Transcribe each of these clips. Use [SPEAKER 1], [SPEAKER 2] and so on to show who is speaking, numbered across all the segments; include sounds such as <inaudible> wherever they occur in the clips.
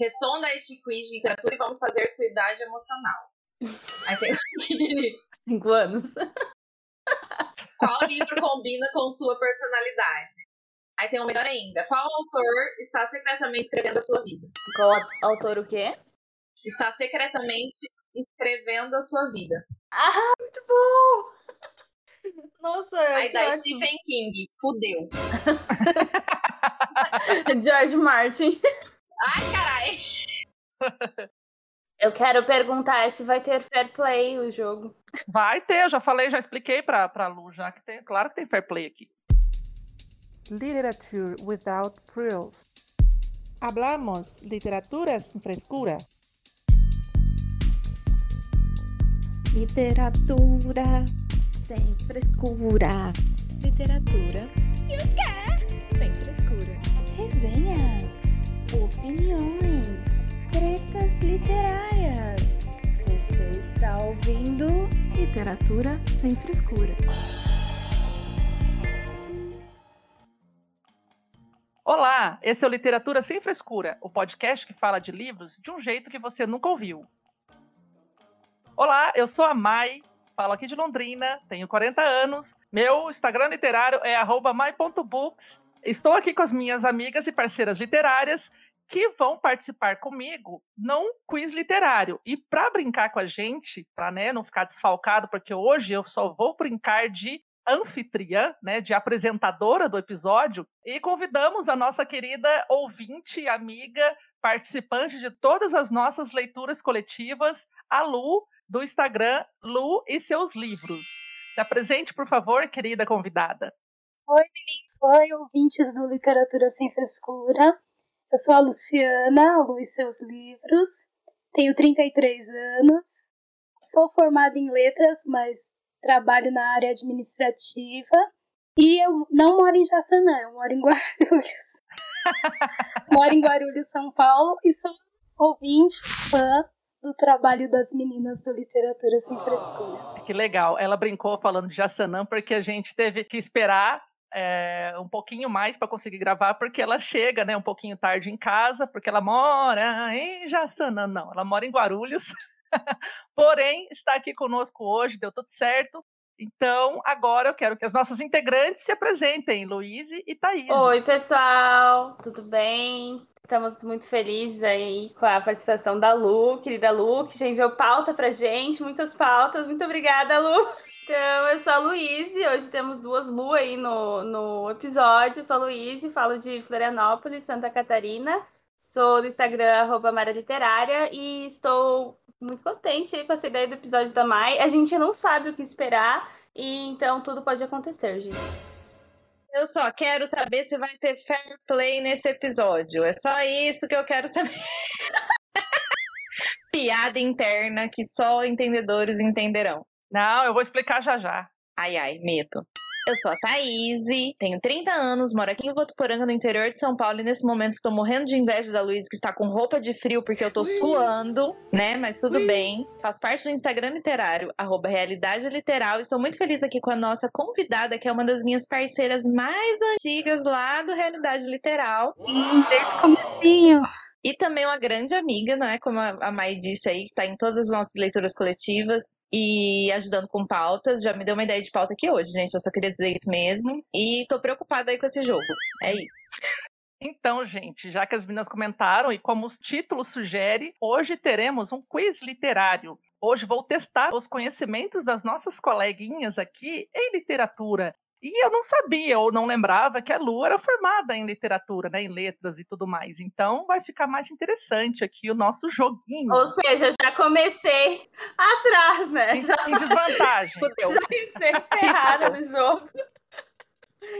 [SPEAKER 1] Responda a este quiz de literatura e vamos fazer sua idade emocional. Aí tem <laughs> aqui,
[SPEAKER 2] Cinco anos.
[SPEAKER 1] qual livro combina com sua personalidade? Aí tem um melhor ainda. Qual autor está secretamente escrevendo a sua vida?
[SPEAKER 2] Qual au- autor o quê?
[SPEAKER 1] Está secretamente escrevendo a sua vida.
[SPEAKER 2] Ah, muito bom! Nossa,
[SPEAKER 3] É
[SPEAKER 1] Aí
[SPEAKER 2] que
[SPEAKER 1] dá
[SPEAKER 2] ótimo.
[SPEAKER 1] Stephen King. Fudeu.
[SPEAKER 2] <laughs> George Martin.
[SPEAKER 1] Ai, carai.
[SPEAKER 2] Eu quero perguntar se vai ter fair play o jogo.
[SPEAKER 4] Vai ter, eu já falei, já expliquei pra, pra Lu, já que tem. Claro que tem fair play aqui.
[SPEAKER 5] Literature without frills. Hablamos literatura sin frescura.
[SPEAKER 6] Literatura sem frescura.
[SPEAKER 7] Literatura. E o quê? Sem frescura.
[SPEAKER 6] Resenhas, opiniões, tretas literárias. Você está ouvindo
[SPEAKER 7] Literatura sem frescura.
[SPEAKER 4] Olá, esse é o Literatura Sem Frescura, o podcast que fala de livros de um jeito que você nunca ouviu. Olá, eu sou a Mai, falo aqui de Londrina, tenho 40 anos, meu Instagram literário é arroba mai.books. Estou aqui com as minhas amigas e parceiras literárias que vão participar comigo num quiz literário. E para brincar com a gente, para não ficar desfalcado, porque hoje eu só vou brincar de anfitriã, né, de apresentadora do episódio, e convidamos a nossa querida ouvinte, amiga, participante de todas as nossas leituras coletivas, a Lu, do Instagram Lu e seus livros. Se apresente, por favor, querida convidada.
[SPEAKER 8] Oi, ouvintes do Literatura Sem Frescura. Eu sou a Luciana, a Lu e seus livros. Tenho 33 anos. Sou formada em letras, mas trabalho na área administrativa. E eu não moro em Jaçanã, eu moro em Guarulhos. moro em Guarulhos, São Paulo. E sou ouvinte, fã do trabalho das meninas do Literatura Sem Frescura.
[SPEAKER 4] Que legal, ela brincou falando de Jassanã, porque a gente teve que esperar é, um pouquinho mais para conseguir gravar, porque ela chega né, um pouquinho tarde em casa, porque ela mora em Jassanã, não, ela mora em Guarulhos, <laughs> porém está aqui conosco hoje, deu tudo certo. Então, agora eu quero que as nossas integrantes se apresentem, Luíse e Thaís.
[SPEAKER 2] Oi, pessoal, tudo bem? Estamos muito felizes aí com a participação da Lu, querida Lu, que já enviou pauta pra gente, muitas pautas. Muito obrigada, Lu. Então, eu sou a Luíse, hoje temos duas Lu aí no, no episódio. Eu sou a Luíse, falo de Florianópolis, Santa Catarina. Sou do Instagram, arroba Mara Literária, e estou muito contente aí com essa ideia do episódio da Mai. A gente não sabe o que esperar, e então tudo pode acontecer, gente.
[SPEAKER 3] Eu só quero saber se vai ter fair play nesse episódio. É só isso que eu quero saber. <laughs> Piada interna que só entendedores entenderão.
[SPEAKER 4] Não, eu vou explicar já já.
[SPEAKER 3] Ai, ai, medo. Eu sou a Thaís, tenho 30 anos, moro aqui em Votuporanga, no interior de São Paulo, e nesse momento estou morrendo de inveja da Luiz, que está com roupa de frio, porque eu tô suando, né? Mas tudo bem. Faço parte do Instagram literário, arroba Realidade Literal. Estou muito feliz aqui com a nossa convidada, que é uma das minhas parceiras mais antigas lá do Realidade Literal.
[SPEAKER 8] Hum, desde o comecinho.
[SPEAKER 3] E também uma grande amiga, não é? Como a a Mai disse aí, que tá em todas as nossas leituras coletivas e ajudando com pautas. Já me deu uma ideia de pauta aqui hoje, gente. Eu só queria dizer isso mesmo. E tô preocupada aí com esse jogo. É isso.
[SPEAKER 4] Então, gente, já que as meninas comentaram e como o título sugere, hoje teremos um quiz literário. Hoje vou testar os conhecimentos das nossas coleguinhas aqui em literatura. E eu não sabia ou não lembrava que a Lu era formada em literatura, né, em letras e tudo mais. Então vai ficar mais interessante aqui o nosso joguinho.
[SPEAKER 2] Ou seja, já comecei atrás, né?
[SPEAKER 4] Em
[SPEAKER 2] Já
[SPEAKER 4] em desvantagem.
[SPEAKER 3] Fudeu. <laughs>
[SPEAKER 2] comecei ferrada no jogo.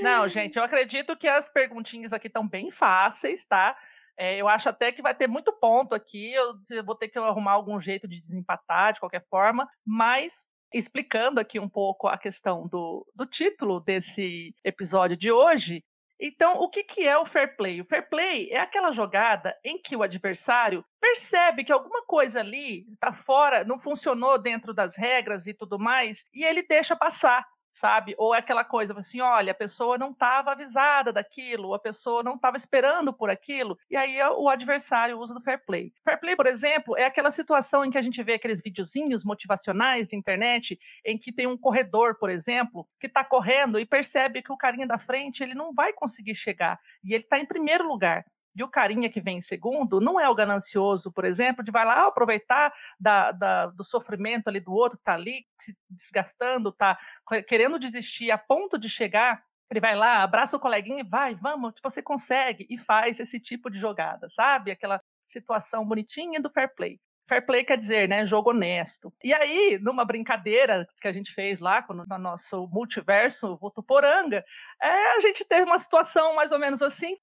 [SPEAKER 4] Não, gente, eu acredito que as perguntinhas aqui estão bem fáceis, tá? É, eu acho até que vai ter muito ponto aqui. Eu eu vou ter que arrumar algum jeito de desempatar, de qualquer forma. Mas explicando aqui um pouco a questão do, do título desse episódio de hoje. Então, o que, que é o fair play? O fair play é aquela jogada em que o adversário percebe que alguma coisa ali tá fora, não funcionou dentro das regras e tudo mais, e ele deixa passar sabe? Ou é aquela coisa assim, olha, a pessoa não estava avisada daquilo, a pessoa não estava esperando por aquilo, e aí é o adversário usa do fair play. Fair play, por exemplo, é aquela situação em que a gente vê aqueles videozinhos motivacionais de internet, em que tem um corredor, por exemplo, que está correndo e percebe que o carinha da frente ele não vai conseguir chegar, e ele está em primeiro lugar. E o carinha que vem em segundo não é o ganancioso, por exemplo, de vai lá aproveitar da, da, do sofrimento ali do outro que está ali se desgastando, tá está querendo desistir a ponto de chegar. Ele vai lá, abraça o coleguinha e vai, vamos, você consegue, e faz esse tipo de jogada, sabe? Aquela situação bonitinha do fair play. Fair play quer dizer, né, jogo honesto. E aí, numa brincadeira que a gente fez lá no nosso multiverso Votuporanga, é, a gente teve uma situação mais ou menos assim,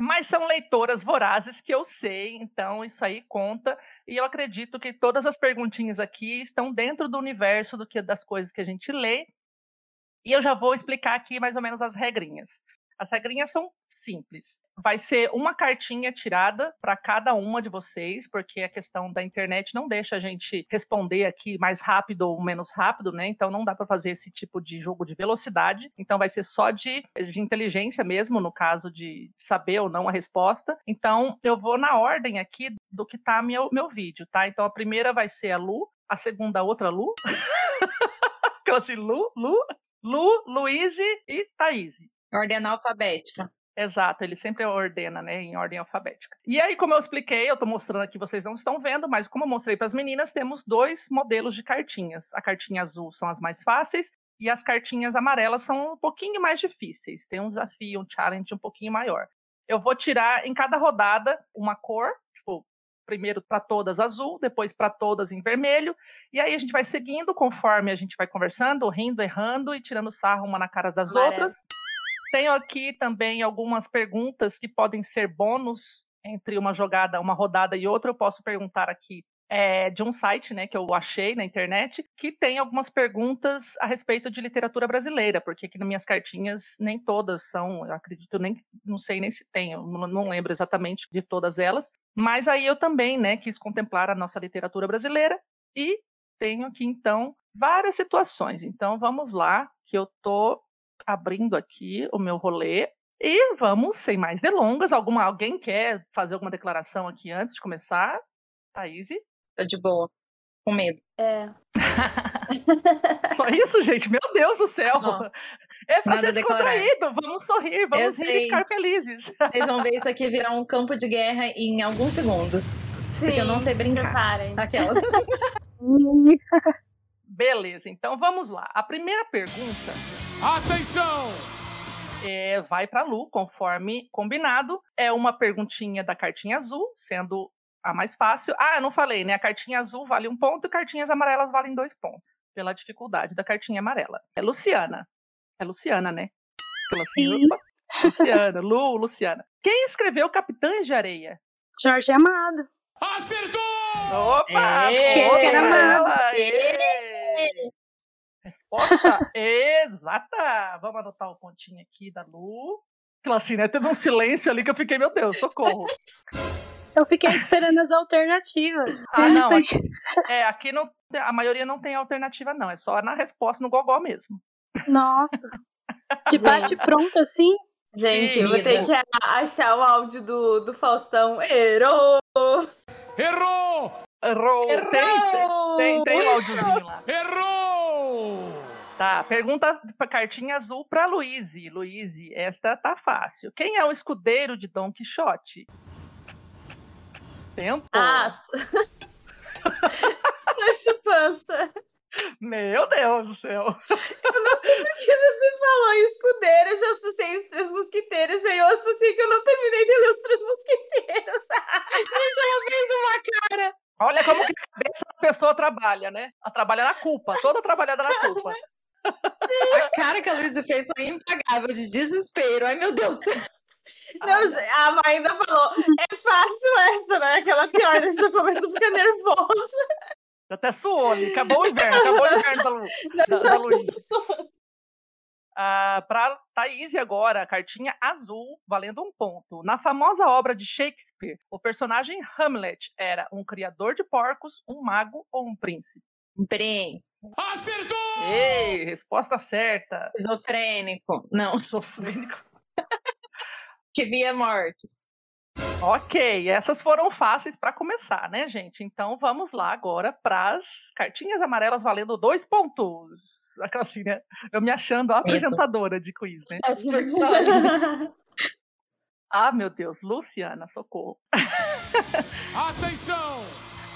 [SPEAKER 4] mas são leitoras vorazes que eu sei, então isso aí conta. E eu acredito que todas as perguntinhas aqui estão dentro do universo do que das coisas que a gente lê. E eu já vou explicar aqui mais ou menos as regrinhas. As regrinhas são simples. Vai ser uma cartinha tirada para cada uma de vocês, porque a questão da internet não deixa a gente responder aqui mais rápido ou menos rápido, né? Então não dá para fazer esse tipo de jogo de velocidade. Então vai ser só de, de inteligência mesmo, no caso de saber ou não a resposta. Então eu vou na ordem aqui do que tá meu, meu vídeo, tá? Então a primeira vai ser a Lu, a segunda a outra Lu. <laughs> Aquela assim, Lu, Lu. Lu, Luíse e Thaís.
[SPEAKER 3] Ordem alfabética.
[SPEAKER 4] Exato, ele sempre ordena, né, em ordem alfabética. E aí, como eu expliquei, eu estou mostrando aqui, vocês não estão vendo, mas como eu mostrei para as meninas, temos dois modelos de cartinhas. A cartinha azul são as mais fáceis e as cartinhas amarelas são um pouquinho mais difíceis. Tem um desafio, um challenge um pouquinho maior. Eu vou tirar em cada rodada uma cor, tipo, primeiro para todas azul, depois para todas em vermelho, e aí a gente vai seguindo conforme a gente vai conversando, rindo, errando e tirando sarro uma na cara das Amarelo. outras. Tenho aqui também algumas perguntas que podem ser bônus entre uma jogada, uma rodada e outra. Eu posso perguntar aqui é, de um site, né, que eu achei na internet, que tem algumas perguntas a respeito de literatura brasileira, porque aqui nas minhas cartinhas nem todas são, eu acredito nem, não sei nem se tem, eu não lembro exatamente de todas elas. Mas aí eu também, né, quis contemplar a nossa literatura brasileira e tenho aqui então várias situações. Então vamos lá, que eu tô abrindo aqui o meu rolê. E vamos, sem mais delongas, alguma, alguém quer fazer alguma declaração aqui antes de começar? Thaís?
[SPEAKER 3] Tô de boa. Com medo.
[SPEAKER 2] É.
[SPEAKER 4] Só isso, gente? Meu Deus do céu!
[SPEAKER 3] Ó,
[SPEAKER 4] é pra
[SPEAKER 3] nada
[SPEAKER 4] ser
[SPEAKER 3] a declarar.
[SPEAKER 4] descontraído! Vamos sorrir,
[SPEAKER 3] Eu
[SPEAKER 4] vamos rir
[SPEAKER 3] sei.
[SPEAKER 4] e ficar felizes.
[SPEAKER 3] Vocês vão ver isso aqui virar um campo de guerra em alguns segundos.
[SPEAKER 2] Sim,
[SPEAKER 3] eu não sei
[SPEAKER 2] se
[SPEAKER 3] brincar. Tá
[SPEAKER 2] preparem.
[SPEAKER 3] Aquelas.
[SPEAKER 8] Ih,
[SPEAKER 4] Beleza, então vamos lá. A primeira pergunta
[SPEAKER 9] Atenção!
[SPEAKER 4] é, vai para Lu, conforme combinado. É uma perguntinha da cartinha azul, sendo a mais fácil. Ah, eu não falei, né? A cartinha azul vale um ponto e cartinhas amarelas valem dois pontos, pela dificuldade da cartinha amarela. É Luciana. É Luciana, né? Aquela assim,
[SPEAKER 8] Sim.
[SPEAKER 4] opa. Luciana, Lu, Luciana. Quem escreveu Capitães de Areia?
[SPEAKER 8] Jorge Amado.
[SPEAKER 9] Acertou!
[SPEAKER 4] Opa!
[SPEAKER 2] Ê!
[SPEAKER 4] boa pra
[SPEAKER 8] Era
[SPEAKER 4] ela, ê! Resposta exata! Vamos anotar o pontinho aqui da Lu. Aquela assim, né? Teve um silêncio ali que eu fiquei, meu Deus, socorro.
[SPEAKER 8] Eu fiquei esperando as alternativas.
[SPEAKER 4] Ah, não,
[SPEAKER 8] Essa-
[SPEAKER 4] É, aqui não, a maioria não tem alternativa, não. É só na resposta, no gogó mesmo.
[SPEAKER 8] Nossa.
[SPEAKER 4] <laughs>
[SPEAKER 8] De bate pronto, assim?
[SPEAKER 2] Gente,
[SPEAKER 4] Sim,
[SPEAKER 2] eu vou ter
[SPEAKER 3] amiga.
[SPEAKER 2] que a- achar o áudio do, do Faustão. Herô!
[SPEAKER 9] Errou!
[SPEAKER 4] Errou! Tem, tem, tem o áudiozinho lá.
[SPEAKER 9] Errou!
[SPEAKER 4] Tá, pergunta pra cartinha azul pra Luíse. Luíse, esta tá fácil. Quem é o escudeiro de Dom Quixote? Tempo.
[SPEAKER 2] <laughs> Ah! Sua chupança.
[SPEAKER 4] Meu Deus do céu.
[SPEAKER 2] Eu não sei por que você falou em escudeiro, eu já associei os três mosquiteiros, aí eu associei que eu não terminei de ler os
[SPEAKER 3] <laughs>
[SPEAKER 2] três mosquiteiros.
[SPEAKER 3] Gente, ela fez uma cara.
[SPEAKER 4] Olha como que a cabeça da pessoa trabalha, né? Ela trabalha na culpa, toda trabalhada na culpa.
[SPEAKER 3] A cara que a Luísa fez foi impagável, de desespero. Ai, meu Deus.
[SPEAKER 2] Não, sei, a Má ainda falou, é fácil essa, né? Aquela pior, a gente já começa a ficar
[SPEAKER 3] <laughs>
[SPEAKER 2] nervosa. <laughs>
[SPEAKER 4] Até suou ali. Acabou o inverno, acabou o inverno <laughs> da Lu.
[SPEAKER 2] Não,
[SPEAKER 4] Da-
[SPEAKER 2] já
[SPEAKER 4] da
[SPEAKER 2] tô
[SPEAKER 4] Luísa.
[SPEAKER 2] suando.
[SPEAKER 4] Ah, para Thaís agora, a cartinha azul, valendo um ponto. Na famosa obra de Shakespeare, o personagem Hamlet era um criador de porcos, um mago ou um príncipe?
[SPEAKER 3] Empreende.
[SPEAKER 9] Acertou!
[SPEAKER 4] Ei, resposta certa.
[SPEAKER 3] Esquizofrênico. Não,
[SPEAKER 4] Esquizofrênico.
[SPEAKER 3] que via mortes.
[SPEAKER 4] Ok, essas foram fáceis para começar, né, gente? Então vamos lá agora para as cartinhas amarelas valendo dois pontos. Aquela assim, né? Eu me achando a
[SPEAKER 3] Medo.
[SPEAKER 4] apresentadora de quiz, né?
[SPEAKER 3] Celso Portioli.
[SPEAKER 4] Ah, meu Deus, Luciana, socorro.
[SPEAKER 9] Atenção!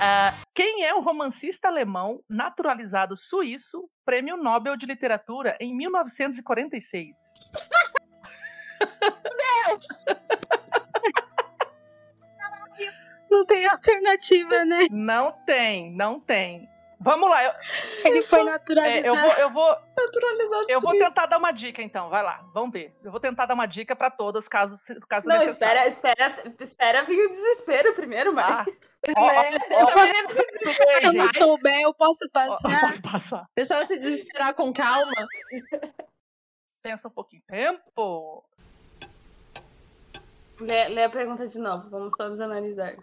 [SPEAKER 4] Ah, quem é o romancista alemão naturalizado suíço, prêmio Nobel de Literatura em 1946?
[SPEAKER 8] Não tem alternativa, né?
[SPEAKER 4] Não tem, não tem. Vamos lá, eu,
[SPEAKER 8] Ele foi
[SPEAKER 4] é,
[SPEAKER 2] Tá
[SPEAKER 8] naturalizado.
[SPEAKER 4] eu vou, eu vou,
[SPEAKER 3] Naturalizado
[SPEAKER 4] eu vou
[SPEAKER 3] suíço.
[SPEAKER 4] tentar dar uma dica então, vai lá, vamos ver. Eu vou tentar dar uma dica para todas, caso, se- caso
[SPEAKER 2] Não,
[SPEAKER 4] necessário.
[SPEAKER 2] espera, espera, espera vir o desespero primeiro,
[SPEAKER 4] Ah,
[SPEAKER 2] mas.
[SPEAKER 4] Ó, ó,
[SPEAKER 3] Né?
[SPEAKER 4] ó,
[SPEAKER 3] Deixa ela-
[SPEAKER 4] tudo bem,
[SPEAKER 8] Se eu não
[SPEAKER 4] gente.
[SPEAKER 8] souber, eu posso
[SPEAKER 4] Ó,
[SPEAKER 8] passar.
[SPEAKER 4] Posso passar?
[SPEAKER 3] Deixa ela se desesperar com calma.
[SPEAKER 4] Pensa um pouquinho. Tempo!
[SPEAKER 2] Lê, lê a pergunta de novo, vamos todos analisar.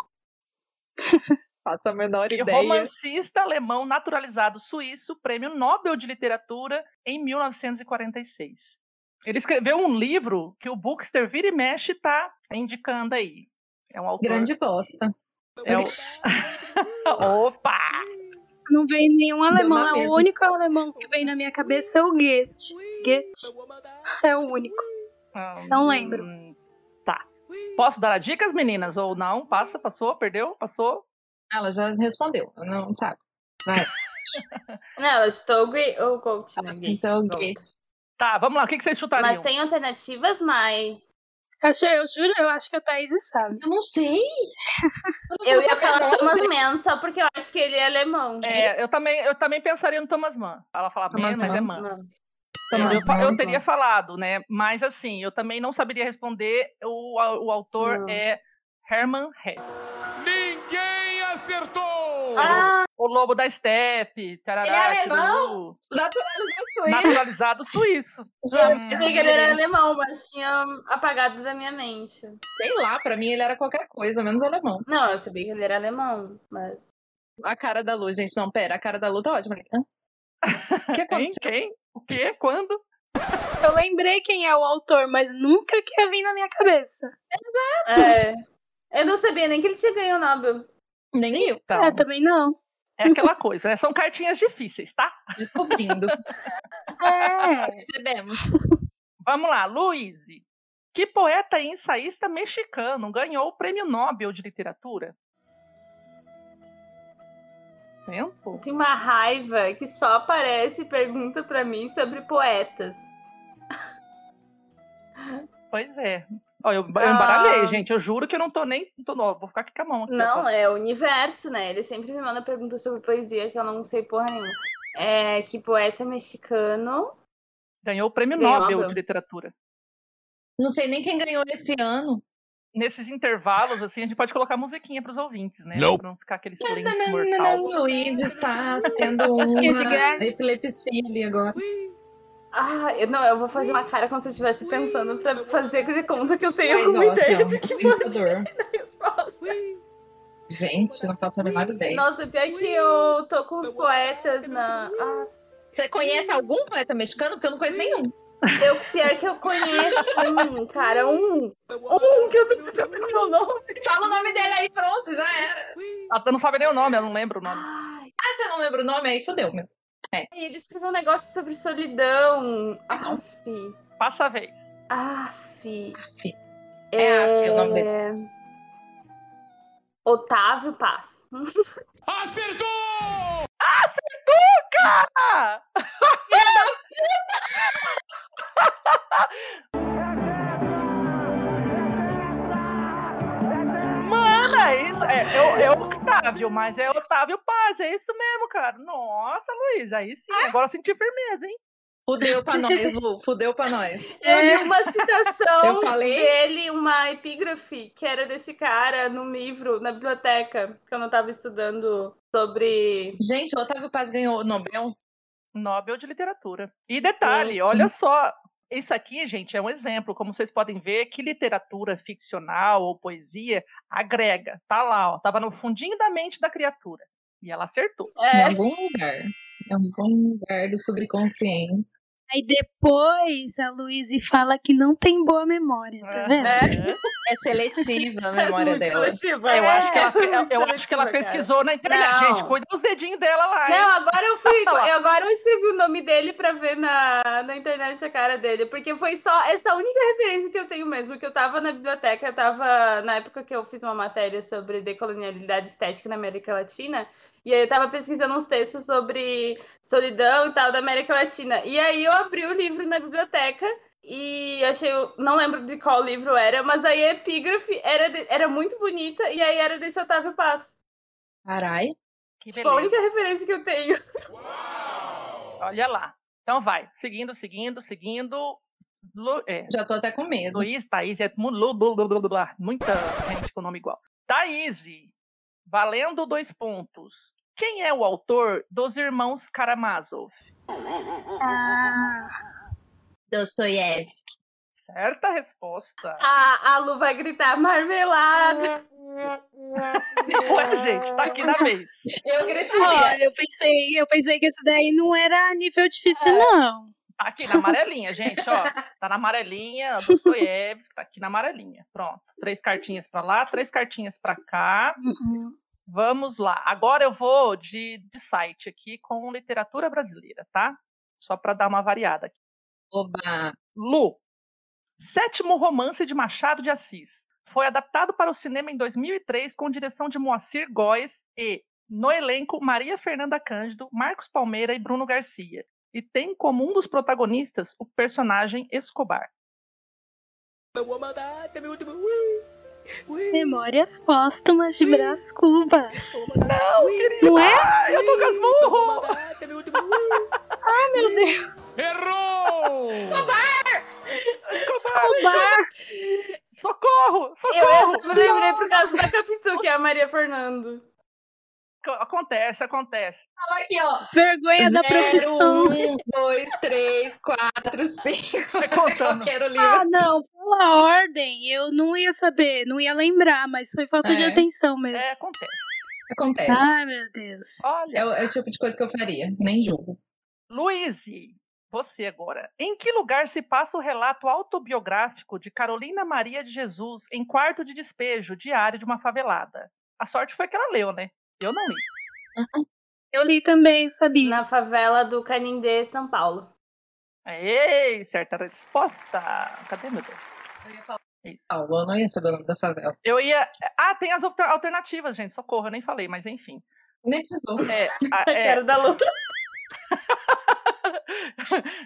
[SPEAKER 3] Faça a menor
[SPEAKER 4] E romancista alemão naturalizado suíço, prêmio Nobel de Literatura em 1946. Ele escreveu um livro que o Bookster vira e mexe tá indicando aí. É um autor.
[SPEAKER 3] Grande bosta.
[SPEAKER 4] é o- Opa!
[SPEAKER 8] Não vem nenhum alemão.
[SPEAKER 3] na
[SPEAKER 8] é
[SPEAKER 3] mesma.
[SPEAKER 8] O único alemão que vem na minha cabeça é o Goethe. Goethe é o único. Não lembro.
[SPEAKER 4] Hum, Tá. Posso dar as dicas, meninas? Ou não? Passa, passou, perdeu, passou.
[SPEAKER 3] Ela já respondeu, não sabe.
[SPEAKER 2] Não, ela estou ou coach, né? gay.
[SPEAKER 3] Então,
[SPEAKER 2] Pronto.
[SPEAKER 3] gay.
[SPEAKER 4] Tá, vamos lá. O que que vocês chutariam?
[SPEAKER 2] Mas tem alternativas, mas.
[SPEAKER 8] Acho, eu juro, eu acho que a Thaís sabe.
[SPEAKER 3] Eu não sei.
[SPEAKER 2] Eu ia falar Thomas Mann só porque eu acho que ele é alemão.
[SPEAKER 4] É, eu também, eu também pensaria no Thomas Mann. Ela fala bem,
[SPEAKER 3] Thomas
[SPEAKER 4] mas é
[SPEAKER 3] Mann.
[SPEAKER 4] Mann.
[SPEAKER 2] Mano,
[SPEAKER 4] Eu,
[SPEAKER 3] Thomas
[SPEAKER 4] eu fa- eu
[SPEAKER 3] Mann.
[SPEAKER 4] teria falado, né? Mas assim, eu também não saberia responder. O, au- o autor
[SPEAKER 3] Hum.
[SPEAKER 2] Não.
[SPEAKER 4] é Herman Hesse.
[SPEAKER 9] Ninguém acertou!
[SPEAKER 2] Ah,
[SPEAKER 4] O Lobo da Steppe, tarará,
[SPEAKER 3] Ele é alemão?
[SPEAKER 4] tururu,
[SPEAKER 3] Naturalizado suíço.
[SPEAKER 4] naturalizado suíço.
[SPEAKER 3] Já
[SPEAKER 4] Hum.
[SPEAKER 2] pensei que ele
[SPEAKER 3] é.
[SPEAKER 2] era alemão, mas tinha apagado da minha mente.
[SPEAKER 3] Sei lá, pra mim ele era qualquer coisa, menos alemão.
[SPEAKER 2] Não, eu sabia que ele era alemão, mas.
[SPEAKER 3] A cara da Lu, gente, não, pera, a cara da Lu tá ótima. Hã? <laughs> O que
[SPEAKER 4] Quem?
[SPEAKER 3] aconteceu?
[SPEAKER 4] Quem? O quê? Quando?
[SPEAKER 8] Eu lembrei quem é o autor, mas nunca que ia vir na minha cabeça.
[SPEAKER 2] É. Eu não sabia nem que ele tinha ganho o Nobel.
[SPEAKER 3] Nem eu,
[SPEAKER 4] Então,
[SPEAKER 8] É, também não.
[SPEAKER 4] é aquela coisa, né? São cartinhas difíceis, tá?
[SPEAKER 3] <laughs> descobrindo.
[SPEAKER 8] É.
[SPEAKER 3] Percebemos.
[SPEAKER 4] Vamos lá, Luiz. Que poeta e ensaísta mexicano ganhou o Prêmio Nobel de Literatura? Tempo?
[SPEAKER 2] Eu tenho uma raiva que só aparece e pergunta pra mim sobre poetas.
[SPEAKER 4] Pois é. Ó, eu, eu embaralhei,
[SPEAKER 2] Ah.
[SPEAKER 4] gente. Eu juro que eu não tô nem. Tô, ó, vou ficar aqui com a mão. Aqui, ó. tá?
[SPEAKER 2] Não, é o universo, né? Ele sempre me manda pergunta sobre poesia que eu não sei porra nenhuma. É que poeta mexicano.
[SPEAKER 4] Ganhou o prêmio
[SPEAKER 2] Ganhou
[SPEAKER 4] Nobel
[SPEAKER 2] Nobel.
[SPEAKER 4] de literatura.
[SPEAKER 3] Não sei nem quem ganhou esse ano.
[SPEAKER 4] Nesses intervalos, assim, a gente pode colocar musiquinha pros ouvintes, né?
[SPEAKER 9] Não.
[SPEAKER 4] Pra não ficar aquele silêncio mortal.
[SPEAKER 3] O Luiz está <laughs> tendo
[SPEAKER 8] Cheio de
[SPEAKER 3] uma
[SPEAKER 8] gás.
[SPEAKER 3] epilepsia ali agora.
[SPEAKER 2] Ah, eu, não, eu vou fazer uma cara como se eu estivesse pensando pra fazer de conta que eu tenho
[SPEAKER 3] Mas
[SPEAKER 2] alguma
[SPEAKER 3] ó, um aqui,
[SPEAKER 2] ideia
[SPEAKER 3] ó,
[SPEAKER 2] do que pode ser
[SPEAKER 3] pensador.
[SPEAKER 2] a resposta.
[SPEAKER 3] Gente, não faço a menor ideia.
[SPEAKER 2] Nossa, pior que eu tô com os poetas na. Ah,
[SPEAKER 3] Você conhece algum poeta mexicano? Porque eu não conheço nenhum.
[SPEAKER 2] eu, pior que eu conheço um, cara, um. Um que eu tô precisando com o nome.
[SPEAKER 3] Fala o nome dele aí, pronto, já era.
[SPEAKER 4] Ela Ah, não sabe nem o nome, ela não lembra o nome.
[SPEAKER 2] Ai,
[SPEAKER 3] Ah, você não lembra o nome? Aí fodeu, mas.
[SPEAKER 2] ele escreveu um negócio sobre solidão. Ah, Aff.
[SPEAKER 4] Passa a vez.
[SPEAKER 2] Aff.
[SPEAKER 3] Aff. É Aff o nome dele.
[SPEAKER 2] Otávio Paz. Hum,
[SPEAKER 9] Acertou!
[SPEAKER 4] Ah! Mana, isso é, é, o- é o Octávio, mas é Otávio Paz, é isso mesmo, cara. Nossa, Luiz, aí sim,
[SPEAKER 8] É.
[SPEAKER 4] agora eu senti firmeza, hein?
[SPEAKER 3] Fudeu <laughs> pra nós, Lu. Fudeu pra nós.
[SPEAKER 2] Eu li uma
[SPEAKER 3] É.
[SPEAKER 2] citação
[SPEAKER 3] <laughs> Eu falei?
[SPEAKER 2] dele, uma epígrafe, que era desse cara num livro, na biblioteca, que eu não tava estudando sobre.
[SPEAKER 3] Gente, o Otávio Paz ganhou o Nobel.
[SPEAKER 4] Nobel de Literatura. E detalhe,
[SPEAKER 3] Gente.
[SPEAKER 4] olha só. Isso aqui, gente, é um exemplo, como vocês podem ver, que literatura ficcional ou poesia agrega. Tá lá, ó, tava no fundinho da mente da criatura. E ela acertou.
[SPEAKER 2] É.
[SPEAKER 7] Em
[SPEAKER 2] <laughs>
[SPEAKER 7] algum lugar. Em algum lugar do subconsciente.
[SPEAKER 8] Aí depois a Luísa fala que não tem boa memória, tá vendo?
[SPEAKER 2] É.
[SPEAKER 3] É seletiva a <laughs> memória
[SPEAKER 2] Muito
[SPEAKER 3] dela.
[SPEAKER 2] seletiva.
[SPEAKER 4] Eu,
[SPEAKER 2] É, <laughs>
[SPEAKER 4] acho que ela,
[SPEAKER 2] muito
[SPEAKER 4] eu- eu acho que ela
[SPEAKER 2] seletiva, cara.
[SPEAKER 4] pesquisou na internet.
[SPEAKER 2] é Não.
[SPEAKER 4] Gente, cuida dos dedinhos dela lá. hein?
[SPEAKER 2] Não, agora eu fui.
[SPEAKER 4] <laughs> Olha lá.
[SPEAKER 2] eu- agora eu escrevi o nome dele pra ver na, na internet a cara dele. Porque foi só essa única referência que eu tenho mesmo. Que eu tava na biblioteca, eu tava. Na época que eu fiz uma matéria sobre decolonialidade estética na América Latina. E aí eu tava pesquisando uns textos sobre solidão e tal da América Latina. E aí eu abri o livro na biblioteca. E achei, o- não lembro de qual livro era, mas aí a epígrafe era, de- era muito bonita e aí era desse Otávio Paz.
[SPEAKER 3] Caralho.
[SPEAKER 4] Que
[SPEAKER 2] Tipo, a
[SPEAKER 4] beleza.
[SPEAKER 2] única referência que eu tenho.
[SPEAKER 4] Olha lá. Então vai. Seguindo, seguindo, seguindo. Lu, é,
[SPEAKER 3] Já tô até com medo.
[SPEAKER 4] Luiz, Thaís, é mu- lu- lu- lu- lu- lu- lu- muita gente com nome igual. Thaís, valendo dois pontos. Quem é o autor dos Irmãos Karamazov?
[SPEAKER 3] Dostoiévski.
[SPEAKER 2] <laughs>
[SPEAKER 4] Certa resposta.
[SPEAKER 2] A, a Lu vai gritar
[SPEAKER 4] É,
[SPEAKER 2] marmelada.
[SPEAKER 4] Ué, gente, tá aqui na vez.
[SPEAKER 3] Eu gritaria.
[SPEAKER 8] Olha, eu pensei, eu pensei que esse daí não era nível difícil, não.
[SPEAKER 4] Tá aqui na amarelinha, gente, ó. Tá na amarelinha, Dostoiévski, tá aqui na amarelinha. Pronto. Três cartinhas pra lá, três cartinhas pra cá. Vamos lá. Agora eu vou de, de site aqui com literatura brasileira, tá? Só pra dar uma variada aqui.
[SPEAKER 3] Oba.
[SPEAKER 4] Lu, sétimo romance de Machado de Assis. Foi adaptado para o cinema em 2003 com direção de Moacir Góes e, no elenco, Maria Fernanda Cândido, Marcos Palmeira e Bruno Garcia. E tem como um dos protagonistas o personagem Escobar.
[SPEAKER 8] Memórias póstumas de Brás Cubas.
[SPEAKER 4] Não, querida!
[SPEAKER 8] Não é?
[SPEAKER 4] Ai, eu tô com as burro!
[SPEAKER 2] <laughs>
[SPEAKER 8] Meu Deus,
[SPEAKER 9] Errou!
[SPEAKER 8] Escobar.
[SPEAKER 4] Socorro!
[SPEAKER 2] Eu
[SPEAKER 4] Socorro!
[SPEAKER 2] essa me lembrei por causa da Capitu, que é a Maria Fernando.
[SPEAKER 4] Acontece, acontece.
[SPEAKER 3] Tava aqui, ó.
[SPEAKER 8] Vergonha da profissão.
[SPEAKER 3] Um, dois, três, quatro, cinco.
[SPEAKER 4] Vai
[SPEAKER 3] <laughs>
[SPEAKER 4] contando.
[SPEAKER 3] Eu quero livro.
[SPEAKER 8] Ah, não, pela ordem, eu não ia saber, não ia lembrar, mas foi falta de
[SPEAKER 3] É.
[SPEAKER 8] atenção mesmo.
[SPEAKER 4] É, acontece.
[SPEAKER 3] Ah.
[SPEAKER 4] É.
[SPEAKER 3] Acontece.
[SPEAKER 8] Ai, meu Deus.
[SPEAKER 4] Olha,
[SPEAKER 3] É o, é o tipo de coisa que eu faria. Nem julgo.
[SPEAKER 4] Luiz, você agora. Em que lugar se passa o relato autobiográfico de Carolina Maria de Jesus em quarto de despejo, diário de uma favelada? A sorte foi que ela leu, né? Eu não li.
[SPEAKER 8] Eu li também, sabia.
[SPEAKER 2] Na favela do Canindé, São Paulo.
[SPEAKER 4] Ei, certa resposta. Cadê, meu Deus? É
[SPEAKER 3] Eu ia falar.
[SPEAKER 4] Isso.
[SPEAKER 3] Paulo, eu não ia saber o nome da favela.
[SPEAKER 4] Eu ia. Ah, tem as alter- alternativas, gente. Socorro, eu nem falei, mas enfim.
[SPEAKER 3] Nem precisou. <laughs>
[SPEAKER 4] É, a-
[SPEAKER 2] Eu
[SPEAKER 4] é,
[SPEAKER 2] quero da Lu.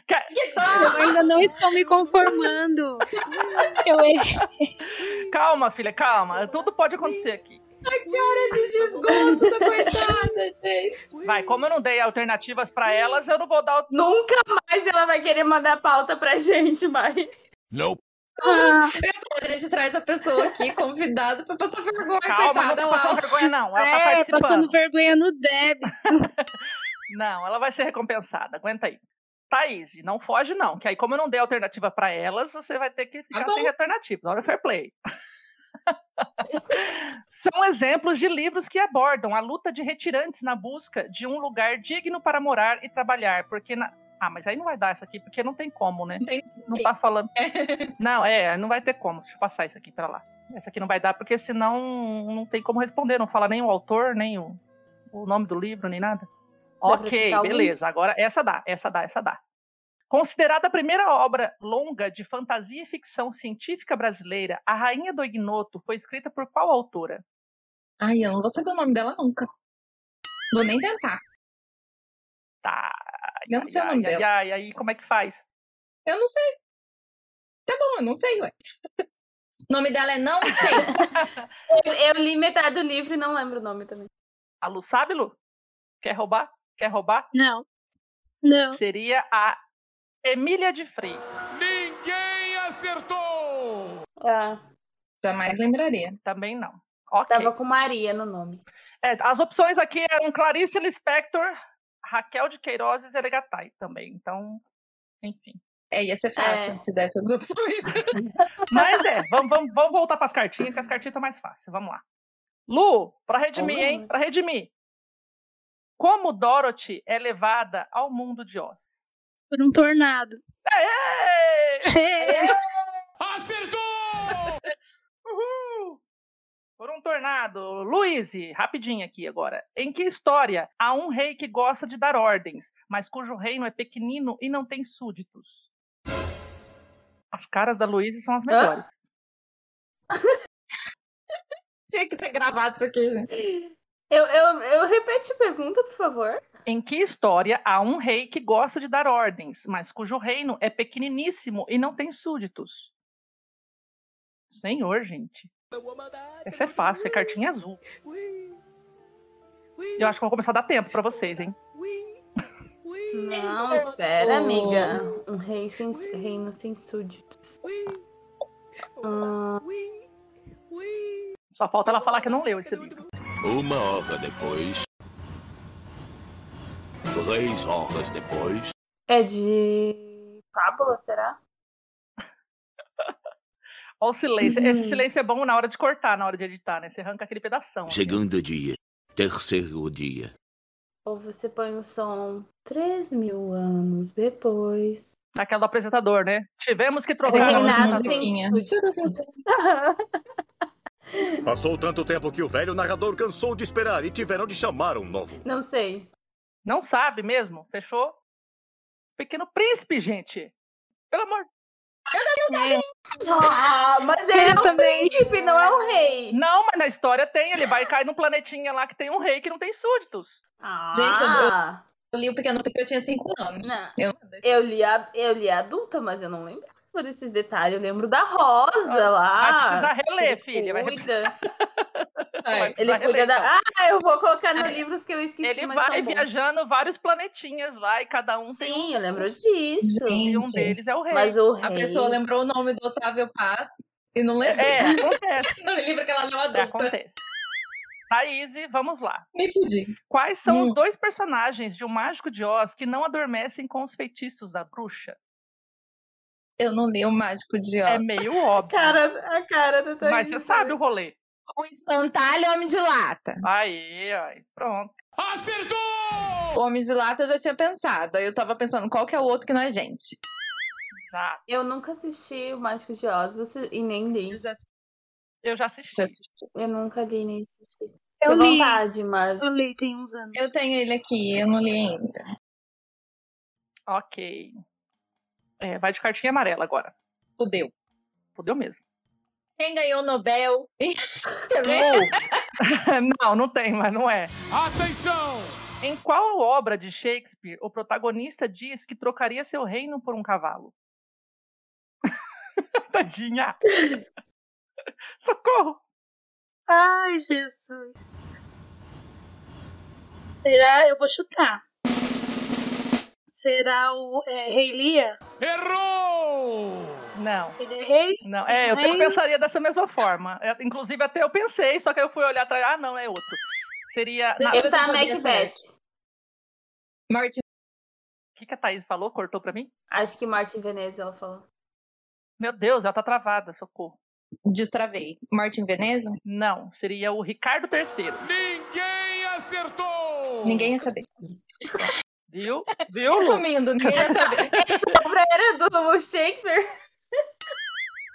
[SPEAKER 4] ca-
[SPEAKER 8] Eu ainda não estou me conformando. <laughs> Eu errei.
[SPEAKER 4] calma, filha, calma. Tudo pode acontecer aqui.
[SPEAKER 3] de desgosto da coitada, gente.
[SPEAKER 4] Vai, como eu não dei alternativas pra elas, eu não vou dar. o-
[SPEAKER 2] Nunca mais ela vai querer mandar pauta pra gente, mas.
[SPEAKER 9] Nope.
[SPEAKER 8] Ah,
[SPEAKER 3] A gente traz a pessoa aqui, convidada, pra passar vergonha,
[SPEAKER 4] Calma, não
[SPEAKER 3] coitada
[SPEAKER 4] tô
[SPEAKER 3] lá.
[SPEAKER 4] passando vergonha, não. Ela tá
[SPEAKER 8] é,
[SPEAKER 4] participando.
[SPEAKER 8] passando vergonha no débito.
[SPEAKER 4] Não, ela vai ser recompensada. Aguenta aí. Thaís, não foge não, que aí como eu não dei alternativa pra elas, você vai ter que ficar sem
[SPEAKER 3] Tá bom.
[SPEAKER 4] alternativa. Na hora fair play. São exemplos de livros que abordam a luta de retirantes na busca de um lugar digno para morar e trabalhar, porque na- Ah, mas aí não vai dar essa aqui, porque não tem como, né?
[SPEAKER 3] Não tem
[SPEAKER 4] Não tá falando. Não, é, não vai ter como. Deixa eu passar isso aqui pra lá. Essa aqui não vai dar, porque senão não tem como responder. Não fala nem o autor, nem o, o nome do livro, nem nada.
[SPEAKER 2] pra
[SPEAKER 4] Ok,
[SPEAKER 2] citar um?
[SPEAKER 4] beleza. Agora essa dá, essa dá, essa dá. Considerada a primeira obra longa de fantasia e ficção científica brasileira, A Rainha do Ignoto foi escrita por qual autora?
[SPEAKER 3] Ai, eu não vou saber o nome dela nunca. Vou nem tentar.
[SPEAKER 4] Tá.
[SPEAKER 3] Eu não sei o
[SPEAKER 4] ai,
[SPEAKER 3] nome
[SPEAKER 4] ai,
[SPEAKER 3] dela.
[SPEAKER 4] ai, aí como é que faz?
[SPEAKER 3] Eu não sei. Tá bom, eu não sei, ué. O <laughs> nome dela é Não Sei.
[SPEAKER 2] Eu, eu li metade do livro e não lembro o nome também.
[SPEAKER 4] A Lu sabe, Lu? Quer roubar? Quer roubar?
[SPEAKER 8] Não. Não.
[SPEAKER 4] Seria a Emília de Frei.
[SPEAKER 9] Ninguém acertou!
[SPEAKER 2] Ah,
[SPEAKER 3] <laughs> Jamais lembraria.
[SPEAKER 4] Também não. Ok.
[SPEAKER 2] tava com Maria no nome.
[SPEAKER 4] É, as opções aqui eram Clarice Lispector, Raquel de Queiroz e Zeregatai também. Então, enfim.
[SPEAKER 3] É, ia ser fácil
[SPEAKER 2] É.
[SPEAKER 3] se desse as opções.
[SPEAKER 4] Mas é, vamos, vamos, vamos voltar para as cartinhas, que as cartinhas estão mais fáceis. Vamos lá. Lu, para redimir,
[SPEAKER 2] Vamos lá.
[SPEAKER 4] hein? Para redimir. Como Dorothy é levada ao mundo de Oz?
[SPEAKER 8] Por um tornado.
[SPEAKER 4] Aê!
[SPEAKER 9] Acertou!
[SPEAKER 4] Uhul! Por um tornado. Luiz, rapidinho aqui agora. Em que história há um rei que gosta de dar ordens, mas cujo reino é pequenino e não tem súditos? As caras da Luiz são as melhores.
[SPEAKER 3] <laughs> Tinha que ter gravado isso aqui. gente.
[SPEAKER 2] Eu, eu, eu repete a pergunta, por favor.
[SPEAKER 4] Em que história há um rei que gosta de dar ordens, mas cujo reino é pequeniníssimo e não tem súditos? Senhor, gente. Essa é fácil, é cartinha azul. Eu acho que eu vou começar a dar tempo pra vocês, hein? Então,
[SPEAKER 2] Não, espera, amiga. Um rei sem, reino sem súditos. Ah,
[SPEAKER 4] Só falta ela falar que não leu esse livro.
[SPEAKER 9] Uma hora depois. Três horas depois.
[SPEAKER 2] é de fábula, será?
[SPEAKER 4] Olha o silêncio.
[SPEAKER 2] Uhum.
[SPEAKER 4] Esse silêncio é bom na hora de cortar, na hora de editar, né? Você arranca aquele pedação. assim.
[SPEAKER 9] Segundo dia. Terceiro dia.
[SPEAKER 2] Ou você põe o som 3 mil anos depois.
[SPEAKER 4] Aquela do apresentador, né? Tivemos que trocar
[SPEAKER 3] Aquela
[SPEAKER 4] a assim.
[SPEAKER 3] Reinado
[SPEAKER 2] Reinado
[SPEAKER 3] música
[SPEAKER 4] apresentadora.
[SPEAKER 3] sem
[SPEAKER 2] sem
[SPEAKER 3] musiquinha.
[SPEAKER 4] tipo,
[SPEAKER 9] Passou tanto tempo que o velho narrador cansou de esperar e tiveram de chamar um novo.
[SPEAKER 2] <laughs> Não sei.
[SPEAKER 4] Não sabe mesmo? Fechou? Pequeno príncipe, gente. Pelo amor.
[SPEAKER 2] Ah, mas ele é um
[SPEAKER 8] também.
[SPEAKER 2] príncipe, não é um rei.
[SPEAKER 4] Não, mas na história tem. Ele vai cair num planetinha lá que tem um rei que não tem súditos.
[SPEAKER 2] Ah,
[SPEAKER 3] Eu li o Pequeno Príncipe, eu tinha 5 anos.
[SPEAKER 2] Não.
[SPEAKER 3] Eu
[SPEAKER 2] eu, li a, eu li a adulta, mas eu não lembrava desses detalhes. Eu lembro da Rosa lá.
[SPEAKER 4] Ah, vai precisar reler,
[SPEAKER 2] Ah, Ele
[SPEAKER 4] filha. Vai
[SPEAKER 2] cuida.
[SPEAKER 4] Vai
[SPEAKER 2] Ele
[SPEAKER 4] precisar
[SPEAKER 2] cuida
[SPEAKER 4] reler, então.
[SPEAKER 2] da. Ah, eu vou colocar nos livros que eu esqueci.
[SPEAKER 4] Ele
[SPEAKER 2] mas tá
[SPEAKER 4] vai
[SPEAKER 2] são bons.
[SPEAKER 4] viajando vários planetinhas lá e cada um tem um.
[SPEAKER 2] Sim, eu lembro disso.
[SPEAKER 4] E um
[SPEAKER 3] Gente.
[SPEAKER 4] deles é o rei.
[SPEAKER 2] Mas o
[SPEAKER 3] A
[SPEAKER 2] rei.
[SPEAKER 3] pessoa lembrou o nome do Otávio Paz e não lembrou
[SPEAKER 2] <laughs>
[SPEAKER 4] É, acontece. né?
[SPEAKER 3] do livro que ela leu adulta.
[SPEAKER 4] acontece. Thaís, vamos lá.
[SPEAKER 3] Me fudi.
[SPEAKER 4] Quais são os
[SPEAKER 3] Hum.
[SPEAKER 4] dois personagens de O Mágico de Oz que não adormecem com os feitiços da bruxa?
[SPEAKER 3] Eu não li o Mágico de Oz.
[SPEAKER 4] É meio óbvio.
[SPEAKER 2] Cara, tá a cara do Thaís.
[SPEAKER 4] mas você sabe o rolê.
[SPEAKER 3] O Um espantalho e o Homem de Lata.
[SPEAKER 4] Aí, aí, pronto.
[SPEAKER 9] Acertou!
[SPEAKER 3] O Homem de Lata eu já tinha pensado. Aí eu tava pensando qual que é o outro que não é gente.
[SPEAKER 4] Exato.
[SPEAKER 2] Eu nunca assisti o Mágico de Oz você... e nem li.
[SPEAKER 3] Eu já
[SPEAKER 4] Eu já assisti.
[SPEAKER 3] já assisti.
[SPEAKER 2] Eu nunca li nem assisti.
[SPEAKER 8] Eu
[SPEAKER 2] Tinha
[SPEAKER 8] li,
[SPEAKER 2] vontade, mas.
[SPEAKER 8] eu li tem uns anos.
[SPEAKER 3] Eu tenho ele aqui, eu não li ainda.
[SPEAKER 4] Ok. É, vai de cartinha amarela agora.
[SPEAKER 3] Fudeu.
[SPEAKER 4] Fudeu mesmo.
[SPEAKER 3] Quem ganhou o Nobel? <laughs> Quer ver?
[SPEAKER 4] Ou- <laughs> não, não tem, mas não é.
[SPEAKER 9] Atenção!
[SPEAKER 4] Em qual obra de Shakespeare o protagonista diz que trocaria seu reino por um cavalo? <laughs> Tadinha! Socorro!
[SPEAKER 8] Ai, Jesus. Será? Eu vou chutar. Será o é, Rei Lear?
[SPEAKER 9] Errou!
[SPEAKER 4] Não,
[SPEAKER 8] Ele é rei?
[SPEAKER 4] não. É, eu, eu
[SPEAKER 8] Reino.
[SPEAKER 4] pensaria dessa mesma forma. É, Inclusive, até eu pensei, só que aí eu fui olhar atrás. Ah, não, é outro. Seria. na-
[SPEAKER 3] Deixa
[SPEAKER 4] O
[SPEAKER 3] eu
[SPEAKER 2] Ele
[SPEAKER 3] ver
[SPEAKER 2] tá
[SPEAKER 3] se eu sabia
[SPEAKER 2] Macbeth.
[SPEAKER 3] Martin.
[SPEAKER 4] que, que a Thaís falou? Cortou pra mim?
[SPEAKER 2] Acho que Martin Veneza ela
[SPEAKER 8] <laughs>
[SPEAKER 2] falou.
[SPEAKER 4] Meu Deus, ela tá travada, socorro.
[SPEAKER 3] Destravei. Martin Veneza?
[SPEAKER 4] Não, seria o Ricardo III.
[SPEAKER 9] Ninguém acertou!
[SPEAKER 3] Ninguém ia saber.
[SPEAKER 4] Viu? Viu? Lu?
[SPEAKER 3] Resumindo, ninguém ia saber.
[SPEAKER 2] Era do Shakespeare?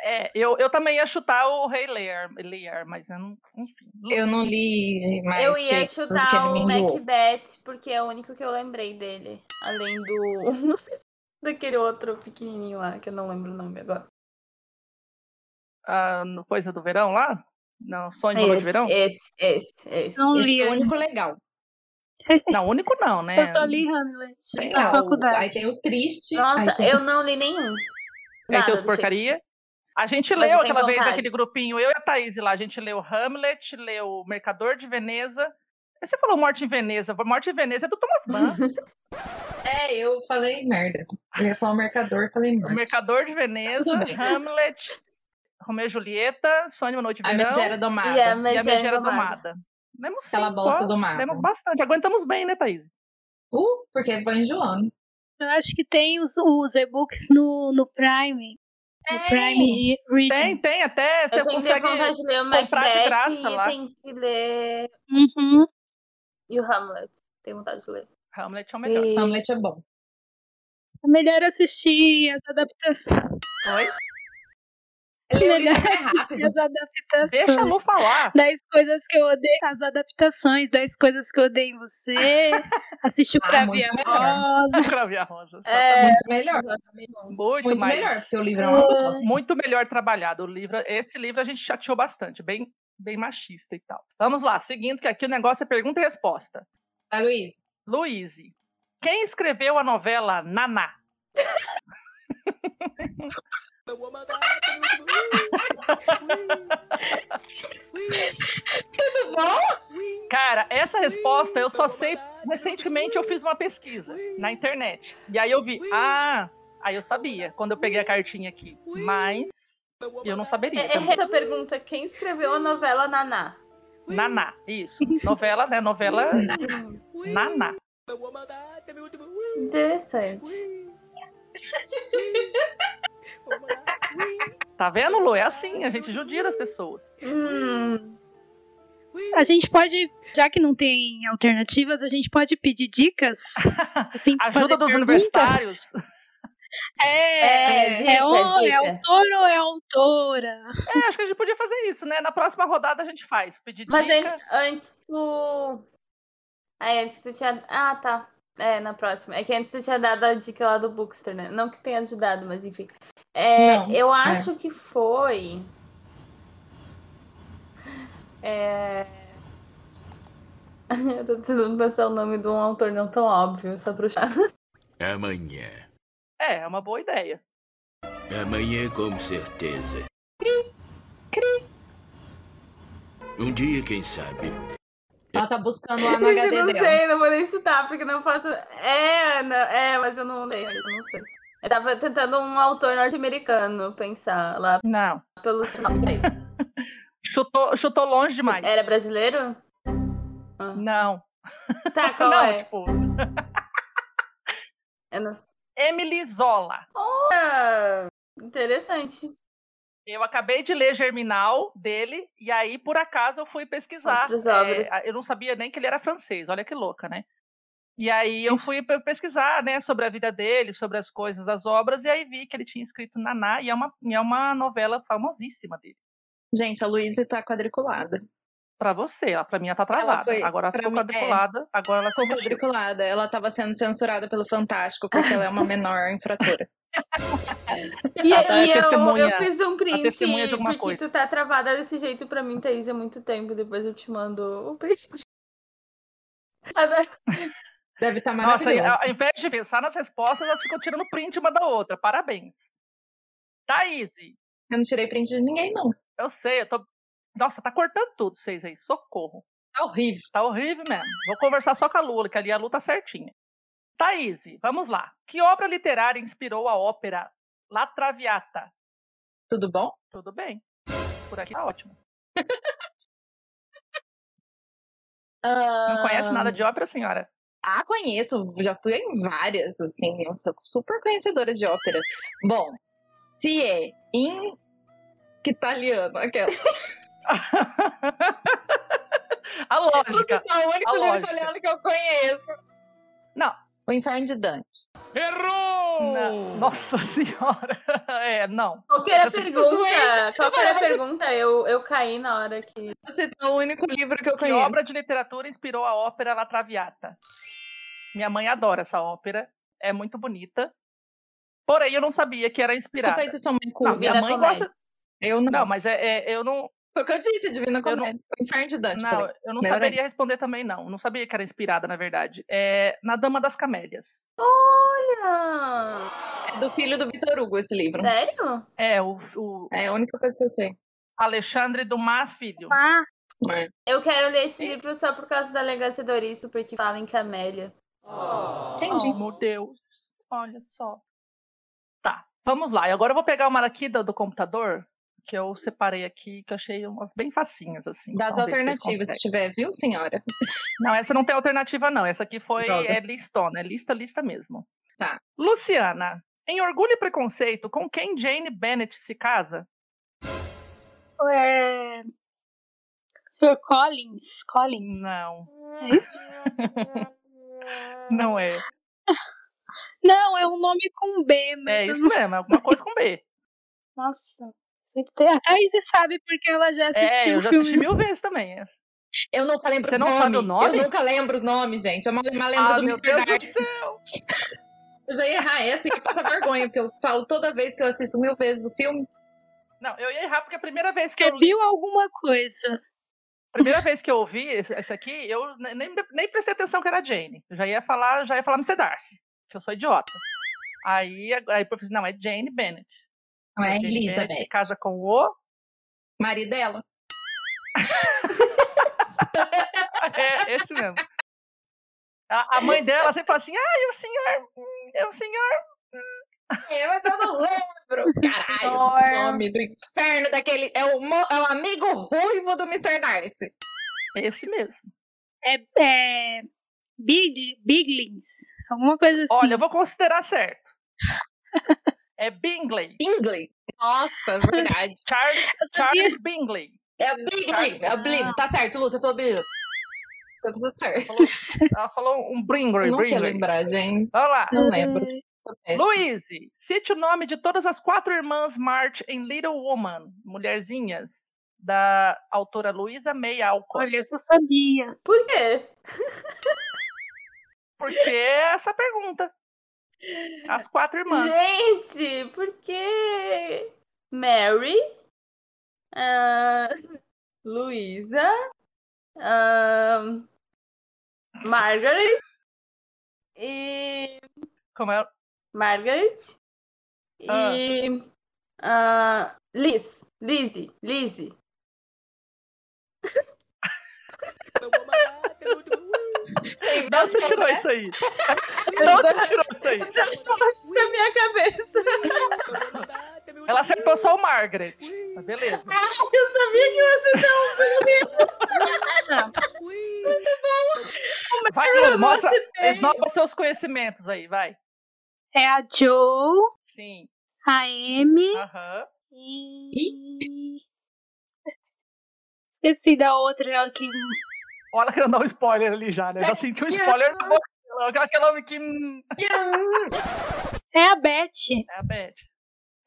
[SPEAKER 4] É, eu, eu também ia chutar o Rei Lear, Lear mas eu não. Enfim. Lu-
[SPEAKER 3] Eu não li mais
[SPEAKER 2] eu ia
[SPEAKER 3] Shakespeare, porque
[SPEAKER 2] chutar
[SPEAKER 3] ele me
[SPEAKER 2] o
[SPEAKER 3] enjoou.
[SPEAKER 2] Macbeth, porque é o único que eu lembrei dele. Além do. <laughs> Daquele outro pequenininho lá, que eu não lembro o nome agora.
[SPEAKER 4] ah, no Coisa do Verão lá? Não, Sonho de Verão?
[SPEAKER 2] esse, é esse, esse.
[SPEAKER 8] Não
[SPEAKER 3] Esse
[SPEAKER 8] li.
[SPEAKER 3] é o único é, legal.
[SPEAKER 4] Não, único não, né?
[SPEAKER 8] Eu só li Hamlet na
[SPEAKER 3] Legal.
[SPEAKER 8] faculdade.
[SPEAKER 3] Aí tem os tristes.
[SPEAKER 2] Nossa,
[SPEAKER 3] aí tem...
[SPEAKER 2] eu não li nenhum.
[SPEAKER 4] Aí
[SPEAKER 2] Nada
[SPEAKER 4] tem os
[SPEAKER 2] do
[SPEAKER 4] porcaria. A gente
[SPEAKER 2] Mas
[SPEAKER 4] leu
[SPEAKER 2] eu tenho
[SPEAKER 4] aquela vez
[SPEAKER 2] vontade.
[SPEAKER 4] aquele grupinho, eu e a Thaís lá, a gente leu Hamlet, leu Mercador de Veneza. Você falou Morte em Veneza, Morte em Veneza é
[SPEAKER 2] <laughs>
[SPEAKER 4] do Thomas Mann.
[SPEAKER 3] É, eu falei merda. Eu ia falar o mercador, falei
[SPEAKER 4] O
[SPEAKER 3] merda.
[SPEAKER 4] Mercador
[SPEAKER 2] Tá
[SPEAKER 4] de Veneza,
[SPEAKER 3] Tudo bem.
[SPEAKER 4] Hamlet, Romeu e Julieta, Sonho de uma Noite de
[SPEAKER 3] A
[SPEAKER 4] Verão
[SPEAKER 3] megera domada.
[SPEAKER 2] E é, a
[SPEAKER 4] e a
[SPEAKER 2] Megera
[SPEAKER 4] Megera
[SPEAKER 2] Domada.
[SPEAKER 4] Domada. Lemos cinco,
[SPEAKER 3] Aquela bosta
[SPEAKER 4] ó,
[SPEAKER 3] domada.
[SPEAKER 4] lemos bastante. Aguentamos bem, né, Thaís?
[SPEAKER 3] Uh, porque vai enjoando.
[SPEAKER 8] Eu acho que tem os, os e-books no, no Prime.
[SPEAKER 2] É.
[SPEAKER 8] No Prime Reading.
[SPEAKER 4] Tem, tem, até você
[SPEAKER 2] Eu tenho
[SPEAKER 4] consegue...
[SPEAKER 2] vontade de ler o
[SPEAKER 4] comprar de
[SPEAKER 2] Macbeth
[SPEAKER 4] graça
[SPEAKER 2] e
[SPEAKER 4] lá.
[SPEAKER 2] tem que ler
[SPEAKER 8] Uhum.
[SPEAKER 2] e o Hamlet. Tenho vontade de ler.
[SPEAKER 4] Hamlet é o melhor.
[SPEAKER 3] Hamlet é bom.
[SPEAKER 8] É melhor assistir as adaptações.
[SPEAKER 4] Oi?
[SPEAKER 8] É
[SPEAKER 2] <laughs> Né?
[SPEAKER 3] Lê o
[SPEAKER 8] melhor
[SPEAKER 3] livro mais
[SPEAKER 8] assistir
[SPEAKER 3] rápido.
[SPEAKER 8] <laughs> as adaptações.
[SPEAKER 4] Deixa a Lu falar. <laughs>
[SPEAKER 8] 10 coisas que eu odeio. As adaptações, 10 coisas que eu odeio em você. Assiste o
[SPEAKER 3] Ah,
[SPEAKER 8] Crave
[SPEAKER 3] muito
[SPEAKER 8] a
[SPEAKER 3] melhor.
[SPEAKER 8] Rosa.
[SPEAKER 4] Cravia Rosa. só. tá
[SPEAKER 2] É,
[SPEAKER 3] Muito melhor.
[SPEAKER 4] Muito,
[SPEAKER 3] Muito
[SPEAKER 4] mais.
[SPEAKER 3] melhor, porque o livro é uma bosta.
[SPEAKER 4] Muito melhor trabalhado o livro. Esse livro a gente chateou bastante, bem, bem machista e tal. Vamos lá, seguindo, que aqui o negócio é pergunta e resposta.
[SPEAKER 2] Ah.
[SPEAKER 3] Vai, Luiz.
[SPEAKER 4] Luíse, quem escreveu a novela Naná?
[SPEAKER 3] Tudo bom?
[SPEAKER 4] Cara, essa resposta eu só sei. Recentemente eu fiz uma pesquisa na internet. E aí eu vi. Ah, aí eu sabia quando eu peguei a cartinha aqui. Mas eu não saberia.
[SPEAKER 2] é,
[SPEAKER 4] também.
[SPEAKER 2] essa pergunta: quem escreveu a novela Naná?
[SPEAKER 4] Naná, isso. Novela, né? Novela Naná.
[SPEAKER 2] Interessante.
[SPEAKER 4] Tá vendo, Lu? É assim, a gente judia as pessoas.
[SPEAKER 2] Hum,
[SPEAKER 8] A gente pode, já que não tem alternativas, a gente pode pedir dicas. Assim,
[SPEAKER 4] Ajuda
[SPEAKER 8] fazer
[SPEAKER 4] dos
[SPEAKER 8] perguntas.
[SPEAKER 4] universitários.
[SPEAKER 8] É,
[SPEAKER 2] é,
[SPEAKER 8] é,
[SPEAKER 2] dica,
[SPEAKER 8] o- é
[SPEAKER 2] dica.
[SPEAKER 8] autor ou é autora?
[SPEAKER 4] É, acho que a gente podia fazer isso, né? Na próxima rodada a gente faz. Pedir
[SPEAKER 2] Mas
[SPEAKER 4] dica.
[SPEAKER 2] an- antes tu. Aí antes tu tinha. Ah, tá. É, na próxima. É que antes tu tinha dado a dica lá do Bookster, né? Não que tenha ajudado, mas enfim. É,
[SPEAKER 3] Não,
[SPEAKER 2] eu acho que foi. É... <laughs> Eu tô tentando pensar o nome de um autor não tão óbvio, só pra achar.
[SPEAKER 9] Amanhã.
[SPEAKER 4] É, é uma boa ideia.
[SPEAKER 9] Amanhã, com certeza. Um dia, quem sabe.
[SPEAKER 3] Ela tá buscando lá no
[SPEAKER 2] <laughs> Gente, eu
[SPEAKER 3] HD
[SPEAKER 2] não
[SPEAKER 3] dela.
[SPEAKER 2] sei, não vou nem chutar, porque não faço. É, não- é, mas eu não leio, eu não sei. Eu tava tentando um autor norte-americano pensar lá
[SPEAKER 4] Não.
[SPEAKER 2] pelo sinal dele.
[SPEAKER 4] Chutou, chutou longe demais.
[SPEAKER 2] Era brasileiro?
[SPEAKER 4] Não.
[SPEAKER 2] <laughs> Tá, qual
[SPEAKER 4] não,
[SPEAKER 2] é?
[SPEAKER 4] tipo.
[SPEAKER 2] Eu não sei.
[SPEAKER 4] Emily Zola.
[SPEAKER 2] Ah, interessante.
[SPEAKER 4] Eu acabei de ler Germinal dele, e aí, por acaso, eu fui pesquisar.
[SPEAKER 2] Outras
[SPEAKER 4] É,
[SPEAKER 2] obras.
[SPEAKER 4] a- eu não sabia nem que ele era francês, olha que louca, né? E aí eu
[SPEAKER 3] Isso.
[SPEAKER 4] fui pe- pesquisar, né, sobre a vida dele, sobre as coisas das obras, e aí vi que ele tinha escrito Naná, e é uma, e é uma novela famosíssima dele.
[SPEAKER 3] Gente, a Luísa tá quadriculada.
[SPEAKER 4] Pra você, ela, pra mim ela tá travada.
[SPEAKER 3] foi-
[SPEAKER 4] agora ela
[SPEAKER 3] pra
[SPEAKER 4] ficou
[SPEAKER 3] mim, é.
[SPEAKER 4] quadriculada, agora ela se
[SPEAKER 3] Sou
[SPEAKER 4] mexeu.
[SPEAKER 3] quadriculada. Ela tava sendo censurada pelo Fantástico porque ela é uma menor infratora.
[SPEAKER 2] E,
[SPEAKER 4] A- a
[SPEAKER 2] e eu,
[SPEAKER 4] testemunha-
[SPEAKER 2] eu fiz um print
[SPEAKER 4] testemunha de alguma
[SPEAKER 2] porque
[SPEAKER 4] coisa.
[SPEAKER 2] tu tá travada desse jeito pra mim, Thaís, há muito tempo. Depois eu te mando o print. <laughs>
[SPEAKER 3] Deve estar tá
[SPEAKER 4] Nossa, e
[SPEAKER 3] maravilhosa.
[SPEAKER 4] ao ao invés de pensar nas respostas, elas ficam tirando print uma da outra. Parabéns. Thaís,
[SPEAKER 3] Eu não tirei print de ninguém, não.
[SPEAKER 4] eu sei, eu tô. Nossa, tá cortando tudo, vocês aí. Socorro.
[SPEAKER 3] Tá horrível.
[SPEAKER 4] Tá horrível mesmo. Vou conversar só com a Lula, que ali a Lu tá certinha. Thaís, vamos lá. Que obra literária inspirou a ópera La Traviata?
[SPEAKER 3] Tudo bom?
[SPEAKER 4] Tudo bem. Por aqui tá ótimo. Não conhece nada de ópera, senhora?
[SPEAKER 3] Ah, conheço, já fui em várias, assim, eu sou super conhecedora de ópera. Bom, se é em italiano, <laughs> aquela.
[SPEAKER 4] A lógica.
[SPEAKER 3] é o único
[SPEAKER 4] A
[SPEAKER 3] livro
[SPEAKER 4] lógica.
[SPEAKER 3] italiano que eu conheço.
[SPEAKER 4] Não.
[SPEAKER 3] O Inferno de Dante.
[SPEAKER 9] Errou!
[SPEAKER 4] Não. Nossa <laughs> senhora. É, não.
[SPEAKER 2] Qual que era a
[SPEAKER 4] Você-
[SPEAKER 2] pergunta? Qual que era a
[SPEAKER 3] Você-
[SPEAKER 2] pergunta? Eu, eu caí na hora que.
[SPEAKER 3] Você é o único livro que eu
[SPEAKER 4] Que
[SPEAKER 3] conheço.
[SPEAKER 4] obra de literatura inspirou a ópera La Traviata? Minha mãe adora essa ópera. É muito bonita. Porém, eu não sabia que era inspirada.
[SPEAKER 3] Desculpa aí se sua mãe
[SPEAKER 4] Não,
[SPEAKER 3] curva.
[SPEAKER 4] minha
[SPEAKER 2] Divina
[SPEAKER 4] mãe
[SPEAKER 2] Comédia.
[SPEAKER 4] gosta.
[SPEAKER 3] Eu não.
[SPEAKER 4] Não, mas é- é- eu não,
[SPEAKER 3] Foi o que eu disse, Divina Comédia. O Inferno de Dante.
[SPEAKER 4] Não,
[SPEAKER 3] peraí.
[SPEAKER 4] eu não
[SPEAKER 3] Melhor
[SPEAKER 4] saberia responder também, não. Não sabia que era inspirada, na verdade. É na Dama das Camélias.
[SPEAKER 2] Ah,
[SPEAKER 3] É do filho do Vitor Hugo esse livro.
[SPEAKER 2] sério?
[SPEAKER 4] É, o, o
[SPEAKER 3] É a única coisa que eu sei.
[SPEAKER 4] Alexandre Dumas Filho.
[SPEAKER 8] Ah,
[SPEAKER 3] É.
[SPEAKER 2] Eu quero ler esse
[SPEAKER 4] Sim.
[SPEAKER 2] livro só por causa da elegância do Ouriço, porque é fala em Camélia.
[SPEAKER 3] Entendi.
[SPEAKER 4] Oh, meu Deus. Olha só. Tá, vamos lá. E agora eu vou pegar uma aqui do, do computador, que eu separei aqui, que eu achei umas bem facinhas, assim.
[SPEAKER 3] Das
[SPEAKER 4] Vamos ver se vocês
[SPEAKER 3] alternativas, se
[SPEAKER 4] conseguem.
[SPEAKER 3] tiver, viu, senhora?
[SPEAKER 4] Não, essa não tem alternativa, não. Essa aqui foi
[SPEAKER 3] Droga.
[SPEAKER 4] é listona, é lista, lista mesmo.
[SPEAKER 3] Tá.
[SPEAKER 4] Luciana, em Orgulho e Preconceito, com quem Jane Bennett se casa?
[SPEAKER 8] é. Sr. Collins? Collins?
[SPEAKER 4] Não.
[SPEAKER 3] Hum.
[SPEAKER 8] É isso?
[SPEAKER 4] <laughs> Não é.
[SPEAKER 8] Não, é um nome com B, mas
[SPEAKER 4] É
[SPEAKER 8] eu
[SPEAKER 4] isso
[SPEAKER 8] não-
[SPEAKER 4] mesmo, é alguma coisa com B.
[SPEAKER 8] Nossa. sempre tem- A Thaís sabe porque ela já assistiu.
[SPEAKER 4] É, eu já
[SPEAKER 8] o filme.
[SPEAKER 4] assisti mil vezes também. essa.
[SPEAKER 3] Eu nunca lembro
[SPEAKER 4] Você
[SPEAKER 3] os
[SPEAKER 4] não
[SPEAKER 3] nomes.
[SPEAKER 4] sabe o nome?
[SPEAKER 3] Eu nunca lembro os nomes, gente. É Eu mal, mal lembro
[SPEAKER 4] Ah,
[SPEAKER 3] do
[SPEAKER 4] meu
[SPEAKER 3] Mr.
[SPEAKER 4] Deus do
[SPEAKER 3] Darcy.
[SPEAKER 4] céu!
[SPEAKER 3] Eu já ia errar essa e ia passar vergonha, porque eu falo toda vez que eu assisto mil vezes o filme.
[SPEAKER 4] Não, eu ia errar porque a primeira vez que eu
[SPEAKER 8] Você
[SPEAKER 4] li,
[SPEAKER 8] viu alguma coisa?
[SPEAKER 4] primeira vez que eu ouvi esse, esse aqui, eu ne- nem, nem prestei atenção que era Jane. Eu já ia falar, já ia falar Mr. Darcy, que eu sou idiota. Aí, a- aí eu falei, não, é Jane Bennett.
[SPEAKER 3] Não é
[SPEAKER 4] Jane Bennett se
[SPEAKER 3] Elizabeth.
[SPEAKER 4] casa com o. <laughs>
[SPEAKER 3] Marido dela.
[SPEAKER 4] É, esse mesmo. A, a mãe dela sempre fala assim: ah, e o senhor. hum, É o senhor. hum."
[SPEAKER 3] É, mas eu não lembro. <laughs> Caralho, o
[SPEAKER 2] Dor.
[SPEAKER 3] nome do inferno daquele. É o, mo- é o amigo ruivo do Mr. Darcy.
[SPEAKER 4] Esse mesmo.
[SPEAKER 8] É. é... Big, Biglins. Alguma coisa assim.
[SPEAKER 4] Olha, eu vou considerar certo. É Bingley.
[SPEAKER 3] Bingley. Nossa, é verdade.
[SPEAKER 4] Charles, Charles Bingley.
[SPEAKER 3] <laughs> É o Bingley. É o Bingley. Tá certo, Lu, você falou Bingley. Tá tudo certo.
[SPEAKER 4] Ela falou um Bingley,
[SPEAKER 3] Eu não quero
[SPEAKER 4] Bingley. Ah.
[SPEAKER 3] lembrar, gente.
[SPEAKER 4] Olha lá.
[SPEAKER 3] Não lembro.
[SPEAKER 4] Luiz, cite o nome de todas as quatro irmãs March em Little Woman, Mulherzinhas, da autora Luísa May Alcott.
[SPEAKER 8] Olha, eu só sabia.
[SPEAKER 2] Por quê?
[SPEAKER 4] Por que essa pergunta? As quatro irmãs.
[SPEAKER 2] Gente, por quê? Mary, ah, Luísa, ah, Margaret e.
[SPEAKER 4] Como é?
[SPEAKER 2] Margaret
[SPEAKER 4] Ah.
[SPEAKER 2] e. ah, Liz. Lizzie. Lizzie.
[SPEAKER 3] Sei, né?
[SPEAKER 4] Não, você tirou isso aí. Não, você tirou isso aí.
[SPEAKER 2] Na minha cabeça.
[SPEAKER 4] Ela acertou só o Margaret. Mas beleza.
[SPEAKER 2] <laughs> Eu sabia que você
[SPEAKER 8] Tá,
[SPEAKER 4] Vai, Lu, mostra. Esnova seus conhecimentos aí, vai.
[SPEAKER 8] É a Joe,
[SPEAKER 4] Sim.
[SPEAKER 8] a Amy
[SPEAKER 4] Aham.
[SPEAKER 8] e. Esqueci da outra que.
[SPEAKER 4] Olha que eu não dá um spoiler ali já, né? Eu já senti um spoiler na boca. dela. Aquela homem que. hum,
[SPEAKER 8] É a Beth.
[SPEAKER 4] É a Beth.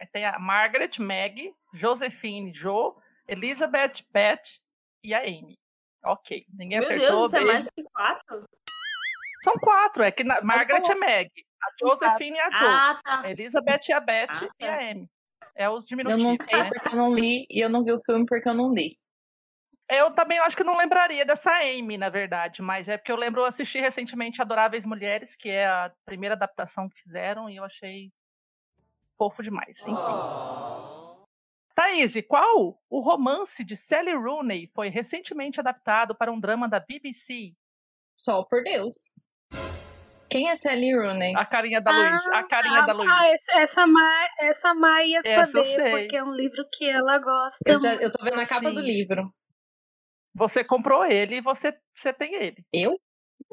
[SPEAKER 4] Aí tem a Margaret, Meg, Josephine, Jo, Elizabeth, Beth e a Amy. Ok. Ninguém
[SPEAKER 2] Meu Deus,
[SPEAKER 4] acertou.
[SPEAKER 2] isso é
[SPEAKER 4] beijo.
[SPEAKER 2] mais que quatro?
[SPEAKER 4] São quatro. É que na- Margaret é Meg, a Josephine é a Jo.
[SPEAKER 2] Ah, tá.
[SPEAKER 4] A Elizabeth é a Beth
[SPEAKER 2] Ah,
[SPEAKER 4] e a Amy. É os
[SPEAKER 3] Eu
[SPEAKER 4] diminutivos,
[SPEAKER 3] não sei
[SPEAKER 4] né?
[SPEAKER 3] porque eu não li e eu não vi o filme porque eu não li.
[SPEAKER 4] Eu também acho que não lembraria dessa Amy, na verdade, mas é porque eu lembro, eu assisti recentemente Adoráveis Mulheres, que é a primeira adaptação que fizeram, e eu achei fofo demais, enfim. Thaís, qual o romance de Sally Rooney foi recentemente adaptado para um drama da BBC?
[SPEAKER 3] Só por Deus. Quem é Sally Rooney?
[SPEAKER 4] A carinha da Luiz, a carinha
[SPEAKER 8] Ah,
[SPEAKER 4] da Luiz.
[SPEAKER 8] ah, essa, essa, Mai, essa Mai ia
[SPEAKER 4] Essa eu
[SPEAKER 8] saber,
[SPEAKER 4] sei.
[SPEAKER 8] porque é um livro que ela gosta.
[SPEAKER 3] Eu, já, eu tô vendo a capa do
[SPEAKER 4] Sim.
[SPEAKER 3] livro.
[SPEAKER 4] Você comprou ele e você, você tem ele.
[SPEAKER 3] Eu?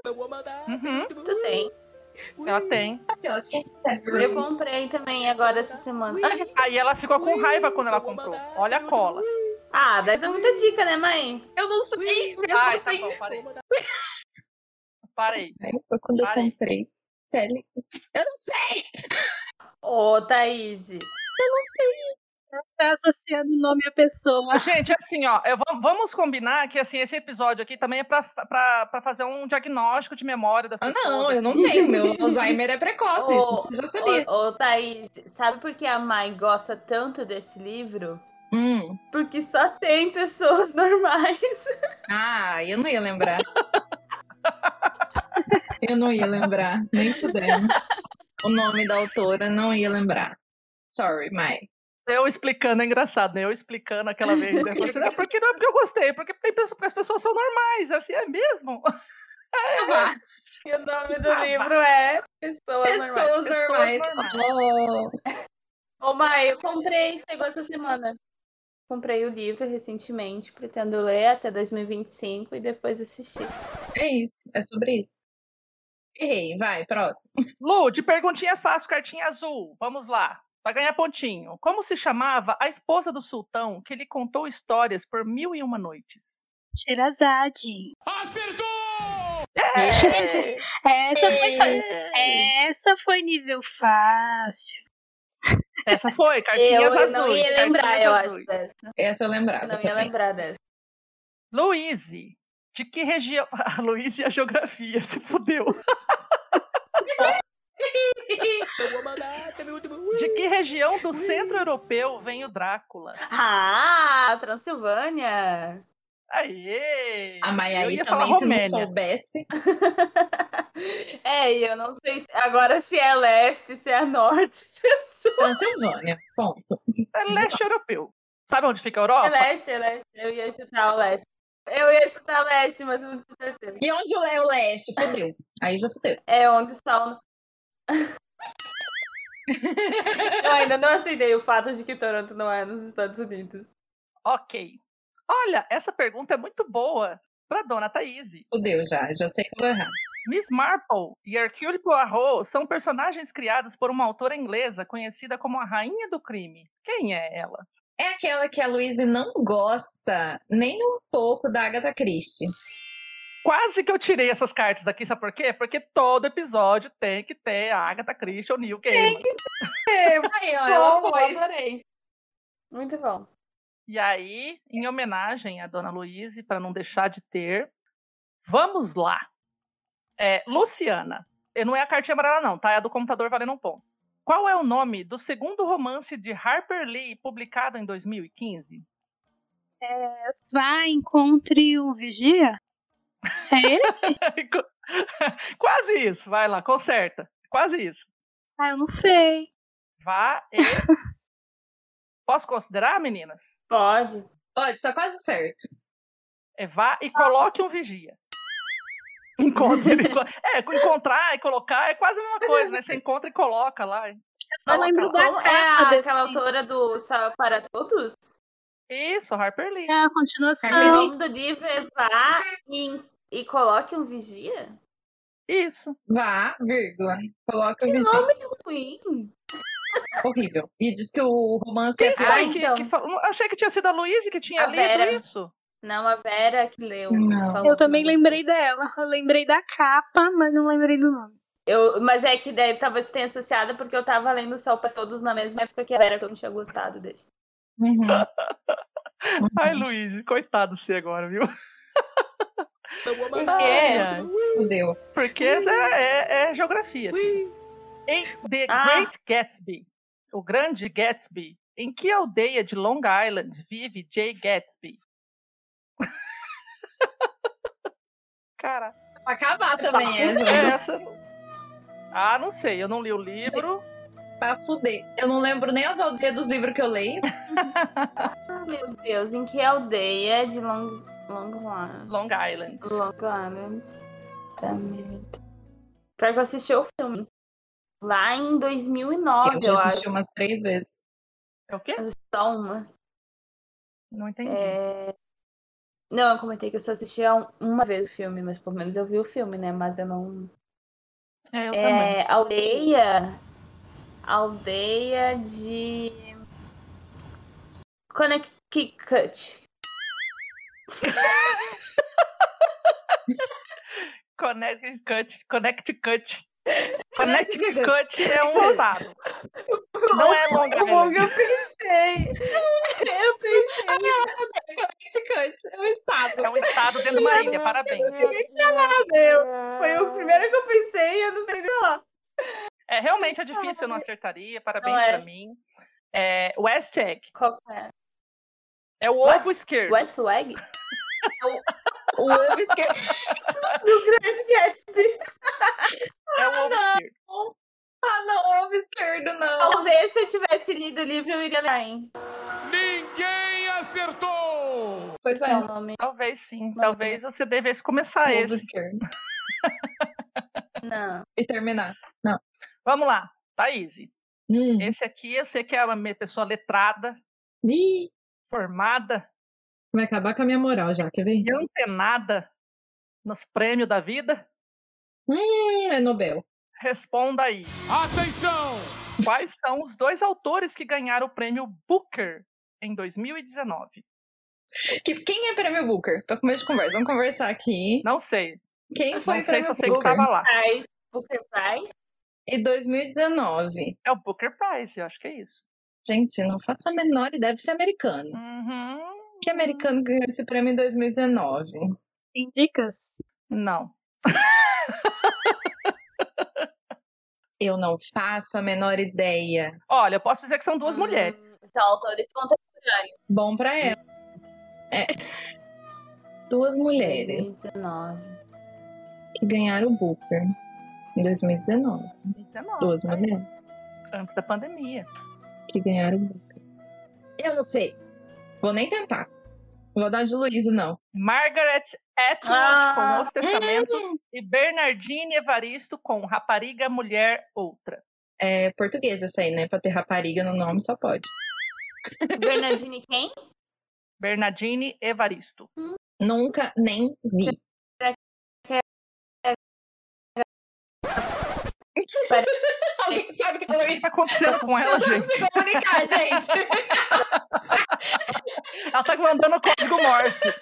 [SPEAKER 4] Uhum,
[SPEAKER 2] Tu tem.
[SPEAKER 4] ela tem.
[SPEAKER 2] Eu comprei também agora essa semana.
[SPEAKER 4] Aí ela ficou com raiva quando ela comprou. Olha a cola.
[SPEAKER 2] Ah, daí dá muita dica, né, mãe?
[SPEAKER 3] Eu não sei, mesmo
[SPEAKER 4] Ai, tá
[SPEAKER 3] assim.
[SPEAKER 4] bom, parei. Parei.
[SPEAKER 3] Aí Foi quando eu
[SPEAKER 4] Para aí.
[SPEAKER 3] comprei. Sally. Eu não sei,
[SPEAKER 2] Ô, Thaís.
[SPEAKER 3] eu não sei.
[SPEAKER 8] Tá associando o nome à pessoa.
[SPEAKER 4] Gente, assim, ó, eu vam- vamos combinar que assim, esse episódio aqui também é pra, pra, pra fazer um diagnóstico de memória das
[SPEAKER 3] Ah,
[SPEAKER 4] pessoas. né?
[SPEAKER 3] não, <laughs> eu não
[SPEAKER 4] aqui.
[SPEAKER 3] tenho. Meu Alzheimer é precoce,
[SPEAKER 2] Ô,
[SPEAKER 3] isso eu já sabia.
[SPEAKER 2] Ô, ô, Thaís, sabe por que a mãe gosta tanto desse livro?
[SPEAKER 3] Hum.
[SPEAKER 2] Porque só tem pessoas <laughs> normais.
[SPEAKER 3] Ah, eu não ia <laughs> lembrar. eu não ia lembrar, nem podendo. O nome da autora não ia lembrar. Sorry, Mai.
[SPEAKER 4] Eu explicando, é engraçado, né? Eu
[SPEAKER 3] <laughs>
[SPEAKER 4] explicando aquela vez. Né? Eu falei assim, "Não, porque não é porque eu gostei, porque tem pessoa, porque as pessoas são normais. Eu assim, é mesmo?
[SPEAKER 2] E o nome
[SPEAKER 4] <laughs>
[SPEAKER 2] do livro é Pessoas Normais. Tá.
[SPEAKER 3] Pessoas É normais.
[SPEAKER 4] normais.
[SPEAKER 3] Oh,
[SPEAKER 2] Ô, mãe, eu comprei, chegou essa semana. Comprei o livro recentemente, pretendo ler até 2025 e depois assistir.
[SPEAKER 3] é isso, é sobre isso. Errei, vai, próximo.
[SPEAKER 4] Lu, de perguntinha é fácil, cartinha azul. Vamos lá. Pra ganhar pontinho. Como se chamava a esposa do sultão que lhe contou histórias por mil e uma noites?
[SPEAKER 8] Xerazade.
[SPEAKER 9] Acertou!
[SPEAKER 8] É essa
[SPEAKER 2] É.
[SPEAKER 8] Essa foi nível fácil.
[SPEAKER 4] Essa foi, cartinhas
[SPEAKER 2] eu
[SPEAKER 4] azuis.
[SPEAKER 2] não ia
[SPEAKER 4] cartinhas
[SPEAKER 2] lembrar, eu acho.
[SPEAKER 4] azuis. Tá,
[SPEAKER 2] dessa.
[SPEAKER 4] É.
[SPEAKER 3] Essa eu lembrava.
[SPEAKER 2] Eu não ia
[SPEAKER 3] também.
[SPEAKER 2] lembrar dessa.
[SPEAKER 4] Luíse, de que região. <laughs> A Luíse e a geografia, se
[SPEAKER 2] <laughs>
[SPEAKER 4] fudeu. De que região do centro europeu vem o Drácula?
[SPEAKER 2] Ah, Transilvânia!
[SPEAKER 4] Aê!
[SPEAKER 2] Ah,
[SPEAKER 3] A
[SPEAKER 4] Eu
[SPEAKER 3] Maiaí
[SPEAKER 4] ia
[SPEAKER 3] também,
[SPEAKER 4] falar
[SPEAKER 3] se não
[SPEAKER 4] Romênia.
[SPEAKER 3] soubesse.
[SPEAKER 2] <laughs> É, e eu não sei se- agora se é leste, se é norte, <laughs> se é sul.
[SPEAKER 3] Transilvânia, ponto.
[SPEAKER 4] É leste europeu. Sabe onde fica
[SPEAKER 2] É
[SPEAKER 4] a Europa?
[SPEAKER 2] leste, é leste. Eu ia chutar o leste. Eu ia chutar leste, mas eu não tinha certeza.
[SPEAKER 3] E onde é o leste? Fudeu. Aí já fudeu.
[SPEAKER 2] É onde o sauna. <laughs> eu ainda não aceitei o fato de que Toronto não é nos Estados Unidos.
[SPEAKER 4] Ok. Olha, essa pergunta é muito boa para dona Thaís.
[SPEAKER 3] Fudeu já, já sei que eu vou errar.
[SPEAKER 4] Miss Marple e Hercule Poirot são personagens criados por uma autora inglesa conhecida como a Rainha do Crime. Quem é ela?
[SPEAKER 3] É aquela que a Luísa não gosta nem um pouco da Agatha Christie.
[SPEAKER 4] Quase que eu tirei essas cartas daqui, sabe por quê? Porque todo episódio tem que ter a Agatha Christie ou Neil Gaiman. É
[SPEAKER 3] Aí,
[SPEAKER 8] Ah,
[SPEAKER 3] ó, é ela foi.
[SPEAKER 2] adorei. Muito bom.
[SPEAKER 4] E aí, em homenagem à Dona Luíse, para não deixar de ter, vamos lá. É, Luciana, eh, não é a cartinha amarela não, tá? É a do computador valendo um ponto. Qual é o nome do segundo romance de Harper Lee publicado em 2015?
[SPEAKER 8] Vá, encontre o vigia.
[SPEAKER 2] <laughs>
[SPEAKER 8] É esse?
[SPEAKER 4] <laughs> Quase isso, vai lá, conserta. Quase isso.
[SPEAKER 8] ah, eu não sei.
[SPEAKER 4] Vá e. Posso considerar, meninas?
[SPEAKER 2] Pode.
[SPEAKER 3] Pode, tá quase certo.
[SPEAKER 4] É vá e coloque um vigia. Encontre. ele co- é, co- encontrar e colocar é quase a mesma
[SPEAKER 3] Mas
[SPEAKER 4] coisa,
[SPEAKER 3] é
[SPEAKER 4] né? Você encontra e coloca lá.
[SPEAKER 8] Eu só
[SPEAKER 4] Nossa,
[SPEAKER 8] lembro da
[SPEAKER 2] Como é
[SPEAKER 8] capa
[SPEAKER 2] a-
[SPEAKER 8] desse.
[SPEAKER 2] aquela autora do Sal para Todos?
[SPEAKER 4] Isso, Harper Lee.
[SPEAKER 8] É a
[SPEAKER 2] O
[SPEAKER 8] continuação.
[SPEAKER 2] nome do livro é Vá e, e Coloque um Vigia?
[SPEAKER 4] Isso.
[SPEAKER 3] Vá, vírgula. Coloca o
[SPEAKER 2] Que
[SPEAKER 3] vigia.
[SPEAKER 2] nome ruim!
[SPEAKER 3] Horrível. E diz que o romance é
[SPEAKER 4] Quem
[SPEAKER 3] pior.
[SPEAKER 2] Ah,
[SPEAKER 4] foi que,
[SPEAKER 2] então.
[SPEAKER 4] que falou? Achei que tinha sido a Luísa que tinha
[SPEAKER 2] A
[SPEAKER 4] lido
[SPEAKER 2] Vera.
[SPEAKER 4] isso.
[SPEAKER 2] Não, a Vera que leu.
[SPEAKER 3] Não.
[SPEAKER 2] falou
[SPEAKER 8] Eu
[SPEAKER 2] que
[SPEAKER 8] também
[SPEAKER 2] não
[SPEAKER 8] lembrei dela. Eu lembrei da capa, mas não lembrei do nome.
[SPEAKER 2] Eu, mas é que daí talvez tenha associado porque eu tava lendo Sol pra Todos na mesma época que a Vera, que eu não tinha gostado desse.
[SPEAKER 3] Uhum.
[SPEAKER 4] Ai, Luísa, coitado de você agora, viu? Por
[SPEAKER 2] É. quê?
[SPEAKER 3] Fudeu.
[SPEAKER 4] Porque é, é- é geografia. filho. Em The
[SPEAKER 2] Ah.
[SPEAKER 4] Great Gatsby, o grande Gatsby, em que aldeia de Long Island vive Jay Gatsby? <laughs> Cara,
[SPEAKER 3] Pra acabar também
[SPEAKER 4] é
[SPEAKER 3] essa.
[SPEAKER 4] essa. Ah, não sei, eu não li o livro.
[SPEAKER 3] Pra fuder. Eu não lembro nem as aldeias dos livros que eu leio.
[SPEAKER 2] Ah,
[SPEAKER 3] É.
[SPEAKER 2] meu Deus, em que aldeia de Long, Long Island?
[SPEAKER 4] Long Island.
[SPEAKER 2] Long Island. Tá merda. Pior que eu assisti o filme. Lá em 2009,
[SPEAKER 3] eu
[SPEAKER 2] eu,
[SPEAKER 3] já assisti
[SPEAKER 2] acho.
[SPEAKER 3] umas três vezes.
[SPEAKER 4] É o quê?
[SPEAKER 2] Só uma.
[SPEAKER 4] Não entendi.
[SPEAKER 2] É... Não, eu comentei que eu só assistia um- uma vez o filme, mas pelo menos eu vi o filme, né? Mas eu não.
[SPEAKER 4] É, eu também.
[SPEAKER 2] É, aldeia. Aldeia de. Connecticut.
[SPEAKER 4] Connecticut. <laughs> Connecticut.
[SPEAKER 3] Connecticut.
[SPEAKER 4] Connecticut é um estado. Não é Long Island.
[SPEAKER 2] eu pensei! Eu pensei!
[SPEAKER 3] Connecticut é um estado.
[SPEAKER 4] É um estado dentro de uma ilha, parabéns.
[SPEAKER 2] Foi o primeiro que eu pensei e eu não sei falar.
[SPEAKER 4] É, realmente é difícil, eu não acertaria. Parabéns
[SPEAKER 2] Não é.
[SPEAKER 4] pra mim. É, West Egg.
[SPEAKER 2] Qual que é?
[SPEAKER 4] É o ovo esquerdo.
[SPEAKER 2] Westweg?
[SPEAKER 3] O ovo esquerdo.
[SPEAKER 2] Do Grande Gatsby.
[SPEAKER 4] É o ovo
[SPEAKER 3] não.
[SPEAKER 4] esquerdo.
[SPEAKER 3] Ah, não, ovo esquerdo, não.
[SPEAKER 2] Talvez se eu tivesse lido o livro, eu iria lá, hein?
[SPEAKER 9] Ninguém acertou!
[SPEAKER 3] Pois é,
[SPEAKER 2] É
[SPEAKER 3] ovo
[SPEAKER 2] o nome.
[SPEAKER 4] Talvez sim.
[SPEAKER 2] Não,
[SPEAKER 4] Talvez você devesse começar esse.
[SPEAKER 3] esquerdo.
[SPEAKER 2] Não.
[SPEAKER 3] E terminar.
[SPEAKER 4] Vamos lá, Thaís.
[SPEAKER 3] Hum.
[SPEAKER 4] Esse aqui eu sei que é uma me- pessoa letrada,
[SPEAKER 3] Ih,
[SPEAKER 4] formada
[SPEAKER 3] vai acabar com a minha moral já, quer ver?
[SPEAKER 4] e antenada nos prêmios da vida.
[SPEAKER 3] Hum, é Nobel.
[SPEAKER 4] Responda aí.
[SPEAKER 9] Atenção!
[SPEAKER 4] Quais são os dois autores que ganharam o prêmio Booker em 2019?
[SPEAKER 3] Que, quem é prêmio Booker? Pra começo de conversa, vamos conversar aqui.
[SPEAKER 4] Não sei.
[SPEAKER 3] Quem foi
[SPEAKER 4] Não sei
[SPEAKER 3] prêmio
[SPEAKER 4] se eu sei que
[SPEAKER 3] Booker?
[SPEAKER 4] tava lá.
[SPEAKER 2] Mas Booker Prize.
[SPEAKER 3] E 2019.
[SPEAKER 4] É o Booker Prize, eu acho que é isso.
[SPEAKER 3] Gente, não faço a menor ideia, deve ser americano.
[SPEAKER 4] Uhum.
[SPEAKER 3] Que americano ganhou esse prêmio em 2019?
[SPEAKER 8] Tem dicas?
[SPEAKER 4] Não.
[SPEAKER 3] Eu não faço a menor ideia.
[SPEAKER 4] Olha, eu posso dizer que são duas
[SPEAKER 2] Ah,
[SPEAKER 4] mulheres.
[SPEAKER 2] São autores contemporâneos.
[SPEAKER 3] Bom pra ela. É. Duas mulheres
[SPEAKER 2] 2019.
[SPEAKER 3] que ganharam o Booker em 2019.
[SPEAKER 4] 2019.
[SPEAKER 3] Duas mulheres
[SPEAKER 4] Antes da pandemia.
[SPEAKER 3] que ganharam o Booker. Eu não sei. Vou nem tentar. Vou dar de Luísa, não.
[SPEAKER 4] Margaret Atwood
[SPEAKER 2] Ah.
[SPEAKER 4] com Os Testamentos e Bernardine Evaristo com Rapariga, Mulher, Outra.
[SPEAKER 3] É portuguesa essa aí, né? Pra ter rapariga no nome só pode.
[SPEAKER 2] Bernardine
[SPEAKER 3] <laughs>
[SPEAKER 2] quem?
[SPEAKER 4] Bernardine Evaristo.
[SPEAKER 3] Nunca nem vi. Alguém sabe que é a
[SPEAKER 4] O que tá acontecendo
[SPEAKER 2] <laughs>
[SPEAKER 4] com ela, gente?
[SPEAKER 3] comunicar, gente.
[SPEAKER 4] Ela tá mandando código Morse.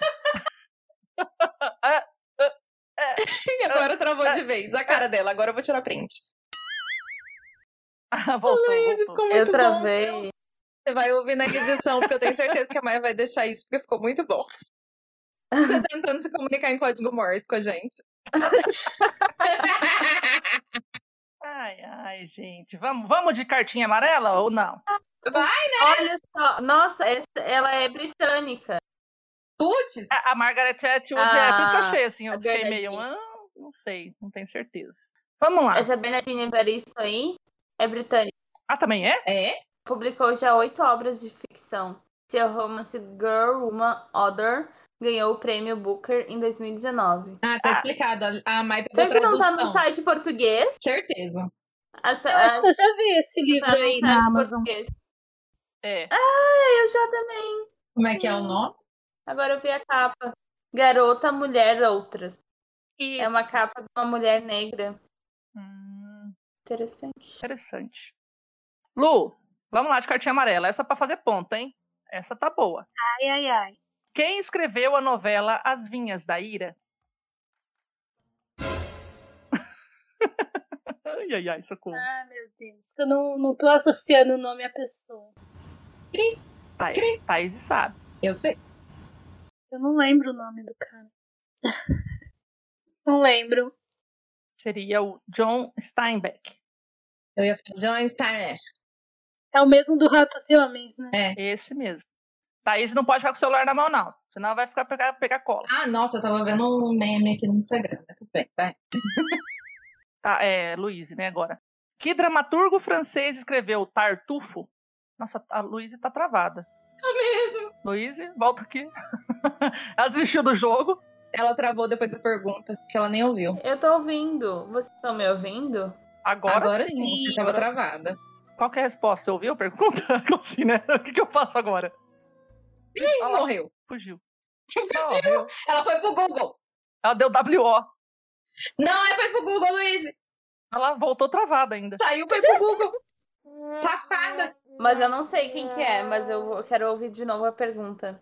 [SPEAKER 4] <laughs>
[SPEAKER 3] E agora travou de vez a cara dela. Agora eu vou tirar print.
[SPEAKER 4] Ah, voltou,
[SPEAKER 3] Luísa,
[SPEAKER 4] voltou.
[SPEAKER 3] é ficou muito
[SPEAKER 2] Eu
[SPEAKER 3] bom.
[SPEAKER 2] travei.
[SPEAKER 3] Você é um vai ouvir na edição, porque eu tenho certeza que a Maia vai deixar isso, porque ficou muito bom. Você tá tentando se comunicar em código Morse com a gente.
[SPEAKER 4] Ai, ai, gente. Vamos, vamos de cartinha amarela ou não?
[SPEAKER 2] Olha só. Nossa, essa- ela é britânica.
[SPEAKER 3] Putz!
[SPEAKER 4] A, a Margaret Atwood é. Por isso que eu
[SPEAKER 2] Ah,
[SPEAKER 4] achei assim.
[SPEAKER 2] a
[SPEAKER 4] Eu fiquei meio.
[SPEAKER 2] Bernardine. É
[SPEAKER 4] "Ah, não sei, não tenho certeza. Vamos
[SPEAKER 8] Ah.
[SPEAKER 4] lá.
[SPEAKER 2] Essa Bernardine Evaristo aí é britânica.
[SPEAKER 4] Ah, também é?
[SPEAKER 3] É?
[SPEAKER 2] Publicou já oito obras de ficção. Seu romance Girl, Woman, Other ganhou o prêmio Booker em 2019.
[SPEAKER 3] Ah, tá explicado. a- A Mai pegou
[SPEAKER 2] Será que não
[SPEAKER 3] tradução.
[SPEAKER 2] tá no site português?
[SPEAKER 3] Certeza.
[SPEAKER 2] A, sa-
[SPEAKER 8] Eu acho que eu já vi esse
[SPEAKER 2] a-
[SPEAKER 8] livro
[SPEAKER 2] tá no
[SPEAKER 8] aí
[SPEAKER 2] site
[SPEAKER 8] na Amazon.
[SPEAKER 2] português.
[SPEAKER 4] É.
[SPEAKER 2] Ah, eu já também.
[SPEAKER 3] Como é que é
[SPEAKER 2] Hum.
[SPEAKER 3] o nome?
[SPEAKER 2] Agora eu vi a capa. Garota, Mulher, Outras.
[SPEAKER 8] Isso.
[SPEAKER 2] É uma capa de uma mulher negra.
[SPEAKER 4] Hum,
[SPEAKER 2] Interessante.
[SPEAKER 4] interessante. Lu, vamos lá de cartinha amarela. Essa é pra fazer ponto, hein? Essa tá boa.
[SPEAKER 8] Ai, ai, ai.
[SPEAKER 4] Quem escreveu a novela As Vinhas da Ira? <laughs> ai, ai, ai, socorro.
[SPEAKER 8] Ai, meu Deus. Eu não, não tô associando o nome à pessoa.
[SPEAKER 4] Thaí-
[SPEAKER 3] cri.
[SPEAKER 4] Thaís sabe.
[SPEAKER 3] Eu sei.
[SPEAKER 8] Eu não lembro o nome do cara. <laughs> não lembro.
[SPEAKER 4] Seria o John Steinbeck.
[SPEAKER 3] Eu ia falar John Steinbeck.
[SPEAKER 8] É o mesmo do Ratos e Homens, né?
[SPEAKER 4] Esse mesmo. Thaís não pode ficar com o celular na mão, não. Senão vai ficar pegar, pegar cola.
[SPEAKER 3] Ah, nossa, eu tava vendo um meme aqui no Instagram. Tá tudo bem, vai.
[SPEAKER 4] Tá, é, Luíse, né, agora. Que dramaturgo francês escreveu Tartufo? Nossa, a Luíse tá travada.
[SPEAKER 2] É
[SPEAKER 3] Tá mesmo.
[SPEAKER 4] Luíse, volta aqui. <laughs> Ela desistiu do jogo.
[SPEAKER 3] Ela travou depois da pergunta, que ela nem ouviu.
[SPEAKER 2] Eu tô ouvindo. Vocês estão me ouvindo?
[SPEAKER 4] Agora,
[SPEAKER 3] sim,
[SPEAKER 4] sim.
[SPEAKER 3] você tava travada.
[SPEAKER 4] Qual que é a resposta? Você ouviu a pergunta? <laughs> Como assim, né? O que, que eu faço agora?
[SPEAKER 3] Ih,
[SPEAKER 4] Olha lá.
[SPEAKER 3] morreu.
[SPEAKER 4] Fugiu.
[SPEAKER 3] Fugiu. Ela foi pro Google.
[SPEAKER 4] Ela deu WO.
[SPEAKER 3] Não, é foi pro Google, Luiz.
[SPEAKER 4] Ela voltou travada ainda.
[SPEAKER 3] Saiu, foi pro Google.
[SPEAKER 4] <laughs>
[SPEAKER 3] Safada.
[SPEAKER 2] Mas eu não sei quem que é, mas eu vou- quero ouvir de novo a pergunta.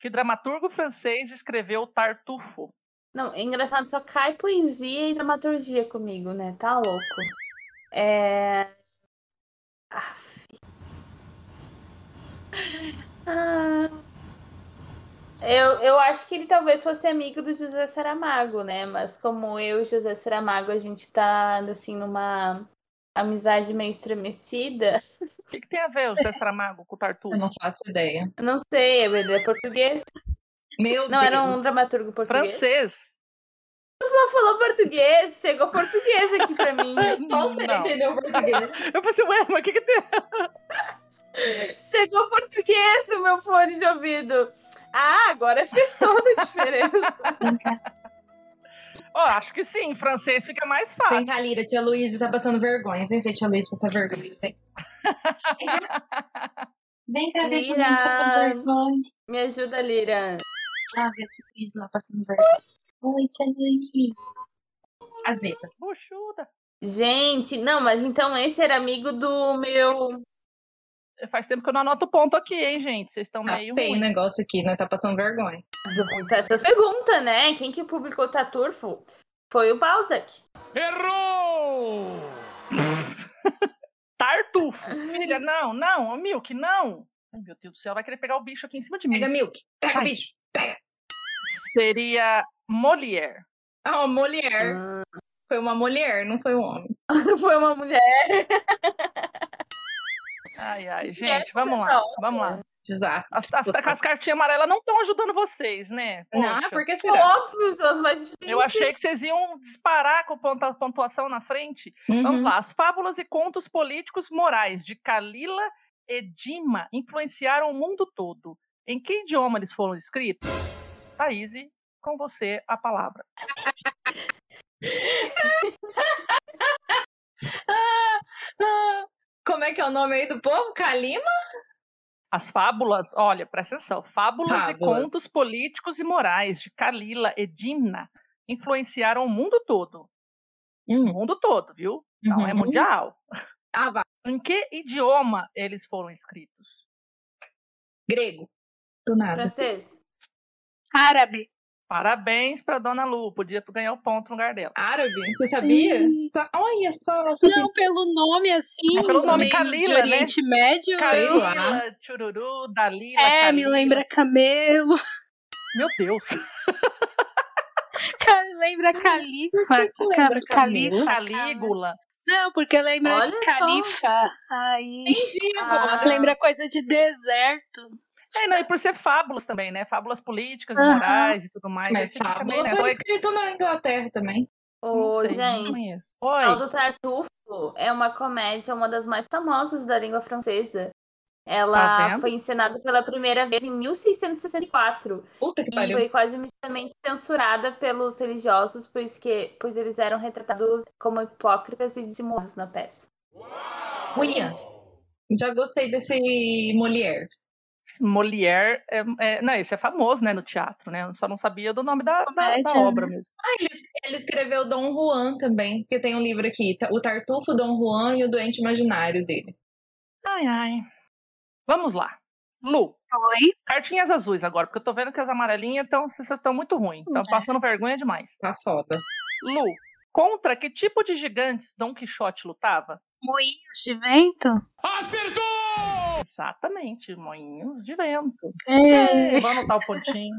[SPEAKER 4] Que dramaturgo francês escreveu Tartufo?
[SPEAKER 2] Não, é engraçado, só cai poesia e dramaturgia comigo, né? Tá louco. É. Aff. Ah. Eu, eu acho que ele talvez fosse amigo do José Saramago, né? Mas como eu e José Saramago, a gente tá assim numa amizade meio estremecida.
[SPEAKER 4] O que, que tem a ver o José Saramago com o
[SPEAKER 3] Eu <laughs>
[SPEAKER 4] Tartufo?
[SPEAKER 3] não faço ideia.
[SPEAKER 2] Eu não sei, ele é português.
[SPEAKER 3] Meu
[SPEAKER 2] Não,
[SPEAKER 3] Deus.
[SPEAKER 2] era um dramaturgo português.
[SPEAKER 4] Francês.
[SPEAKER 2] Ela falou português, chegou português aqui pra <laughs> mim.
[SPEAKER 3] Só você
[SPEAKER 4] Não.
[SPEAKER 3] entendeu o
[SPEAKER 4] <laughs>
[SPEAKER 3] português.
[SPEAKER 4] Eu pensei, ué, mas o que, que tem?
[SPEAKER 2] Chegou português no meu fone de ouvido. Ah, agora fez toda a diferença.
[SPEAKER 4] Ó, acho que sim, francês fica mais
[SPEAKER 3] Vem
[SPEAKER 4] fácil.
[SPEAKER 3] cá, Lira, tia Luísa tá passando vergonha. Vem ver, tia Luísa passar vergonha. Vem, Vem cá, ver, tia Luísa
[SPEAKER 2] Lira.
[SPEAKER 3] passando vergonha.
[SPEAKER 2] Me ajuda, Lira.
[SPEAKER 3] Ah, ver a tia Luísa lá passando vergonha. Oi, tia Luísa. Azeda.
[SPEAKER 4] Buchuda.
[SPEAKER 2] Gente, não, mas então esse era amigo do meu.
[SPEAKER 4] Faz tempo que eu não anoto ponto aqui, hein, gente? Vocês estão
[SPEAKER 3] Tá
[SPEAKER 4] meio.
[SPEAKER 3] feio o
[SPEAKER 4] ruim.
[SPEAKER 3] negócio aqui, né? Tá passando vergonha.
[SPEAKER 2] Mas eu vou botar essa pergunta, né? Quem que publicou Taturfo? Foi o Balzac. <laughs>
[SPEAKER 4] Errou! Tartufo! Filha, não, não, ô, Milk, não! Ai, meu Deus do céu, vai querer pegar o bicho aqui em cima de mim.
[SPEAKER 3] Pega, Milk. Pega,
[SPEAKER 4] Ai.
[SPEAKER 3] bicho. Pega.
[SPEAKER 4] Seria Molière.
[SPEAKER 3] Ah, uma mulher.
[SPEAKER 4] Ah.
[SPEAKER 3] Foi uma mulher, não foi um homem.
[SPEAKER 2] Foi uma mulher.
[SPEAKER 4] Ai, ai,
[SPEAKER 2] Molière
[SPEAKER 4] gente, vamos lá,
[SPEAKER 2] pessoal.
[SPEAKER 4] vamos lá.
[SPEAKER 3] Desastre.
[SPEAKER 4] As, as, as cartinhas amarelas não estão ajudando vocês, né?
[SPEAKER 3] Não, é
[SPEAKER 4] Poxa.
[SPEAKER 3] por que será?
[SPEAKER 2] Óbvio, Zos, mas.
[SPEAKER 4] Eu achei que vocês iam disparar com ponta- pontuação na frente.
[SPEAKER 3] Uhum.
[SPEAKER 4] Vamos lá. As fábulas e contos políticos morais de Kalila e Dima influenciaram o mundo todo. Em que idioma eles foram escritos? Thaís, com você a palavra.
[SPEAKER 3] Como é que é o nome aí do povo? Kalima?
[SPEAKER 4] As fábulas, olha, presta atenção. Fábulas, e
[SPEAKER 3] Fábulas.
[SPEAKER 4] contos políticos e morais de Kalila e Dimna influenciaram o mundo todo. O mundo todo, viu? Não é
[SPEAKER 3] Uhum.
[SPEAKER 4] mundial.
[SPEAKER 3] Ah, vá.
[SPEAKER 4] Em que idioma eles foram escritos?
[SPEAKER 3] Grego. Do nada.
[SPEAKER 2] Francês.
[SPEAKER 8] Árabe.
[SPEAKER 4] Parabéns para dona Lu, podia ganhar o ponto no lugar dela.
[SPEAKER 3] Árabe? Você sabia? Sa- Olha só, ela sabia.
[SPEAKER 8] Não, pelo nome assim.
[SPEAKER 4] É pelo nome
[SPEAKER 8] meio
[SPEAKER 4] Kalila,
[SPEAKER 8] de
[SPEAKER 4] né?
[SPEAKER 8] Oriente Médio. eu-
[SPEAKER 4] Camila, Chururu, Dalila,
[SPEAKER 8] É, me
[SPEAKER 4] Kalila.
[SPEAKER 8] lembra camelo. <laughs>
[SPEAKER 4] Meu Deus.
[SPEAKER 8] Ca- Lembra califa.
[SPEAKER 3] que que lembra
[SPEAKER 8] Ca-
[SPEAKER 3] camelo?
[SPEAKER 4] Calígula.
[SPEAKER 8] Não, porque lembra
[SPEAKER 2] Olha só.
[SPEAKER 8] califa. Aí.
[SPEAKER 3] Entendi
[SPEAKER 2] Ah.
[SPEAKER 3] agora.
[SPEAKER 8] Lembra coisa de deserto.
[SPEAKER 4] É, não, e por ser fábulas também, né? Fábulas políticas, e
[SPEAKER 8] Aham.
[SPEAKER 4] morais e tudo
[SPEAKER 3] Ah,
[SPEAKER 4] mais. aí
[SPEAKER 3] Mas
[SPEAKER 4] você fica meio
[SPEAKER 3] fábula
[SPEAKER 4] nessa,
[SPEAKER 3] foi
[SPEAKER 4] "Oi,
[SPEAKER 3] escrita na Inglaterra também.
[SPEAKER 4] não
[SPEAKER 2] Ô,
[SPEAKER 4] sei, não
[SPEAKER 2] gente.
[SPEAKER 4] conheço."
[SPEAKER 2] O
[SPEAKER 4] Oi.
[SPEAKER 2] Tal do Tartufo é uma comédia, uma das mais famosas da língua francesa.
[SPEAKER 4] Tá
[SPEAKER 2] Ela
[SPEAKER 4] vendo?
[SPEAKER 2] foi encenada pela primeira vez em 1664
[SPEAKER 3] Puta que
[SPEAKER 2] e
[SPEAKER 3] pariu.
[SPEAKER 2] foi quase imediatamente censurada pelos religiosos, pois, que, pois eles eram retratados como hipócritas e dissimulados na peça.
[SPEAKER 3] Olha. Já gostei desse mulher.
[SPEAKER 4] Molière, é, é- não, esse é famoso, né, no teatro, né? Eu só não sabia do nome da, da- da
[SPEAKER 8] Comédia, né?
[SPEAKER 4] obra mesmo.
[SPEAKER 3] Ah, ele, es- ele escreveu Dom Juan também, porque tem um livro aqui, tá- O Tartufo, Dom Juan e o Doente Imaginário dele.
[SPEAKER 4] Ai, ai. Vamos lá. Lu,
[SPEAKER 8] Oi.
[SPEAKER 4] cartinhas azuis agora, porque eu tô vendo que as amarelinhas estão, vocês estão muito ruins.
[SPEAKER 8] Hum,
[SPEAKER 4] Estão
[SPEAKER 8] é.
[SPEAKER 4] passando vergonha demais.
[SPEAKER 3] Tá foda.
[SPEAKER 4] Lu, contra que tipo de gigantes Dom Quixote lutava?
[SPEAKER 8] Moinhos de vento?
[SPEAKER 4] Exatamente, moinhos de vento.
[SPEAKER 8] É.
[SPEAKER 4] Vou anotar o
[SPEAKER 8] <laughs>
[SPEAKER 4] pontinho.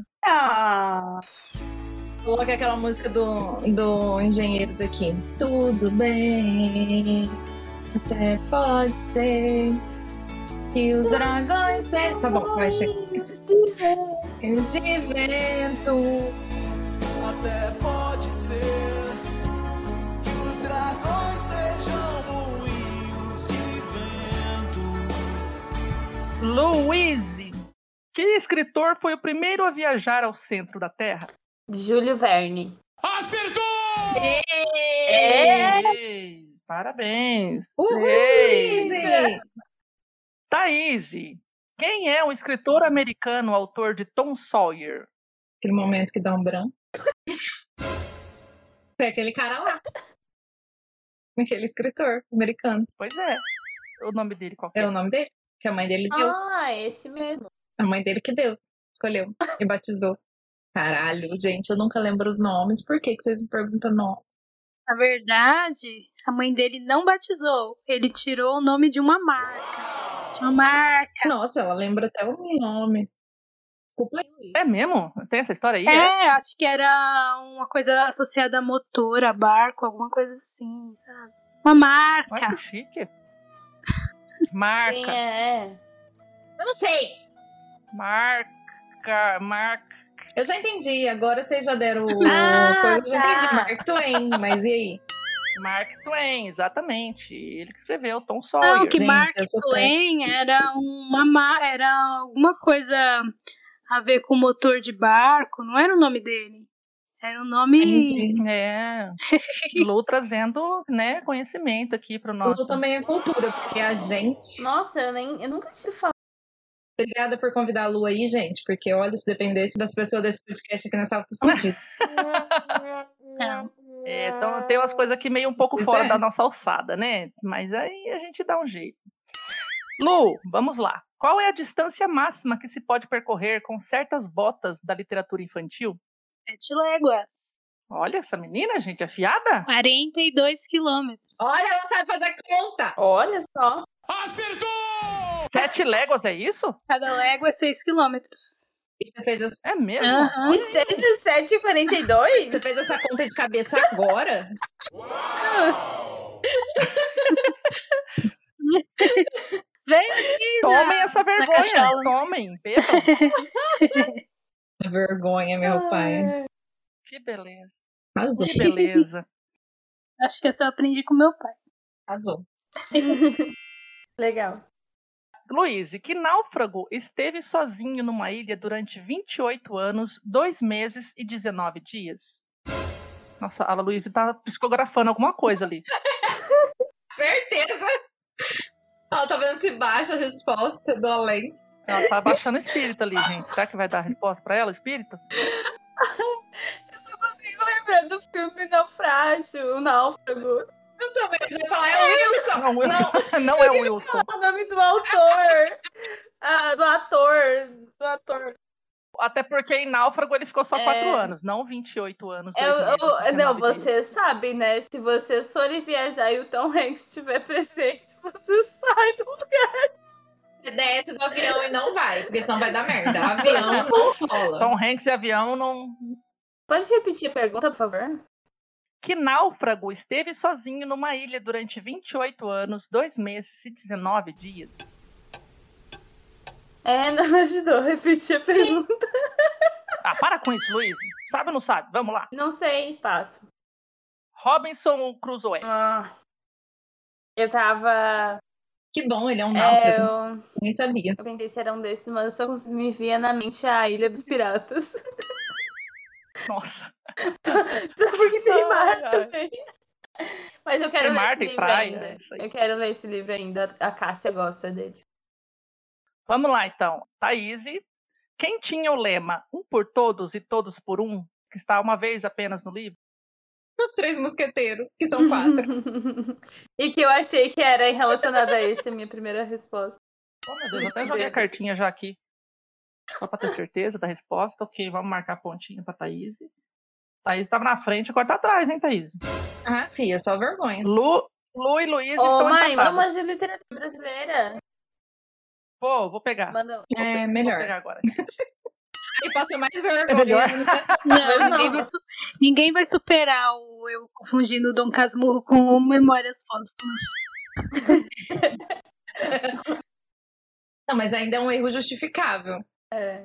[SPEAKER 3] Coloca aquela música do, do Engenheiros aqui. Tudo bem, até pode ser que os dragões sejam. Tá bom, vai chegar. Esse vento.
[SPEAKER 10] Até pode ser que os dragões sejam moinhos de vento.
[SPEAKER 4] Louise, que escritor foi o primeiro a viajar ao centro da Terra?
[SPEAKER 2] Júlio Verne.
[SPEAKER 8] É.
[SPEAKER 4] Ei, Parabéns!
[SPEAKER 3] Uhul,
[SPEAKER 4] Ei.
[SPEAKER 3] Louise!
[SPEAKER 4] Thaís, quem é o escritor americano autor de Tom Sawyer?
[SPEAKER 3] Aquele momento que dá um branco. Foi aquele cara lá. Aquele escritor americano.
[SPEAKER 4] Pois é, o nome dele qual que
[SPEAKER 3] É
[SPEAKER 4] é?
[SPEAKER 3] o nome dele? Que a mãe dele deu.
[SPEAKER 2] Ah, esse mesmo.
[SPEAKER 3] A mãe dele que deu, escolheu e batizou. Caralho, gente, eu nunca lembro os nomes. Por que, que vocês me perguntam nome?
[SPEAKER 8] Na verdade, a mãe dele não batizou. Ele tirou o nome de uma marca. De uma marca.
[SPEAKER 3] Nossa, ela lembra até o nome. Desculpa aí.
[SPEAKER 4] É mesmo? Tem essa história aí?
[SPEAKER 8] É, acho que era uma coisa associada a motor, a barco, alguma coisa assim, sabe? Uma
[SPEAKER 4] Olha que
[SPEAKER 8] marca.
[SPEAKER 4] chique.
[SPEAKER 2] Quem
[SPEAKER 4] Marca,
[SPEAKER 2] é?
[SPEAKER 3] Eu não sei.
[SPEAKER 8] é.
[SPEAKER 4] marca, marca.
[SPEAKER 3] Eu já entendi. Agora vocês já deram
[SPEAKER 2] <laughs> Ah,
[SPEAKER 3] coisa. Eu já
[SPEAKER 2] tá.
[SPEAKER 3] entendi. Mark Twain, mas e aí?
[SPEAKER 4] Mark Twain, exatamente. Ele que escreveu Tom
[SPEAKER 8] Não,
[SPEAKER 4] Sawyer.
[SPEAKER 8] que
[SPEAKER 3] Gente,
[SPEAKER 8] Mark
[SPEAKER 3] eu sou
[SPEAKER 8] Twain era uma ma- era alguma coisa a ver com motor de barco, não era o nome dele. Era o nome.
[SPEAKER 3] Entendi.
[SPEAKER 8] <laughs>
[SPEAKER 4] É. Lu trazendo, né, conhecimento aqui para o
[SPEAKER 3] Tudo
[SPEAKER 4] nosso.
[SPEAKER 3] também é cultura, porque a gente.
[SPEAKER 2] Nossa, eu, nem, eu nunca tinha falado.
[SPEAKER 3] Obrigada por convidar a Lu aí, gente, porque olha, se dependesse das pessoas desse podcast aqui nessa alta fodida.
[SPEAKER 8] Não.
[SPEAKER 4] É, então tem umas coisas aqui meio um pouco
[SPEAKER 3] Pois
[SPEAKER 4] fora
[SPEAKER 3] é.
[SPEAKER 4] da nossa alçada, né? Mas aí a gente dá um jeito. Lu, vamos lá. Qual é a distância máxima que se pode percorrer com certas botas da literatura infantil?
[SPEAKER 8] Sete é léguas.
[SPEAKER 4] Olha essa menina, gente, afiada.
[SPEAKER 8] 42 quilômetros.
[SPEAKER 3] Olha, ela sabe fazer conta.
[SPEAKER 2] Olha só.
[SPEAKER 4] Acertou! Sete léguas, é isso?
[SPEAKER 8] Cada légua é 6 quilômetros.
[SPEAKER 3] E você fez essa...
[SPEAKER 4] É mesmo?
[SPEAKER 8] Aham.
[SPEAKER 2] De 6 e 7 e
[SPEAKER 4] <laughs>
[SPEAKER 2] 42?
[SPEAKER 3] Você fez essa conta de cabeça agora?
[SPEAKER 8] Vem aqui,
[SPEAKER 4] Tomem essa vergonha.
[SPEAKER 8] cachola.
[SPEAKER 4] Tomem, bebam.
[SPEAKER 3] Vergonha, meu pai.
[SPEAKER 4] Que beleza.
[SPEAKER 3] Azul.
[SPEAKER 4] Que beleza.
[SPEAKER 8] Acho que essa eu aprendi com meu pai.
[SPEAKER 3] Azul.
[SPEAKER 2] Legal.
[SPEAKER 4] Luiz, que náufrago esteve sozinho numa ilha durante 28 anos, 2 meses e 19 dias? Nossa, a Luiz tá psicografando alguma coisa ali.
[SPEAKER 3] Certeza. Ela tá vendo se baixa a resposta do além.
[SPEAKER 4] Ela tá baixando o espírito ali, gente. Será que vai dar a resposta pra ela, o espírito?
[SPEAKER 2] Eu só consigo lembrar do filme Naufrágio, o Náufrago.
[SPEAKER 3] Eu também. Eu já ia falar, é o Wilson.
[SPEAKER 4] Não, Wilson. Não, é o Wilson.
[SPEAKER 2] O nome do autor. Ah, do ator. Do ator.
[SPEAKER 4] Até porque em Náufrago ele ficou só
[SPEAKER 2] É.
[SPEAKER 4] 4 anos, não 28 anos,
[SPEAKER 2] Eu,
[SPEAKER 4] 2
[SPEAKER 2] eu-
[SPEAKER 4] meses. e 19
[SPEAKER 2] não,
[SPEAKER 4] dias.
[SPEAKER 2] você sabe, né? Se você forem viajar e o Tom Hanks estiver presente, você sai do
[SPEAKER 3] Você desce do avião e não vai, porque senão vai dar merda. <laughs> Avião não rola.
[SPEAKER 4] Tom Hanks e avião não.
[SPEAKER 2] Pode repetir a pergunta, por favor?
[SPEAKER 4] Que náufrago esteve sozinho numa ilha durante 28 anos, 2 meses e 19 dias?
[SPEAKER 2] É, <laughs> não ajudou. Repetir a pergunta.
[SPEAKER 4] Ah, para com isso, Luiz. Sabe ou não sabe? Vamos lá.
[SPEAKER 2] Não sei, passo.
[SPEAKER 4] Robinson Crusoe.
[SPEAKER 2] Ah, eu tava.
[SPEAKER 3] Que bom, ele é um
[SPEAKER 2] É,
[SPEAKER 3] náufrago.
[SPEAKER 2] eu,
[SPEAKER 3] Nem sabia.
[SPEAKER 2] eu pensei se era um desses, mas eu só me via na mente a Ilha dos Piratas.
[SPEAKER 4] Nossa.
[SPEAKER 2] Só <laughs> porque tem
[SPEAKER 4] Ai,
[SPEAKER 2] mar
[SPEAKER 4] ai.
[SPEAKER 2] também. Mas eu quero
[SPEAKER 4] Tem
[SPEAKER 2] ler
[SPEAKER 4] mar,
[SPEAKER 2] esse
[SPEAKER 4] tem
[SPEAKER 2] livro
[SPEAKER 4] praia,
[SPEAKER 2] ainda.
[SPEAKER 4] isso aí.
[SPEAKER 2] Eu quero ler esse livro ainda. A Cássia gosta
[SPEAKER 4] <laughs>
[SPEAKER 2] dele.
[SPEAKER 4] Vamos lá, então. Thaís, quem tinha o lema Um por Todos e Todos por Um, que está uma vez apenas no livro?
[SPEAKER 3] Os três mosqueteiros, que são quatro.
[SPEAKER 2] e que eu achei que era em relacionado a esse, a minha primeira resposta.
[SPEAKER 4] Oh, meu Deus, até joguei a cartinha já aqui. Só para ter certeza da resposta. Ok, vamos marcar a pontinha para Thaís. Thaís estava na frente, agora tá atrás, hein, Thaís?
[SPEAKER 3] <laughs> Ah, filha, só vergonha.
[SPEAKER 4] Lu, Lu e Luiz
[SPEAKER 2] Ô,
[SPEAKER 4] estão
[SPEAKER 2] mãe,
[SPEAKER 4] empatadas.
[SPEAKER 2] vamos de literatura brasileira.
[SPEAKER 4] Vou, vou pegar. Vou
[SPEAKER 2] Manda... um.
[SPEAKER 3] É,
[SPEAKER 4] Vou
[SPEAKER 3] melhor.
[SPEAKER 4] pegar agora.
[SPEAKER 3] Aí passa mais
[SPEAKER 4] É melhor.
[SPEAKER 3] vergonha. né?
[SPEAKER 8] Não,
[SPEAKER 2] Não.
[SPEAKER 8] ninguém vai, su- ninguém vai superar o eu confundindo Dom Casmurro com o Memórias Póstumas.
[SPEAKER 3] <laughs> Não, mas ainda é um erro justificável.
[SPEAKER 2] É.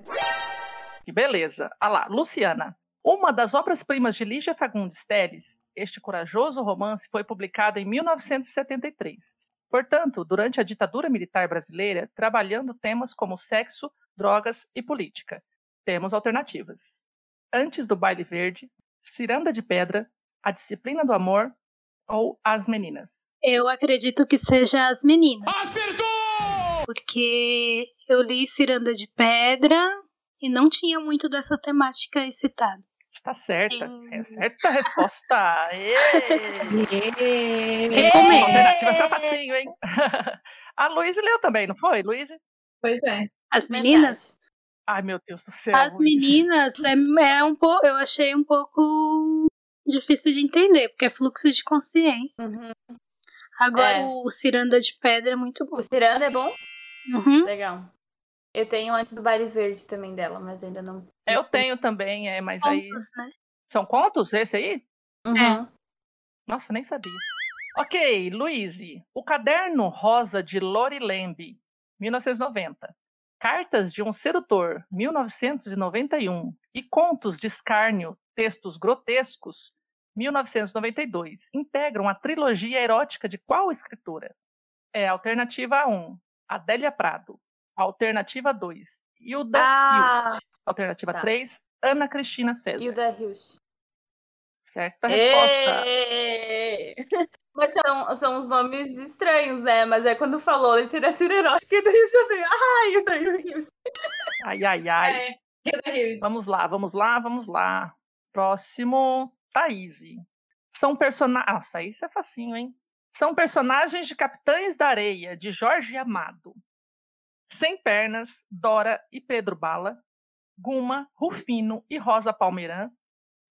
[SPEAKER 4] Que beleza. Ah lá, Luciana. Uma das obras-primas de Lígia Fagundes Teles, este corajoso romance foi publicado em 1973. Portanto, durante a ditadura militar brasileira, trabalhando temas como sexo, drogas e política. Temos alternativas. Antes do Baile Verde, Ciranda de Pedra, A Disciplina do Amor ou As Meninas.
[SPEAKER 8] Eu acredito que seja as meninas. Acertou! Porque eu li Ciranda de Pedra e não tinha muito dessa temática aí citada.
[SPEAKER 4] Está certa. É
[SPEAKER 8] Sim.
[SPEAKER 4] certa a resposta. Ê!
[SPEAKER 3] Yeah.
[SPEAKER 4] A
[SPEAKER 8] Recomendo.
[SPEAKER 4] alternativa tá facinho, hein? <laughs> a Luísa leu também, não foi, Luísa?
[SPEAKER 3] Pois é.
[SPEAKER 8] As meninas?
[SPEAKER 4] Ai, meu Deus do céu.
[SPEAKER 8] As
[SPEAKER 4] Luísa.
[SPEAKER 8] meninas é, é um pouco. Eu achei um pouco difícil de entender, porque é fluxo de consciência.
[SPEAKER 2] Uhum.
[SPEAKER 8] Agora
[SPEAKER 2] É.
[SPEAKER 8] o Ciranda de Pedra é muito bom.
[SPEAKER 2] O Ciranda é bom?
[SPEAKER 8] Uhum.
[SPEAKER 2] Legal. Eu tenho antes do baile verde também dela, mas ainda não.
[SPEAKER 4] Eu tenho também, é, mas aí.
[SPEAKER 8] Contos, né?
[SPEAKER 4] São contos esse aí?
[SPEAKER 2] Uhum.
[SPEAKER 4] Nossa, nem sabia. Ok, Luiz, o caderno rosa de Lori Lembe, 1990. Cartas de um sedutor, 1991. E contos de escárnio, textos grotescos, 1992. Integram a trilogia erótica de qual escritora? É a alternativa 1, Adélia Prado. Alternativa 2, Hilda
[SPEAKER 2] Ah,
[SPEAKER 4] Hilst. Alternativa
[SPEAKER 2] tá.
[SPEAKER 4] 3, Ana Cristina César.
[SPEAKER 2] E o da Hilst.
[SPEAKER 4] Certa resposta.
[SPEAKER 2] Ê! É. Mas são, são os nomes estranhos, né? Mas é quando falou literatura erótica, <laughs> daí eu já veio. Ai, o da Hilst.
[SPEAKER 4] Ai, ai, ai.
[SPEAKER 3] É. Dia da Rios.
[SPEAKER 4] Vamos lá, vamos lá, vamos lá. Próximo, Thaís. São personagens. Nossa, isso é facinho, hein? São personagens de Capitães da Areia, de Jorge Amado. Sem Pernas, Dora e Pedro Bala. Guma, Rufino e Rosa Palmeirã.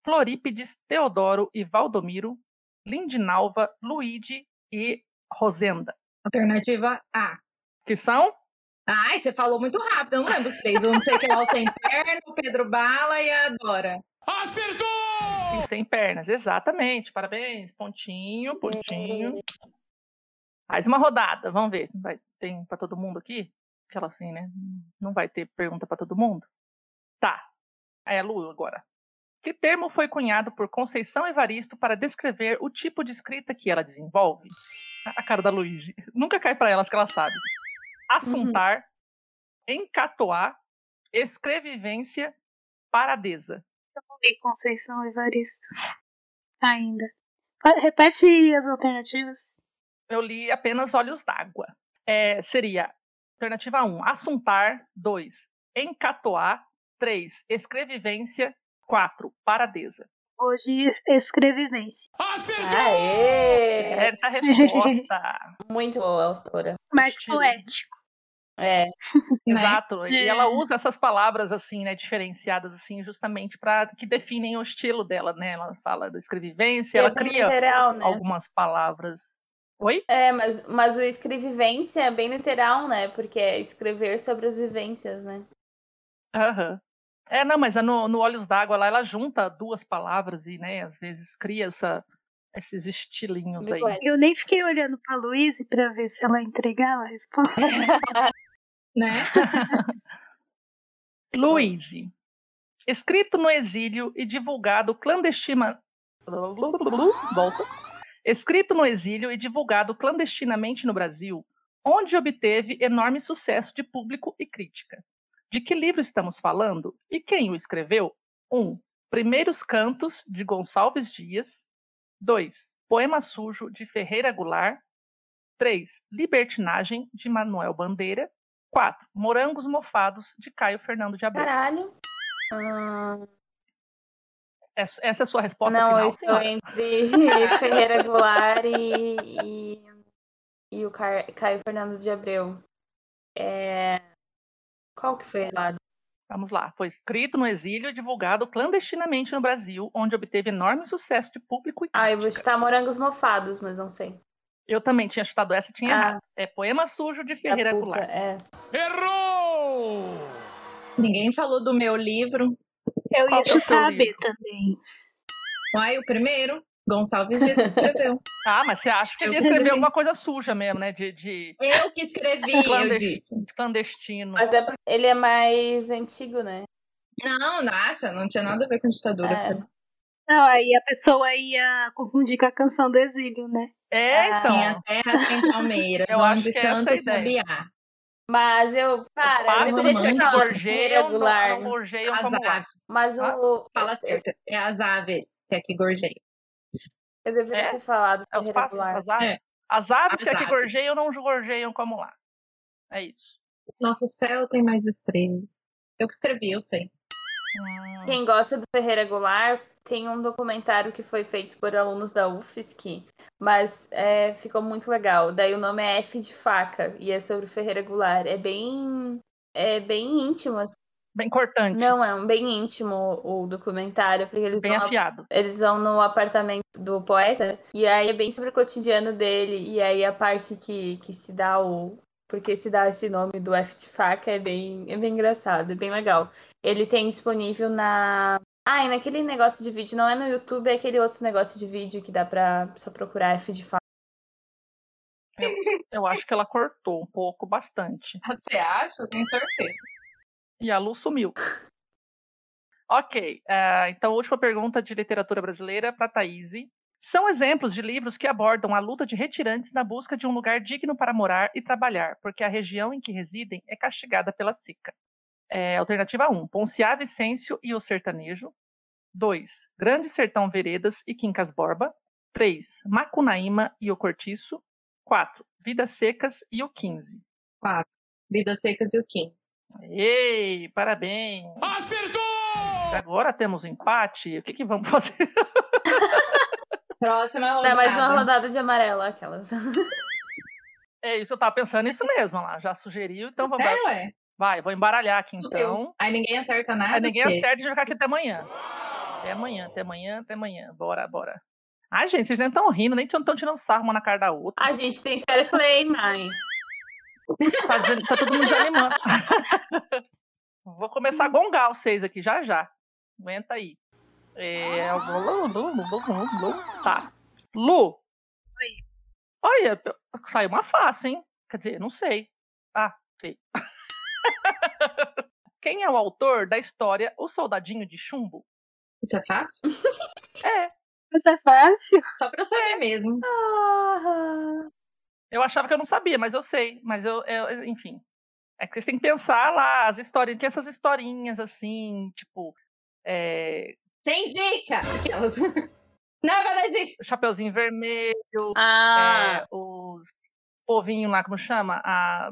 [SPEAKER 4] Florípides, Teodoro e Valdomiro, Lindinalva, Luigi e Rosenda.
[SPEAKER 3] Alternativa A.
[SPEAKER 4] Que são?
[SPEAKER 3] Ai, você falou muito rápido, eu não lembro os três. Eu não sei que é o Sem Perna, o Pedro Bala e a Dora. né?
[SPEAKER 4] Acertou! E sem pernas, exatamente. Parabéns. Pontinho, pontinho. Mais uma rodada, vamos ver. Vai- tem para todo mundo aqui? Aquela assim, né? Não vai ter pergunta para todo mundo? Tá. É a Lu agora. Que termo foi cunhado por Conceição Evaristo para descrever o tipo de escrita que ela desenvolve? A a cara da Luísa. <laughs> Nunca cai para elas que ela sabe. Assuntar, encatoar, escrevivência, paradeza.
[SPEAKER 8] E Conceição Evaristo. Ainda. Pa- Repete as alternativas.
[SPEAKER 4] Eu li apenas Olhos d'Água. É, seria alternativa 1, assuntar. 2, encatoar. 3, escrevivência. 4, paradeza.
[SPEAKER 8] Hoje, escrevivência.
[SPEAKER 2] É.
[SPEAKER 4] Certa resposta.
[SPEAKER 2] Muito boa, autora.
[SPEAKER 8] Mais
[SPEAKER 4] Estilo.
[SPEAKER 8] poético.
[SPEAKER 2] É.
[SPEAKER 4] Exato. E ela
[SPEAKER 8] É.
[SPEAKER 4] usa essas palavras assim, né, diferenciadas assim, justamente para que definem o estilo dela, né? Ela fala da escrevivência, ela
[SPEAKER 2] É bem
[SPEAKER 4] cria
[SPEAKER 2] literal, né?
[SPEAKER 4] algumas palavras. Oi?
[SPEAKER 2] É, mas, mas o escrevivência é bem literal, né? Porque é escrever sobre as vivências, né?
[SPEAKER 4] Aham. É, não, mas no, no Olhos d'Água lá, ela junta duas palavras e, né, às vezes cria essa- esses estilinhos aí.
[SPEAKER 8] Eu nem fiquei olhando pra Luísa pra ver se ela entregava a resposta.
[SPEAKER 3] Né?
[SPEAKER 4] Luíse, escrito no exílio e divulgado clandestina... Volta. Escrito no exílio e divulgado clandestinamente no Brasil, onde obteve enorme sucesso de público e crítica. De que livro estamos falando e quem o escreveu? 1. Um, Primeiros Cantos, de Gonçalves Dias. 2. Poema Sujo, de Ferreira Goulart. 3. Libertinagem, de Manuel Bandeira. 4. Morangos Mofados, de Caio Fernando de Abreu.
[SPEAKER 2] Caralho. Ah,
[SPEAKER 4] Essa essa é a sua resposta
[SPEAKER 2] não,
[SPEAKER 4] final,
[SPEAKER 2] eu estou
[SPEAKER 4] senhora?
[SPEAKER 2] entre <laughs> Ferreira Goulart e, e, e o Car- Caio Fernando de Abreu. É... Qual que foi lá?
[SPEAKER 4] Vamos lá. Foi escrito no exílio e divulgado clandestinamente no Brasil, onde obteve enorme sucesso de público e
[SPEAKER 2] Ah, eu
[SPEAKER 4] crítica.
[SPEAKER 2] vou chutar morangos mofados, mas não sei.
[SPEAKER 4] Eu também tinha chutado essa e tinha
[SPEAKER 2] Ah.
[SPEAKER 4] errado. É Poema Sujo, de Ferreira
[SPEAKER 2] puta,
[SPEAKER 4] Goulart.
[SPEAKER 2] É.
[SPEAKER 4] Errou!
[SPEAKER 3] Ninguém falou do meu livro.
[SPEAKER 8] Eu
[SPEAKER 4] Qual
[SPEAKER 8] ia
[SPEAKER 4] que é o seu
[SPEAKER 8] chutar a B
[SPEAKER 4] livro?
[SPEAKER 8] também.
[SPEAKER 3] Uai, o primeiro, Gonçalves Dias escreveu.
[SPEAKER 4] Ah, mas você acha que
[SPEAKER 3] Eu
[SPEAKER 4] ele escreveu
[SPEAKER 3] também.
[SPEAKER 4] alguma coisa suja mesmo, né? De, de
[SPEAKER 3] Eu que escrevi,
[SPEAKER 4] <laughs>
[SPEAKER 3] eu
[SPEAKER 4] clandes-
[SPEAKER 3] disse.
[SPEAKER 4] clandestino.
[SPEAKER 2] Mas é porque ele é mais antigo, né?
[SPEAKER 3] Não, Nasha, não tinha nada a ver com ditadura.
[SPEAKER 2] É.
[SPEAKER 8] Não, aí a pessoa ia confundir com a canção do exílio, né?
[SPEAKER 4] É,
[SPEAKER 2] ah,
[SPEAKER 4] então.
[SPEAKER 3] Minha terra tem palmeiras,
[SPEAKER 4] Eu acho
[SPEAKER 3] onde
[SPEAKER 4] que é essa
[SPEAKER 3] canta
[SPEAKER 4] a
[SPEAKER 3] o
[SPEAKER 4] ideia.
[SPEAKER 3] sabiá.
[SPEAKER 2] Mas eu, cara, eu
[SPEAKER 4] Os pássaros
[SPEAKER 2] lembrei
[SPEAKER 4] que
[SPEAKER 2] de
[SPEAKER 4] aqui
[SPEAKER 2] uma
[SPEAKER 4] gorjeiam, não,
[SPEAKER 2] regular.
[SPEAKER 4] não gorjeiam
[SPEAKER 3] As
[SPEAKER 4] como lá.
[SPEAKER 3] aves.
[SPEAKER 2] Mas
[SPEAKER 4] Ah,
[SPEAKER 2] o.
[SPEAKER 3] Fala certo. É as aves que aqui gorjeiam.
[SPEAKER 2] Eu deveria
[SPEAKER 4] É?
[SPEAKER 2] ter falado
[SPEAKER 4] É os
[SPEAKER 2] Ferreira
[SPEAKER 4] pássaros,
[SPEAKER 2] Goulart.
[SPEAKER 4] as aves.
[SPEAKER 3] É.
[SPEAKER 4] As aves
[SPEAKER 3] As
[SPEAKER 4] que aqui
[SPEAKER 3] aves.
[SPEAKER 4] gorjeiam não gorjeiam como lá. É isso.
[SPEAKER 3] Nosso céu tem mais estrelas. Eu que escrevi, eu sei.
[SPEAKER 4] Hum.
[SPEAKER 2] Quem gosta do Ferreira Goulart, tem um documentário que foi feito por alunos da UFSC, mas é, ficou muito legal. Daí o nome é F de Faca e é sobre o Ferreira Goulart. É bem. É bem íntimo, assim.
[SPEAKER 4] Bem cortante,
[SPEAKER 2] Não, é um bem íntimo o documentário, porque eles
[SPEAKER 4] bem
[SPEAKER 2] vão
[SPEAKER 4] afiado.
[SPEAKER 2] Eles vão no apartamento do poeta, e aí é bem sobre o cotidiano dele, e aí a parte que, que se dá o. Porque se dá esse nome do F de faca é bem, é bem engraçado, é bem legal. Ele tem disponível na. Ah, e naquele negócio de vídeo, não é no YouTube, é aquele outro negócio de vídeo que dá pra só procurar F de faca.
[SPEAKER 4] Eu acho que ela cortou um pouco, bastante.
[SPEAKER 3] Você acha? Tenho certeza.
[SPEAKER 4] E a Lu sumiu. Ok, ah, então última pergunta de literatura brasileira para Thaís. São exemplos de livros que abordam a luta de retirantes na busca de um lugar digno para morar e trabalhar, porque a região em que residem é castigada pela seca. É, alternativa 1, Ponciá Vicêncio e o Sertanejo. 2, Grande Sertão Veredas e Quincas Borba. 3, Macunaíma e o Cortiço. 4, Vidas Secas e o 15.
[SPEAKER 3] Quatro. Vidas secas e o quinto.
[SPEAKER 4] Ei, parabéns! Acertou! Agora temos um empate. O que, que vamos <laughs> fazer?
[SPEAKER 3] Próxima rodada.
[SPEAKER 2] Dá mais uma rodada de amarelo, aquelas. <laughs>
[SPEAKER 4] É isso, eu tava pensando nisso mesmo lá. Já sugeriu, então vamos.
[SPEAKER 3] É, ué.
[SPEAKER 4] Vai, vou embaralhar aqui
[SPEAKER 3] Fudeu.
[SPEAKER 4] então.
[SPEAKER 3] Aí ninguém acerta nada.
[SPEAKER 4] Aí ninguém
[SPEAKER 3] porque-
[SPEAKER 4] acerta de jogar aqui até amanhã. Até amanhã, até amanhã, até amanhã. Bora, bora. Ai, gente, vocês nem estão rindo, nem estão tirando sarro uma na cara da outra.
[SPEAKER 2] A gente tem fair play, mãe.
[SPEAKER 4] Tá, dizendo- tá todo mundo desanimando. <laughs> Vou começar a gongar vocês aqui, já já. Aguenta aí. É... eu vou- Lu, Lu, Lu, Lu, Lu, Lu. Tá. Lu. Olha, p- saiu uma fácil, hein? Quer dizer, não sei. Ah, sei. <laughs> Quem é o autor da história O Soldadinho de Chumbo?
[SPEAKER 3] Isso é fácil?
[SPEAKER 4] É.
[SPEAKER 8] Isso é fácil?
[SPEAKER 3] Só pra eu saber mesmo.
[SPEAKER 4] Eu achava que eu não sabia, mas eu sei. Mas eu, eu- enfim. É que vocês têm que pensar lá as histórias, que essas historinhas assim, tipo. É...
[SPEAKER 3] Sem dica! Aquelas. <laughs> Não, é vai dar dica.
[SPEAKER 4] Chapeuzinho Vermelho.
[SPEAKER 2] Ah.
[SPEAKER 4] é, os povinho lá, como chama? A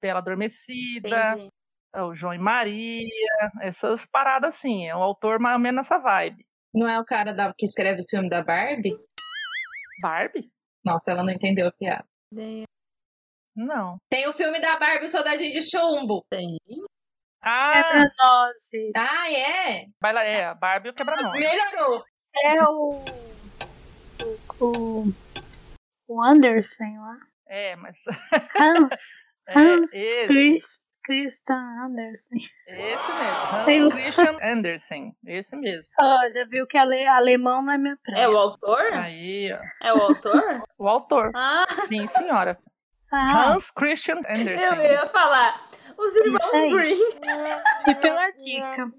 [SPEAKER 4] Bela Adormecida.
[SPEAKER 2] Entendi.
[SPEAKER 4] é O João e Maria. Essas paradas assim. É um autor mais ou menos nessa vibe.
[SPEAKER 3] Não é o cara da- que escreve o filme da Barbie?
[SPEAKER 4] Barbie?
[SPEAKER 3] Nossa, ela não entendeu a piada.
[SPEAKER 4] Não.
[SPEAKER 3] Tem o filme da Barbie, o Soldadinho de Chumbo.
[SPEAKER 2] Tem.
[SPEAKER 8] É
[SPEAKER 4] Ah,
[SPEAKER 3] Ah, é?
[SPEAKER 4] baila, é, a Barbie e o quebra nós
[SPEAKER 3] Melhorou.
[SPEAKER 8] É o. O. O Anderson
[SPEAKER 4] <laughs>
[SPEAKER 8] lá.
[SPEAKER 4] É, mas.
[SPEAKER 8] Hans.
[SPEAKER 4] É,
[SPEAKER 8] Hans
[SPEAKER 4] esse,
[SPEAKER 8] Chris, Christian Anderson.
[SPEAKER 4] esse mesmo.
[SPEAKER 8] Tem-
[SPEAKER 4] Hans Christian Andersen. Esse mesmo.
[SPEAKER 8] Ó, já viu que ale, alemão não é minha praia.
[SPEAKER 2] É o autor?
[SPEAKER 4] Aí, ó.
[SPEAKER 2] É o autor?
[SPEAKER 4] O autor.
[SPEAKER 2] Ah,
[SPEAKER 4] Sim, senhora.
[SPEAKER 8] Ah,
[SPEAKER 4] Hans Christian
[SPEAKER 2] eu
[SPEAKER 4] Andersen.
[SPEAKER 2] ia falar. Os irmãos
[SPEAKER 8] aí.
[SPEAKER 2] Green.
[SPEAKER 8] e pela dica.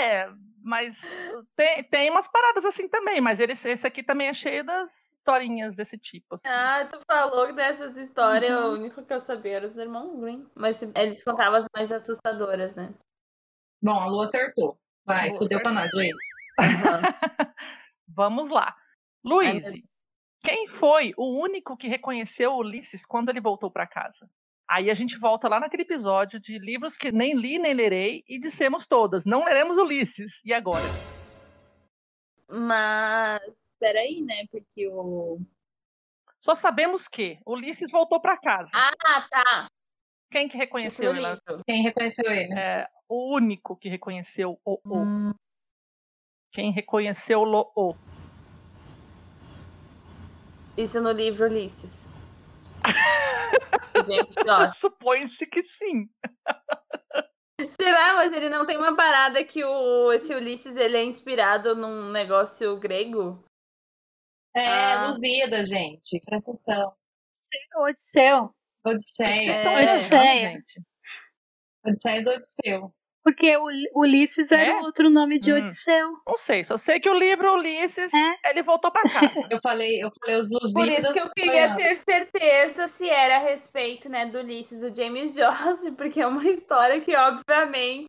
[SPEAKER 4] É, mas uh, tem, tem umas paradas assim também, mas ele, esse aqui também é cheio das historinhas desse tipo, assim.
[SPEAKER 2] Ah, tu falou dessas histórias, é o único que eu sabia era os irmãos Green. Mas eles contavam as mais assustadoras, né?
[SPEAKER 3] Bom, a Lu acertou. Vai,
[SPEAKER 4] Lu
[SPEAKER 3] fudeu pra nós, Luiz.
[SPEAKER 4] Vamos lá. Luiz, quem foi o único que reconheceu Ulisses quando ele voltou para casa? Aí a gente volta lá naquele episódio de livros que nem li nem lerei e dissemos todas, não leremos Ulisses. E agora?
[SPEAKER 2] Mas, peraí, né? Porque o.
[SPEAKER 4] Só sabemos que Ulisses voltou para casa.
[SPEAKER 2] Ah, tá.
[SPEAKER 4] Quem
[SPEAKER 2] Isso
[SPEAKER 4] que
[SPEAKER 2] no
[SPEAKER 4] reconheceu ela?
[SPEAKER 2] livro.
[SPEAKER 3] Quem reconheceu ele?
[SPEAKER 4] É, o único que reconheceu o
[SPEAKER 2] Hum.
[SPEAKER 4] o. Quem reconheceu lo o.
[SPEAKER 2] Isso no livro Ulisses. Gente, <laughs> ó.
[SPEAKER 4] Supõe-se que sim.
[SPEAKER 2] Será? Mas ele não tem uma parada que o, esse Ulisses ele é inspirado num negócio grego?
[SPEAKER 3] É,
[SPEAKER 2] Ah.
[SPEAKER 3] Luzida, gente. Presta atenção.
[SPEAKER 8] Odisseu.
[SPEAKER 4] Vocês
[SPEAKER 3] Odisseia.
[SPEAKER 4] estão
[SPEAKER 2] É.
[SPEAKER 4] viajando,
[SPEAKER 8] Odisseia.
[SPEAKER 4] gente.
[SPEAKER 3] Odisseia do Odisseu.
[SPEAKER 8] Porque Ul- Ulisses era um
[SPEAKER 4] É?
[SPEAKER 8] outro nome de
[SPEAKER 4] Hum.
[SPEAKER 8] Odisseu.
[SPEAKER 4] Não sei, só sei que o livro Ulisses,
[SPEAKER 8] É?
[SPEAKER 4] ele voltou para
[SPEAKER 2] <laughs>
[SPEAKER 4] casa.
[SPEAKER 3] Eu falei, eu falei os Luzidas.
[SPEAKER 2] Por isso que eu queria ter certeza se era a respeito, né, do Ulisses do James <laughs> Joyce, porque é uma história que, obviamente,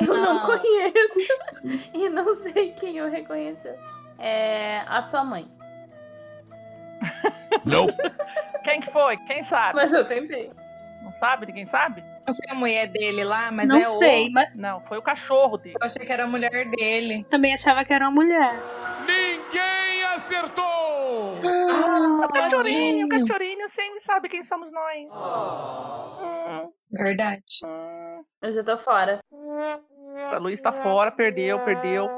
[SPEAKER 2] eu não,
[SPEAKER 3] Não.
[SPEAKER 2] conheço <laughs> e não sei quem eu reconheceu. É a sua mãe.
[SPEAKER 9] Não.
[SPEAKER 4] Quem que foi? Quem sabe?
[SPEAKER 2] Ah, Mas eu tentei.
[SPEAKER 4] Não sabe? Ninguém sabe?
[SPEAKER 3] Não foi a mulher dele lá, mas
[SPEAKER 8] não
[SPEAKER 3] é o.
[SPEAKER 8] sei, mas
[SPEAKER 4] Não, foi o cachorro dele.
[SPEAKER 3] Eu achei que era a mulher dele.
[SPEAKER 8] também achava que era uma mulher.
[SPEAKER 10] Ninguém acertou!
[SPEAKER 4] O cachorrinho, o cachorrinho sempre sabe quem somos nós. Hum,
[SPEAKER 3] Verdade.
[SPEAKER 2] Eu já tô fora.
[SPEAKER 4] a Luiz tá fora, perdeu, perdeu.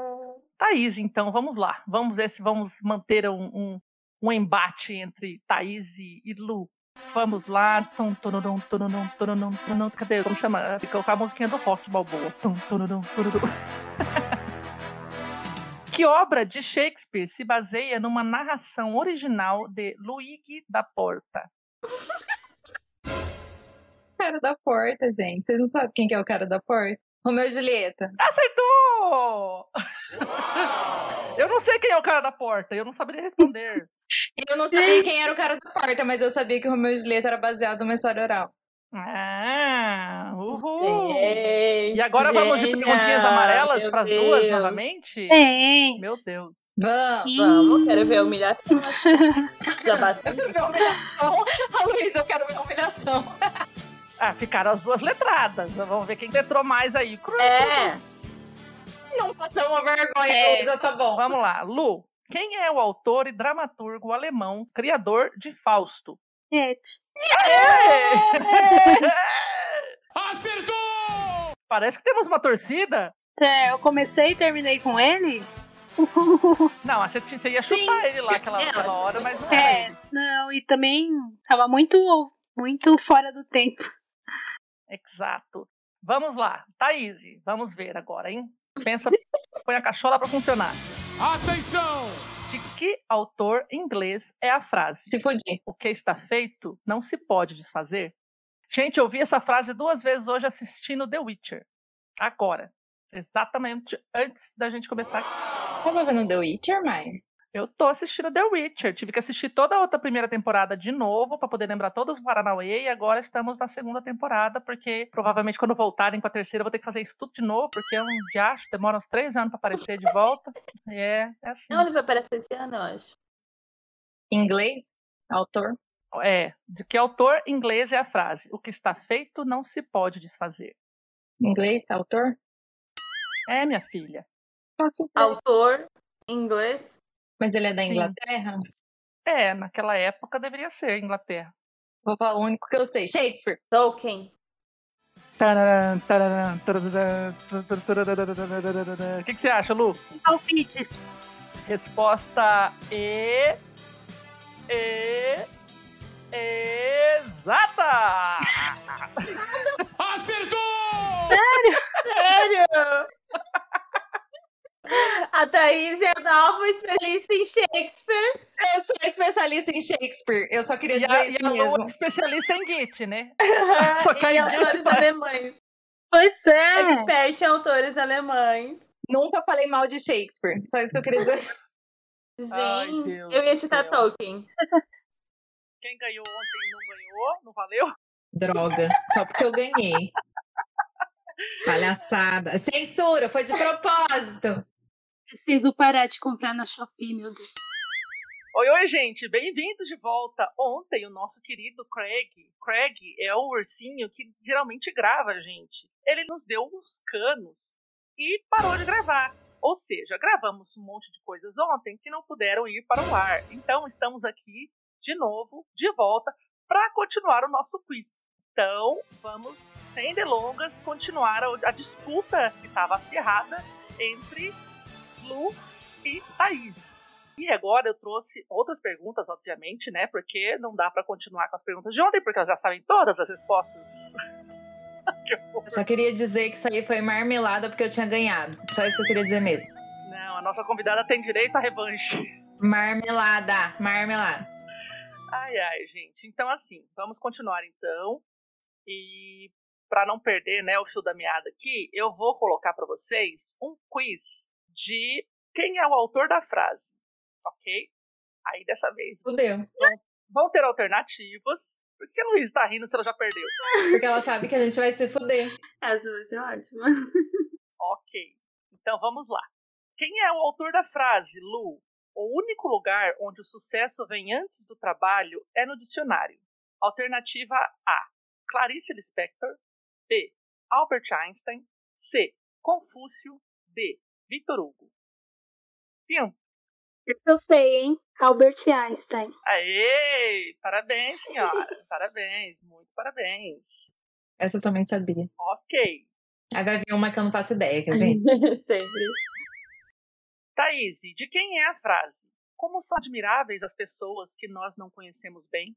[SPEAKER 4] Thaís, então, vamos lá. Vamos ver se vamos manter um, um, um embate entre Thaís e, e Lu. Vamos lá. Tum, tururum, tururum, tururum, tururum. Cadê? Como chama? Tem que colocar a musiquinha do rock balboa. Tum, tururum, tururum. <laughs> Que obra de Shakespeare se baseia numa narração original de Luigi da Porta?
[SPEAKER 3] Cara da porta, gente. Vocês não sabem quem que é o cara da porta? Romeu e Julieta.
[SPEAKER 4] <laughs> Acertou! Eu não sei quem é o cara da porta, eu não saberia responder.
[SPEAKER 3] Eu não sabia quem era o cara da porta, mas eu sabia que o Romeu e Julieta era baseado numa história oral.
[SPEAKER 4] Ah, uhul!
[SPEAKER 2] E
[SPEAKER 4] E agora vamos de perguntinhas amarelas para as duas novamente?
[SPEAKER 8] Tem.
[SPEAKER 4] Meu Deus.
[SPEAKER 3] Vamos!
[SPEAKER 2] Vamos, quero ver a humilhação. <laughs> Já basta.
[SPEAKER 3] Eu quero ver a humilhação. <laughs> A Luísa, eu quero ver a humilhação.
[SPEAKER 4] Ah, ficaram as duas letradas. Vamos ver quem letrou mais aí. Cru.
[SPEAKER 2] É.
[SPEAKER 3] Não passar uma vergonha,
[SPEAKER 2] É.
[SPEAKER 3] Luísa, tá bom.
[SPEAKER 4] Vamos lá, Lu. Quem é o autor e dramaturgo alemão, criador de Fausto?
[SPEAKER 8] Gente.
[SPEAKER 10] Acertou!
[SPEAKER 4] Parece que temos uma torcida.
[SPEAKER 8] É, eu comecei e terminei com ele?
[SPEAKER 4] Não, você, tinha- você ia chutar ele lá aquela, aquela hora, mas não era
[SPEAKER 8] É,
[SPEAKER 4] ele.
[SPEAKER 8] não, e também tava muito, muito fora do tempo.
[SPEAKER 4] Exato. Vamos lá, Thaís, vamos ver agora, hein? Pensa, põe a cachola pra funcionar.
[SPEAKER 10] Atenção!
[SPEAKER 4] De que autor inglês é a frase?
[SPEAKER 3] Se fudir.
[SPEAKER 4] O que está feito não se pode desfazer. Gente, eu ouvi essa frase duas vezes hoje assistindo The Witcher. Agora. Exatamente antes da gente começar.
[SPEAKER 3] Tava vendo The Witcher, Mai?
[SPEAKER 4] Eu tô assistindo The Witcher. Tive que assistir toda a outra primeira temporada de novo pra poder lembrar todos os Paranauê. E agora estamos na segunda temporada, porque provavelmente quando voltarem pra terceira eu vou ter que fazer isso tudo de novo, porque é um diacho, demora uns três anos pra aparecer de volta. E É, é assim.
[SPEAKER 2] Não, ele vai aparecer esse ano, eu acho.
[SPEAKER 3] Inglês? Autor?
[SPEAKER 4] É, de que autor inglês é a frase? O que está feito não se pode desfazer.
[SPEAKER 3] Inglês? Autor?
[SPEAKER 4] É, minha filha.
[SPEAKER 2] Autor, inglês.
[SPEAKER 3] Mas ele é da
[SPEAKER 4] Sim.
[SPEAKER 3] Inglaterra?
[SPEAKER 4] É, naquela época deveria ser Inglaterra.
[SPEAKER 3] Vou falar o único que eu sei. Shakespeare.
[SPEAKER 2] Tolkien.
[SPEAKER 4] Tararã, tararã, tararã, tararã, tararã, tararã, tararã. O que, que você acha, Lu?
[SPEAKER 8] Palpites.
[SPEAKER 4] Resposta E. E. Exata!
[SPEAKER 10] Acertou!
[SPEAKER 2] Sério? <laughs> A Thaís é nova especialista em <laughs> Shakespeare.
[SPEAKER 3] Eu sou especialista em Shakespeare. Eu só queria
[SPEAKER 4] E
[SPEAKER 3] dizer
[SPEAKER 4] a, e
[SPEAKER 3] isso
[SPEAKER 4] a Lu
[SPEAKER 3] mesmo.
[SPEAKER 4] é especialista em Git, né? Só
[SPEAKER 2] É, e
[SPEAKER 4] cai em
[SPEAKER 2] autores
[SPEAKER 4] Git, né?
[SPEAKER 2] alemães.
[SPEAKER 8] Pois é.
[SPEAKER 2] Expert em autores alemães.
[SPEAKER 3] Nunca falei mal de Shakespeare. Só isso que eu queria dizer.
[SPEAKER 4] Ai,
[SPEAKER 2] Gente,
[SPEAKER 4] Deus
[SPEAKER 2] eu ia
[SPEAKER 4] do
[SPEAKER 2] chutar
[SPEAKER 4] céu. <laughs>
[SPEAKER 2] Tolkien.
[SPEAKER 4] Quem ganhou ontem não ganhou, não valeu?
[SPEAKER 3] <laughs> Droga. Só porque eu ganhei. Palhaçada. Censura, foi de propósito.
[SPEAKER 8] Preciso parar de comprar na Shopee, meu Deus.
[SPEAKER 4] Oi, oi, gente, bem-vindos de volta. Ontem, o nosso querido Craig, Craig é o ursinho que geralmente grava, gente. Ele nos deu uns canos e parou de gravar. Ou seja, gravamos um monte de coisas ontem que não puderam ir para o ar. Então, estamos aqui de novo, de volta, para continuar o nosso quiz. Então, vamos, sem delongas, continuar a, a disputa que estava acirrada entre Lu e Thaís. E agora eu trouxe outras perguntas, obviamente, né? Porque não dá pra continuar com as perguntas de ontem, porque elas já sabem todas as respostas. <laughs> Que horror.
[SPEAKER 3] Eu só queria dizer que isso aí foi marmelada porque eu tinha ganhado. Só isso que eu queria dizer mesmo.
[SPEAKER 4] não, a nossa convidada tem direito à revanche. <laughs>
[SPEAKER 3] Marmelada, marmelada.
[SPEAKER 4] Ai, ai, gente. Então, assim, vamos continuar então. E pra não perder, né, o fio da meada aqui, eu vou colocar pra vocês um quiz de quem é o autor da frase, ok? Aí dessa vez
[SPEAKER 3] Fudeu.
[SPEAKER 4] vão ter alternativas. Por que a Luiz tá rindo se ela já perdeu?
[SPEAKER 3] Porque ela sabe que a gente vai se fuder.
[SPEAKER 2] Essa vai ser ótima.
[SPEAKER 4] Ok. Então vamos lá. Quem é o autor da frase, Lu? O único lugar onde o sucesso vem antes do trabalho é no dicionário. Alternativa A: Clarice Lispector. B: Albert Einstein. C: Confúcio. D: Victor Hugo. Sim.
[SPEAKER 8] Eu sei, hein? Albert Einstein.
[SPEAKER 4] Aê! Parabéns, senhora. Parabéns. Muito parabéns.
[SPEAKER 3] Essa eu também sabia.
[SPEAKER 4] Ok.
[SPEAKER 3] Aí vai vir uma que eu não faço ideia, quer
[SPEAKER 4] <laughs>
[SPEAKER 3] ver?
[SPEAKER 2] Sempre.
[SPEAKER 4] Thaís, de quem é a frase? Como são admiráveis as pessoas que nós não conhecemos bem?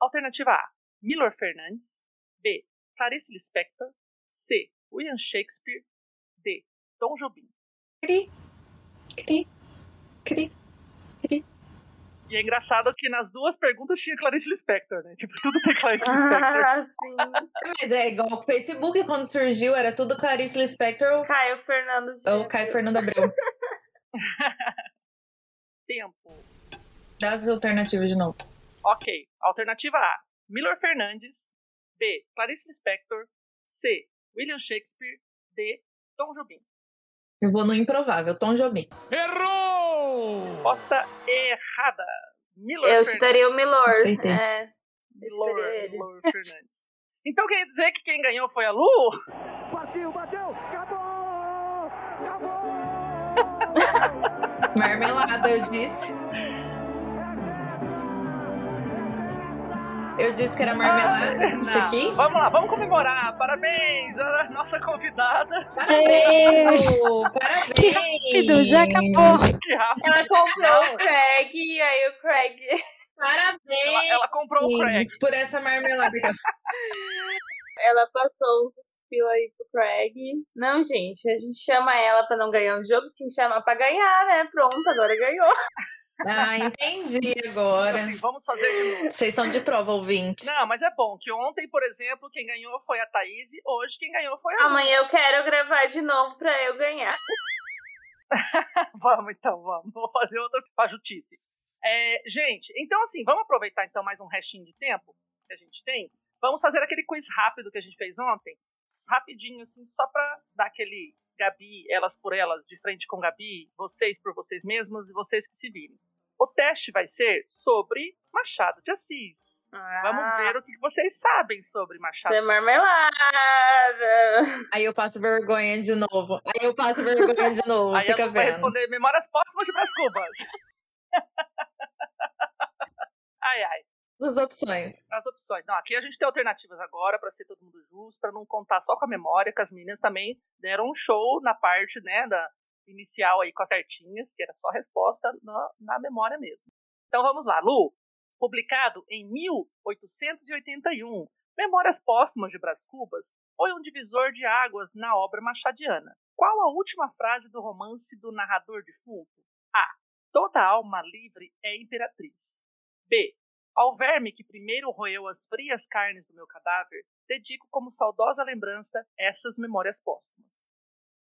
[SPEAKER 4] Alternativa A: Milor Fernandes. B: Clarice Lispector. C: William Shakespeare. D: Dom Jobim.
[SPEAKER 3] Cri, cri, cri.
[SPEAKER 4] E é engraçado que nas duas perguntas tinha Clarice Lispector, né? Tipo, tudo tem
[SPEAKER 3] <laughs>
[SPEAKER 4] Clarice Lispector.
[SPEAKER 2] Ah, sim.
[SPEAKER 3] Mas é igual o Facebook, quando surgiu, era tudo Clarice Lispector ou-
[SPEAKER 2] Caio Fernando de
[SPEAKER 3] ou Caio Fernando Abreu.
[SPEAKER 4] Tempo.
[SPEAKER 3] Dá as alternativas de novo.
[SPEAKER 4] Ok. Alternativa A: Milor Fernandes. B: Clarice Lispector. C: William Shakespeare. D: Dom Jobim.
[SPEAKER 3] Eu vou no improvável, Tom Jobim.
[SPEAKER 10] Errou!
[SPEAKER 4] Resposta errada. Milor
[SPEAKER 2] Eu
[SPEAKER 4] Fernandes.
[SPEAKER 2] chutaria o Milord.
[SPEAKER 3] Suspeitei.
[SPEAKER 2] É. Eu
[SPEAKER 4] Lord,
[SPEAKER 2] chutaria ele.
[SPEAKER 4] Lord Fernandes. Então quer dizer que quem ganhou foi a Lu?
[SPEAKER 10] Partiu, bateu, acabou!
[SPEAKER 3] Marmelada, eu disse. Eu disse que era
[SPEAKER 8] Ah,
[SPEAKER 3] marmelada. isso
[SPEAKER 4] Não.
[SPEAKER 3] aqui?
[SPEAKER 4] Vamos lá, vamos comemorar. Parabéns à nossa convidada.
[SPEAKER 3] Parabéns! Lu,
[SPEAKER 8] <laughs>
[SPEAKER 3] Parabéns!
[SPEAKER 8] Rápido, já acabou.
[SPEAKER 4] Que é rápido.
[SPEAKER 2] Ela comprou o Craig e aí o Craig.
[SPEAKER 4] Ela,
[SPEAKER 3] Parabéns!
[SPEAKER 4] ela comprou o Craig.
[SPEAKER 3] Por essa marmelada que eu
[SPEAKER 2] Ela passou tá uns pila aí pro Craig. Não, gente, a gente chama ela pra não ganhar um jogo, tinha que chamar pra ganhar, né? Pronto, agora ganhou.
[SPEAKER 3] Ah, entendi agora.
[SPEAKER 4] Assim, vamos fazer de novo.
[SPEAKER 3] Vocês estão de prova, ouvintes.
[SPEAKER 4] Não, mas é bom que ontem, por exemplo, quem ganhou foi a Thaís. e Hoje, quem ganhou foi a Lu.
[SPEAKER 2] <laughs> Amanhã eu quero gravar de novo pra eu ganhar.
[SPEAKER 4] <laughs> Vamos então, vamos. Vou fazer outra pra jutice. É, gente, então assim, vamos aproveitar então mais um restinho de tempo que a gente tem. Vamos fazer aquele quiz rápido que a gente fez ontem. Rapidinho, assim, só pra dar aquele Gabi, elas por elas, de frente com Gabi, vocês por vocês mesmas e vocês que se virem. O teste vai ser sobre Machado de Assis. Vamos
[SPEAKER 3] Ah.
[SPEAKER 4] ver tá. o que vocês sabem sobre Machado
[SPEAKER 2] Ah, Você é
[SPEAKER 4] de Assis.
[SPEAKER 2] marmelada.
[SPEAKER 3] Aí eu passo vergonha de novo. Aí eu passo vergonha de novo.
[SPEAKER 4] Aí
[SPEAKER 3] Fica
[SPEAKER 4] ela vai
[SPEAKER 3] vendo.
[SPEAKER 4] responder memórias póstumas de Brás Cubas. <laughs> ai, ai.
[SPEAKER 3] Duas opções.
[SPEAKER 4] As opções. Não, aqui a gente tem alternativas agora para ser todo mundo justo, para não contar só com a memória, que as meninas também deram um show na parte, né, da inicial aí com as certinhas, que era só resposta na, na memória mesmo. Então vamos lá, Lu. Publicado em 1881, Memórias Póstumas de Brás Cubas foi um divisor de águas na obra machadiana. Qual a última frase do romance do narrador defunto? A. Toda alma livre é imperatriz. B. Ao verme que primeiro roeu as frias carnes do meu cadáver, dedico como saudosa lembrança essas memórias póstumas.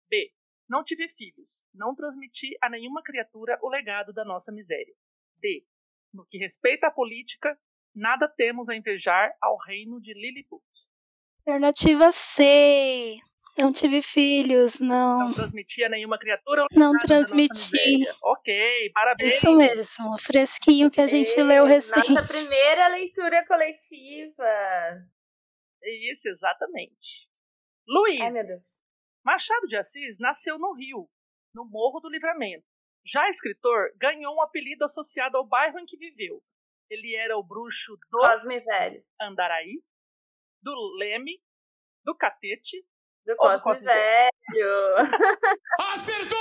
[SPEAKER 4] B. Não tive filhos, não transmiti a nenhuma criatura o legado da nossa miséria. D. No que respeita à política, nada temos a invejar ao reino de Lilliput.
[SPEAKER 8] Alternativa C. Não tive filhos,
[SPEAKER 4] Não
[SPEAKER 8] não.
[SPEAKER 4] transmiti a nenhuma criatura o
[SPEAKER 8] Não
[SPEAKER 4] legado da nossa
[SPEAKER 8] transmiti.
[SPEAKER 4] miséria. Ok, parabéns.
[SPEAKER 8] Isso mesmo, fresquinho que a gente leu
[SPEAKER 2] Nossa
[SPEAKER 8] recente.
[SPEAKER 2] primeira leitura coletiva.
[SPEAKER 4] Isso, exatamente. Luiz,
[SPEAKER 2] Ai, meu Deus.
[SPEAKER 4] Machado de Assis nasceu no Rio, no Morro do Livramento. Já escritor, ganhou um apelido associado ao bairro em que viveu. Ele era o bruxo do
[SPEAKER 2] Cosme Velho.
[SPEAKER 4] Andaraí, do Leme, do Catete.
[SPEAKER 2] Do
[SPEAKER 4] Ou
[SPEAKER 2] Cosme,
[SPEAKER 4] do Cosme
[SPEAKER 2] Velho.
[SPEAKER 10] Acertou!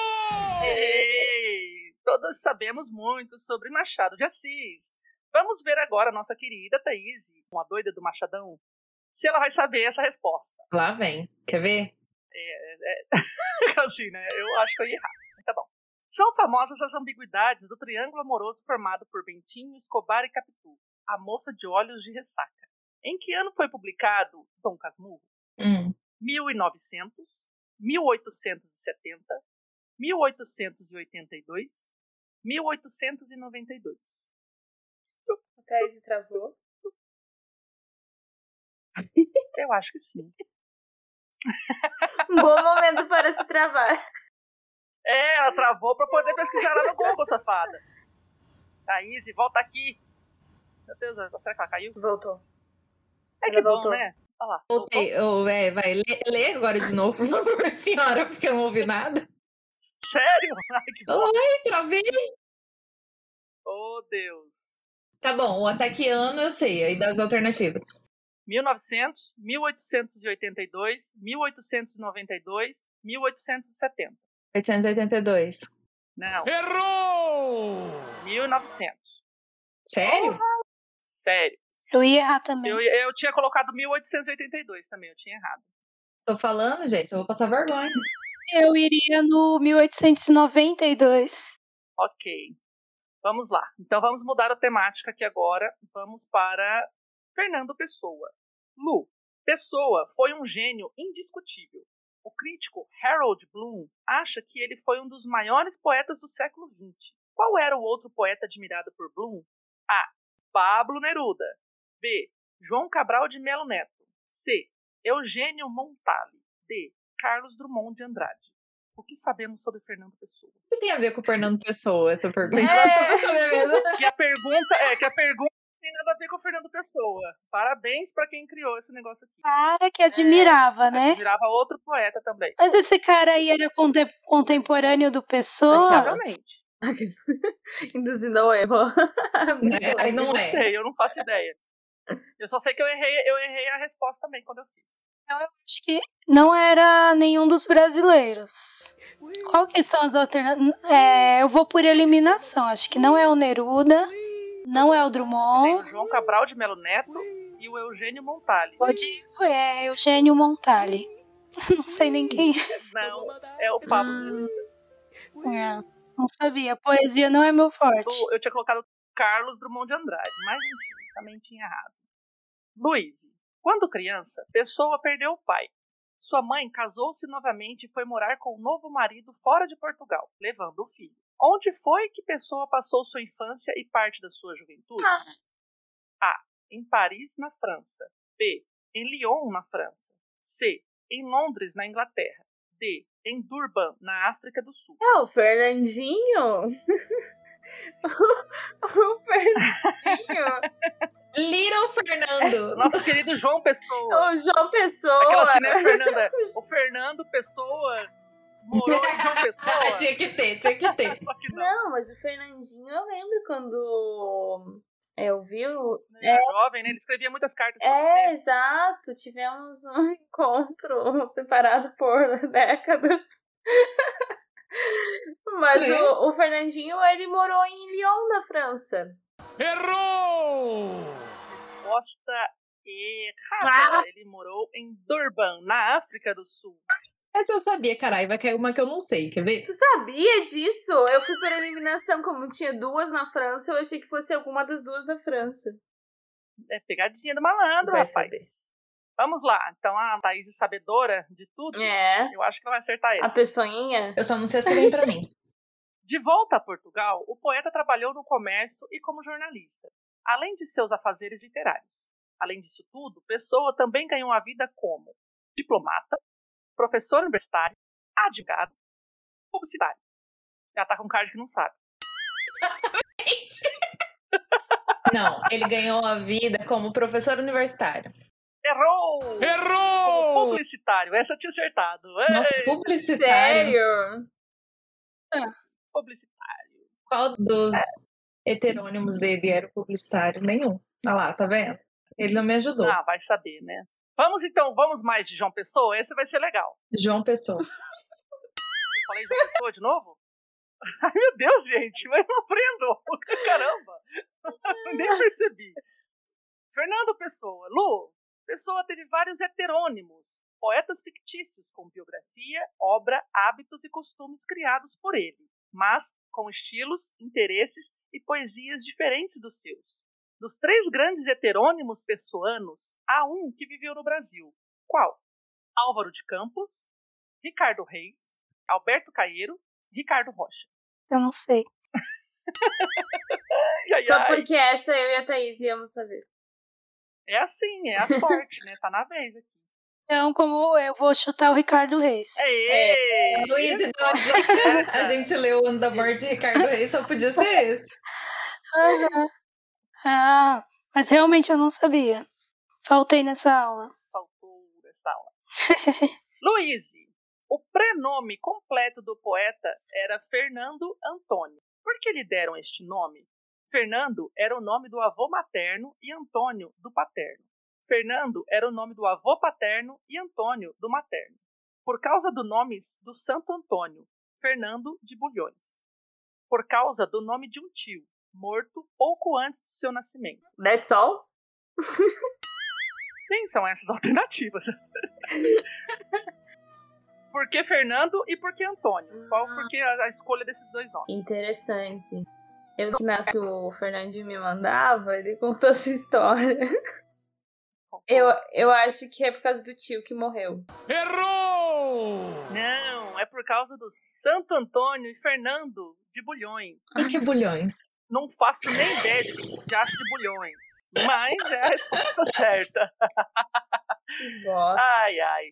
[SPEAKER 4] Ei, todas sabemos muito sobre Machado de Assis. Vamos ver agora a nossa querida Thaís, uma doida do Machadão, se ela vai saber essa resposta.
[SPEAKER 3] Lá vem. Quer ver?
[SPEAKER 4] <laughs> assim, né? Eu acho que eu ia errar. Mas Tá bom. São famosas as ambiguidades do triângulo amoroso formado por Bentinho, Escobar e Capitu, a moça de olhos de ressaca. Em que ano foi publicado Dom Casmurro?
[SPEAKER 3] Hum.
[SPEAKER 4] 1900, 1870, 1882, 1892.
[SPEAKER 2] O Thaís travou.
[SPEAKER 4] Eu acho que sim.
[SPEAKER 2] Um bom momento para se travar.
[SPEAKER 4] É, ela travou pra poder pesquisar lá no Google, safada. Thaís, volta aqui. Meu Deus, será que ela caiu?
[SPEAKER 2] Voltou.
[SPEAKER 4] É
[SPEAKER 2] Ela
[SPEAKER 4] que bom,
[SPEAKER 2] voltou.
[SPEAKER 4] né? Olha lá.
[SPEAKER 3] Voltei. Ô, é, vai. Lê, lê agora de novo, por favor, <laughs> senhora, porque eu não ouvi <laughs> nada.
[SPEAKER 4] Sério? <laughs> Ai, que bom.
[SPEAKER 3] Ai, travei.
[SPEAKER 4] Oh, Deus.
[SPEAKER 3] Tá bom, o ataquiano eu sei, aí das alternativas.
[SPEAKER 4] 1900, 1882, 1892, 1870.
[SPEAKER 3] 882.
[SPEAKER 4] Não,
[SPEAKER 10] Errou!
[SPEAKER 4] 1900.
[SPEAKER 3] Sério?
[SPEAKER 4] Sério.
[SPEAKER 8] Eu ia errar também.
[SPEAKER 4] Eu, eu tinha colocado 1882 também, eu tinha errado.
[SPEAKER 3] Tô falando, gente, eu vou passar vergonha.
[SPEAKER 8] Eu iria no 1892.
[SPEAKER 4] Ok. Vamos lá. Então vamos mudar a temática aqui agora. Vamos para Fernando Pessoa. Lu, Pessoa foi um gênio indiscutível. O crítico Harold Bloom acha que ele foi um dos maiores poetas do século XX. Qual era o outro poeta admirado por Bloom? A. Pablo Neruda. B. João Cabral de Melo Neto. C. Eugênio Montale. D. Carlos Drummond de Andrade. O que sabemos sobre Fernando Pessoa?
[SPEAKER 3] O que tem a ver com o Fernando Pessoa, essa pergunta?
[SPEAKER 2] É.
[SPEAKER 3] Só pra saber <laughs> mesmo.
[SPEAKER 4] que a pergunta é que a pergunta não tem nada a ver com o Fernando Pessoa. Parabéns pra quem criou esse negócio aqui.
[SPEAKER 8] Cara que admirava, Ah, né?
[SPEAKER 4] Virava outro poeta também.
[SPEAKER 8] Mas esse cara aí era contem- contemporâneo do
[SPEAKER 4] é
[SPEAKER 8] Pessoa?
[SPEAKER 4] Provavelmente.
[SPEAKER 2] Induzindo ao erro.
[SPEAKER 3] Né? Aí não
[SPEAKER 4] Não
[SPEAKER 3] é.
[SPEAKER 4] sei, eu não faço ideia. Eu só sei que eu errei, eu errei a resposta também quando eu fiz.
[SPEAKER 8] Acho que não era nenhum dos brasileiros. Qual que são as alternativas? É, eu vou por eliminação. Acho que não é o Neruda, não é o
[SPEAKER 4] Tem o
[SPEAKER 8] Drummond.
[SPEAKER 4] João Cabral de Melo Neto e o Eugênio Montali.
[SPEAKER 8] Pode ir, é Eugênio Montali. <laughs> Não sei nem quem é.
[SPEAKER 4] Não, é o Pablo.
[SPEAKER 8] É, Não sabia. Poesia não é meu forte.
[SPEAKER 4] Tipo, Eu, eu tinha colocado Carlos Drummond de Andrade, mas enfim, também tinha errado. Luiz, quando criança, Pessoa perdeu o pai. Sua mãe casou-se novamente e foi morar com um novo marido fora de Portugal, levando o filho. Onde foi que Pessoa passou sua infância e parte da sua juventude? A. Em Paris, na França. B. Em Lyon, na França. C. Em Londres, na Inglaterra. D. Em Durban, na África do Sul.
[SPEAKER 2] É o Fernandinho. <laughs> o Fernandinho.
[SPEAKER 3] Little
[SPEAKER 4] <laughs>
[SPEAKER 3] Fernando.
[SPEAKER 4] Nosso querido João Pessoa.
[SPEAKER 2] o João Pessoa.
[SPEAKER 4] Aquela assim, né, Fernanda? O Fernando Pessoa morou em João Pessoa.
[SPEAKER 3] <laughs> Ah, tinha que ter, tinha que ter.
[SPEAKER 4] Só que não.
[SPEAKER 2] Não, mas o Fernandinho eu lembro quando é, eu vi o.
[SPEAKER 4] Ele era jovem, né? Ele escrevia muitas cartas pra
[SPEAKER 2] É,
[SPEAKER 4] você.
[SPEAKER 2] exato. Tivemos um <laughs> encontro separado por décadas. <laughs> Mas
[SPEAKER 3] É.
[SPEAKER 2] o, o Fernandinho, ele morou em Lyon, na França.
[SPEAKER 10] Errou!
[SPEAKER 4] Resposta errada. Ele morou em Durban, na África do Sul.
[SPEAKER 3] Essa eu sabia, caralho. Vai cair uma que eu não sei, quer ver?
[SPEAKER 2] Tu sabia disso? Eu fui por eliminação, como tinha duas na França, eu achei que fosse alguma das duas da França.
[SPEAKER 4] É pegadinha do malandro,
[SPEAKER 2] Vai
[SPEAKER 4] rapaz. Vamos lá. Então a Thaís, sabedora de tudo,
[SPEAKER 2] É.
[SPEAKER 4] eu acho que ela vai acertar
[SPEAKER 2] A
[SPEAKER 4] essa.
[SPEAKER 2] pessoinha?
[SPEAKER 3] Eu só não sei se vem pra mim.
[SPEAKER 4] De volta a Portugal, o poeta trabalhou no comércio e como jornalista, além de seus afazeres literários. Além disso tudo, Pessoa também ganhou a vida como diplomata, professor universitário, advogado, publicitário. Já tá com cara de que não sabe.
[SPEAKER 3] Não, ele ganhou a vida como professor universitário.
[SPEAKER 4] Errou! Como
[SPEAKER 10] Errou!
[SPEAKER 4] publicitário, essa eu tinha acertado. é.
[SPEAKER 3] Nossa,
[SPEAKER 4] Ei,
[SPEAKER 3] publicitário.
[SPEAKER 2] Sério?
[SPEAKER 4] publicitário.
[SPEAKER 3] Qual dos heterônimos dele era o publicitário? Nenhum. Olha lá, tá vendo? Ele não me ajudou.
[SPEAKER 4] Ah, vai saber, né? Vamos então, vamos mais de João Pessoa? Esse vai ser legal.
[SPEAKER 3] João Pessoa.
[SPEAKER 4] Eu falei João Pessoa de novo? <laughs> Ai, meu Deus, gente, mas não aprendo. <laughs> Caramba, nem percebi. Fernando Pessoa. Lu, Pessoa teve vários heterônimos, poetas fictícios com biografia, obra, hábitos e costumes criados por ele, mas com estilos, interesses e poesias diferentes dos seus. Dos três grandes heterônimos pessoanos, há um que viveu no Brasil. Qual? Álvaro de Campos, Ricardo Reis Alberto Caeiro, Ricardo Rocha.
[SPEAKER 8] Eu não sei.
[SPEAKER 4] Ai, ai,
[SPEAKER 2] Só
[SPEAKER 4] ai.
[SPEAKER 2] porque essa eu e a Thaís íamos saber.
[SPEAKER 4] É assim, é a sorte, né? Tá na vez aqui.
[SPEAKER 8] Então, como eu vou chutar o Ricardo Reis.
[SPEAKER 4] É. Aê!
[SPEAKER 3] Luiz,
[SPEAKER 4] Isso.
[SPEAKER 3] então a
[SPEAKER 4] <laughs>
[SPEAKER 3] gente- a gente leu o ano da morte de Ricardo Reis, só podia
[SPEAKER 4] É.
[SPEAKER 3] ser esse.
[SPEAKER 8] Aham. Ah, mas realmente eu não sabia. Faltei nessa aula.
[SPEAKER 4] Faltou essa <laughs> aula. Luiz, tá o prenome completo do poeta era Fernando Antônio. Por que lhe deram este nome? Fernando era o nome do avô materno e Antônio do paterno. Fernando era o nome do avô paterno e Antônio do materno. Por causa do nome do Santo Antônio, Fernando de Bulhões. Por causa do nome de um tio, morto pouco antes do seu nascimento.
[SPEAKER 2] That's all?
[SPEAKER 4] Sim, são essas <laughs> alternativas. por que Fernando e por que Antônio? Qual por que a, a escolha desses dois nomes?
[SPEAKER 2] Interessante. Eu que nasci que o Fernandinho me mandava, ele contou essa história. Eu, eu acho que é por causa do tio que morreu.
[SPEAKER 10] Errou!
[SPEAKER 4] Não, é por causa do Santo Antônio e Fernando de Bulhões.
[SPEAKER 3] Quem que é Bulhões?
[SPEAKER 4] Não faço nem ideia de que se acha de Bulhões, mas é a resposta <laughs> certa.
[SPEAKER 2] Que bosta.
[SPEAKER 4] Ai, ai.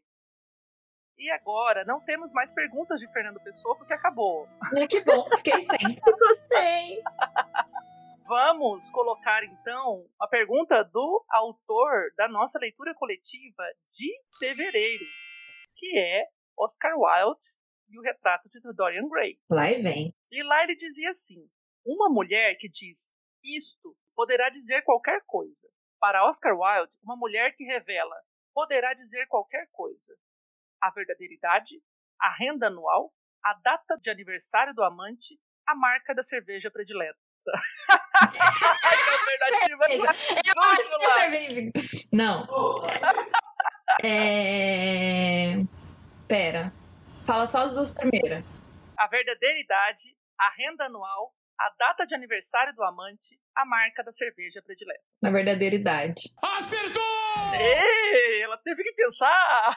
[SPEAKER 4] E agora, não temos mais perguntas de Fernando Pessoa porque acabou.
[SPEAKER 3] Ah, Que bom, fiquei sem.
[SPEAKER 2] Eu gostei.
[SPEAKER 4] Vamos colocar então a pergunta do autor da nossa leitura coletiva de fevereiro, que é Oscar Wilde e o retrato de Dorian Gray.
[SPEAKER 3] Lá e vem.
[SPEAKER 4] E lá ele dizia assim: Uma mulher que diz isto poderá dizer qualquer coisa. Para Oscar Wilde, uma mulher que revela poderá dizer qualquer coisa: a verdadeiridade, a renda anual, a data de aniversário do amante, a marca da cerveja predileta. <laughs> É alternativa
[SPEAKER 3] Cerveja. Eu acho que é cerveja. Não. É... Pera. Fala só as duas primeiras.
[SPEAKER 4] a verdadeiridade, a renda anual, a data de aniversário do amante, a marca da cerveja predileta.
[SPEAKER 3] Na verdadeiridade.
[SPEAKER 10] Acertou!
[SPEAKER 4] Ei, ela teve que pensar.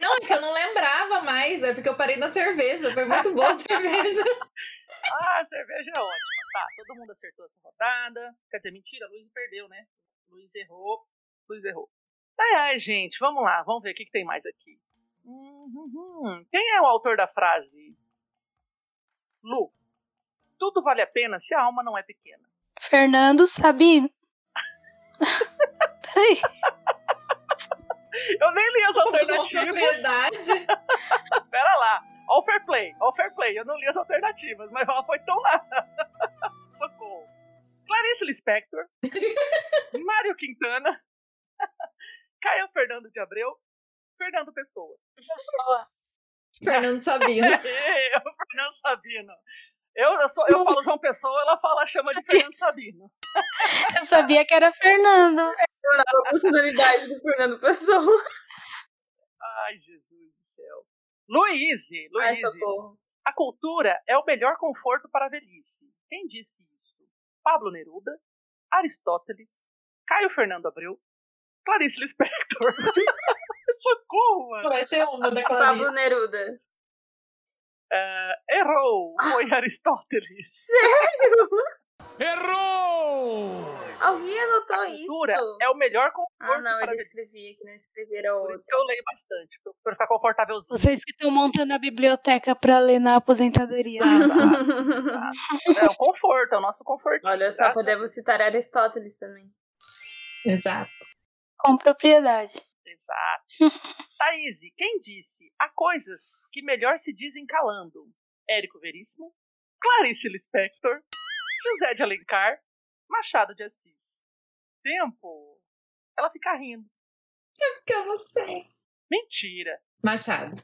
[SPEAKER 3] Não, é que eu não lembrava mais. É porque eu parei na cerveja. Foi muito boa a cerveja.
[SPEAKER 4] Ah, a cerveja é ótima. Tá, todo mundo acertou essa rodada. Quer dizer, mentira, a Luiz perdeu, né? Luiz errou. Luiz errou. Ai, ai, gente, vamos lá, vamos ver o que, que tem mais aqui. Hum, hum, hum. Quem é o autor da frase? Lu, tudo vale a pena se a alma não é pequena.
[SPEAKER 8] Fernando Sabino. <laughs> Peraí.
[SPEAKER 4] Eu nem li as alternativas.
[SPEAKER 7] <laughs>
[SPEAKER 3] Verdade.
[SPEAKER 4] Pera lá. Ó o fair play, ó o fair play. Eu não li as alternativas, mas ela foi tão lá. <laughs> Socorro. Clarice
[SPEAKER 2] <laughs>
[SPEAKER 4] Lispector. Mário Quintana. <laughs> Caio Fernando de Abreu. Fernando Pessoa.
[SPEAKER 8] Pessoa.
[SPEAKER 7] <laughs>
[SPEAKER 3] Fernando Sabino.
[SPEAKER 4] Ê, <laughs> o Fernando Sabino. Eu, eu, sou, eu falo João Pessoa, ela fala, chama de Fernando Sabino.
[SPEAKER 8] Eu sabia que era Fernando.
[SPEAKER 2] A personalidade do Fernando <laughs> Pessoa.
[SPEAKER 4] Ai, Jesus do céu. Luiz,
[SPEAKER 2] Ai,
[SPEAKER 4] Luiz,
[SPEAKER 2] socorro.
[SPEAKER 4] A cultura é o melhor conforto para a velhice. Quem disse isso? Pablo Neruda, Aristóteles, Caio Fernando Abreu,
[SPEAKER 2] <laughs>
[SPEAKER 4] Clarice Lispector. Socorro, mano.
[SPEAKER 3] Vai
[SPEAKER 7] um,
[SPEAKER 3] ter uma da Clarice.
[SPEAKER 2] Pablo Neruda.
[SPEAKER 4] É, Errou.
[SPEAKER 2] Ah. <laughs>
[SPEAKER 4] Foi Aristóteles.
[SPEAKER 10] Errou!
[SPEAKER 2] Alguém anotou
[SPEAKER 4] A cultura
[SPEAKER 2] isso?
[SPEAKER 4] é o melhor conforto
[SPEAKER 2] Ah, não,
[SPEAKER 4] para a
[SPEAKER 2] eles
[SPEAKER 4] velhice.
[SPEAKER 2] escreviam aqui, não escreveram
[SPEAKER 4] Por
[SPEAKER 2] outro.
[SPEAKER 4] isso que eu leio bastante, pra- pra ficar confortávelzinho.
[SPEAKER 8] Vocês que estão montando a biblioteca pra ler na aposentadoria.
[SPEAKER 3] Exato.
[SPEAKER 4] É o conforto, é o nosso
[SPEAKER 2] <laughs>
[SPEAKER 4] conforto.
[SPEAKER 2] Olha só, podemos citar Aristóteles também.
[SPEAKER 3] Exato.
[SPEAKER 8] <laughs> Com propriedade.
[SPEAKER 4] Exato. Thaís, quem disse? Há coisas que melhor se dizem calando. Érico Veríssimo, Clarice Lispector, José de Alencar, Machado de Assis. Tempo. Ela fica rindo.
[SPEAKER 3] Porque eu não sei.
[SPEAKER 4] Mentira.
[SPEAKER 3] Machado.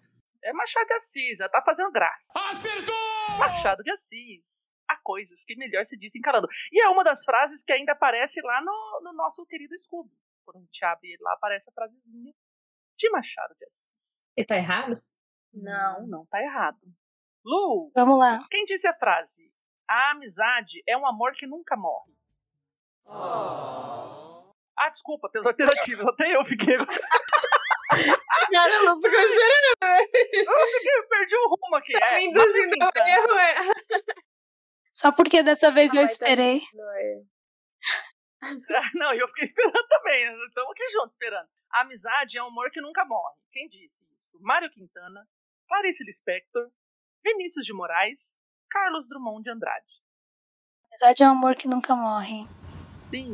[SPEAKER 4] É Machado de Assis, ela tá fazendo graça.
[SPEAKER 10] Acertou!
[SPEAKER 4] Machado de Assis. Há coisas que melhor se dizem calando. E é uma das frases que ainda aparece lá no, no nosso querido Scooby. Quando a gente abre ele lá, aparece a frasezinha de Machado de Assis.
[SPEAKER 3] E tá errado?
[SPEAKER 4] Não, não tá errado. Lu,
[SPEAKER 8] Vamos lá.
[SPEAKER 4] quem disse a frase? A amizade é um amor que nunca morre. Ah, desculpa, pelas alternativas. Até <laughs> eu fiquei. Eu
[SPEAKER 2] Caramba, porque você
[SPEAKER 4] fiquei- eu perdi o rumo aqui.
[SPEAKER 2] tá
[SPEAKER 4] É,
[SPEAKER 2] me induzindo
[SPEAKER 4] Mário
[SPEAKER 2] ao
[SPEAKER 4] Quintana.
[SPEAKER 2] erro. é.
[SPEAKER 8] Só porque dessa vez eu esperei.
[SPEAKER 2] é?
[SPEAKER 4] <laughs> Não, eu fiquei esperando também. né? Estamos aqui juntos esperando. A amizade é um amor que nunca morre. Quem disse isso? Mário Quintana, Clarice Lispector, Vinícius de Moraes, Carlos Drummond de Andrade.
[SPEAKER 8] Amizade é um amor que nunca morre.
[SPEAKER 4] Sim.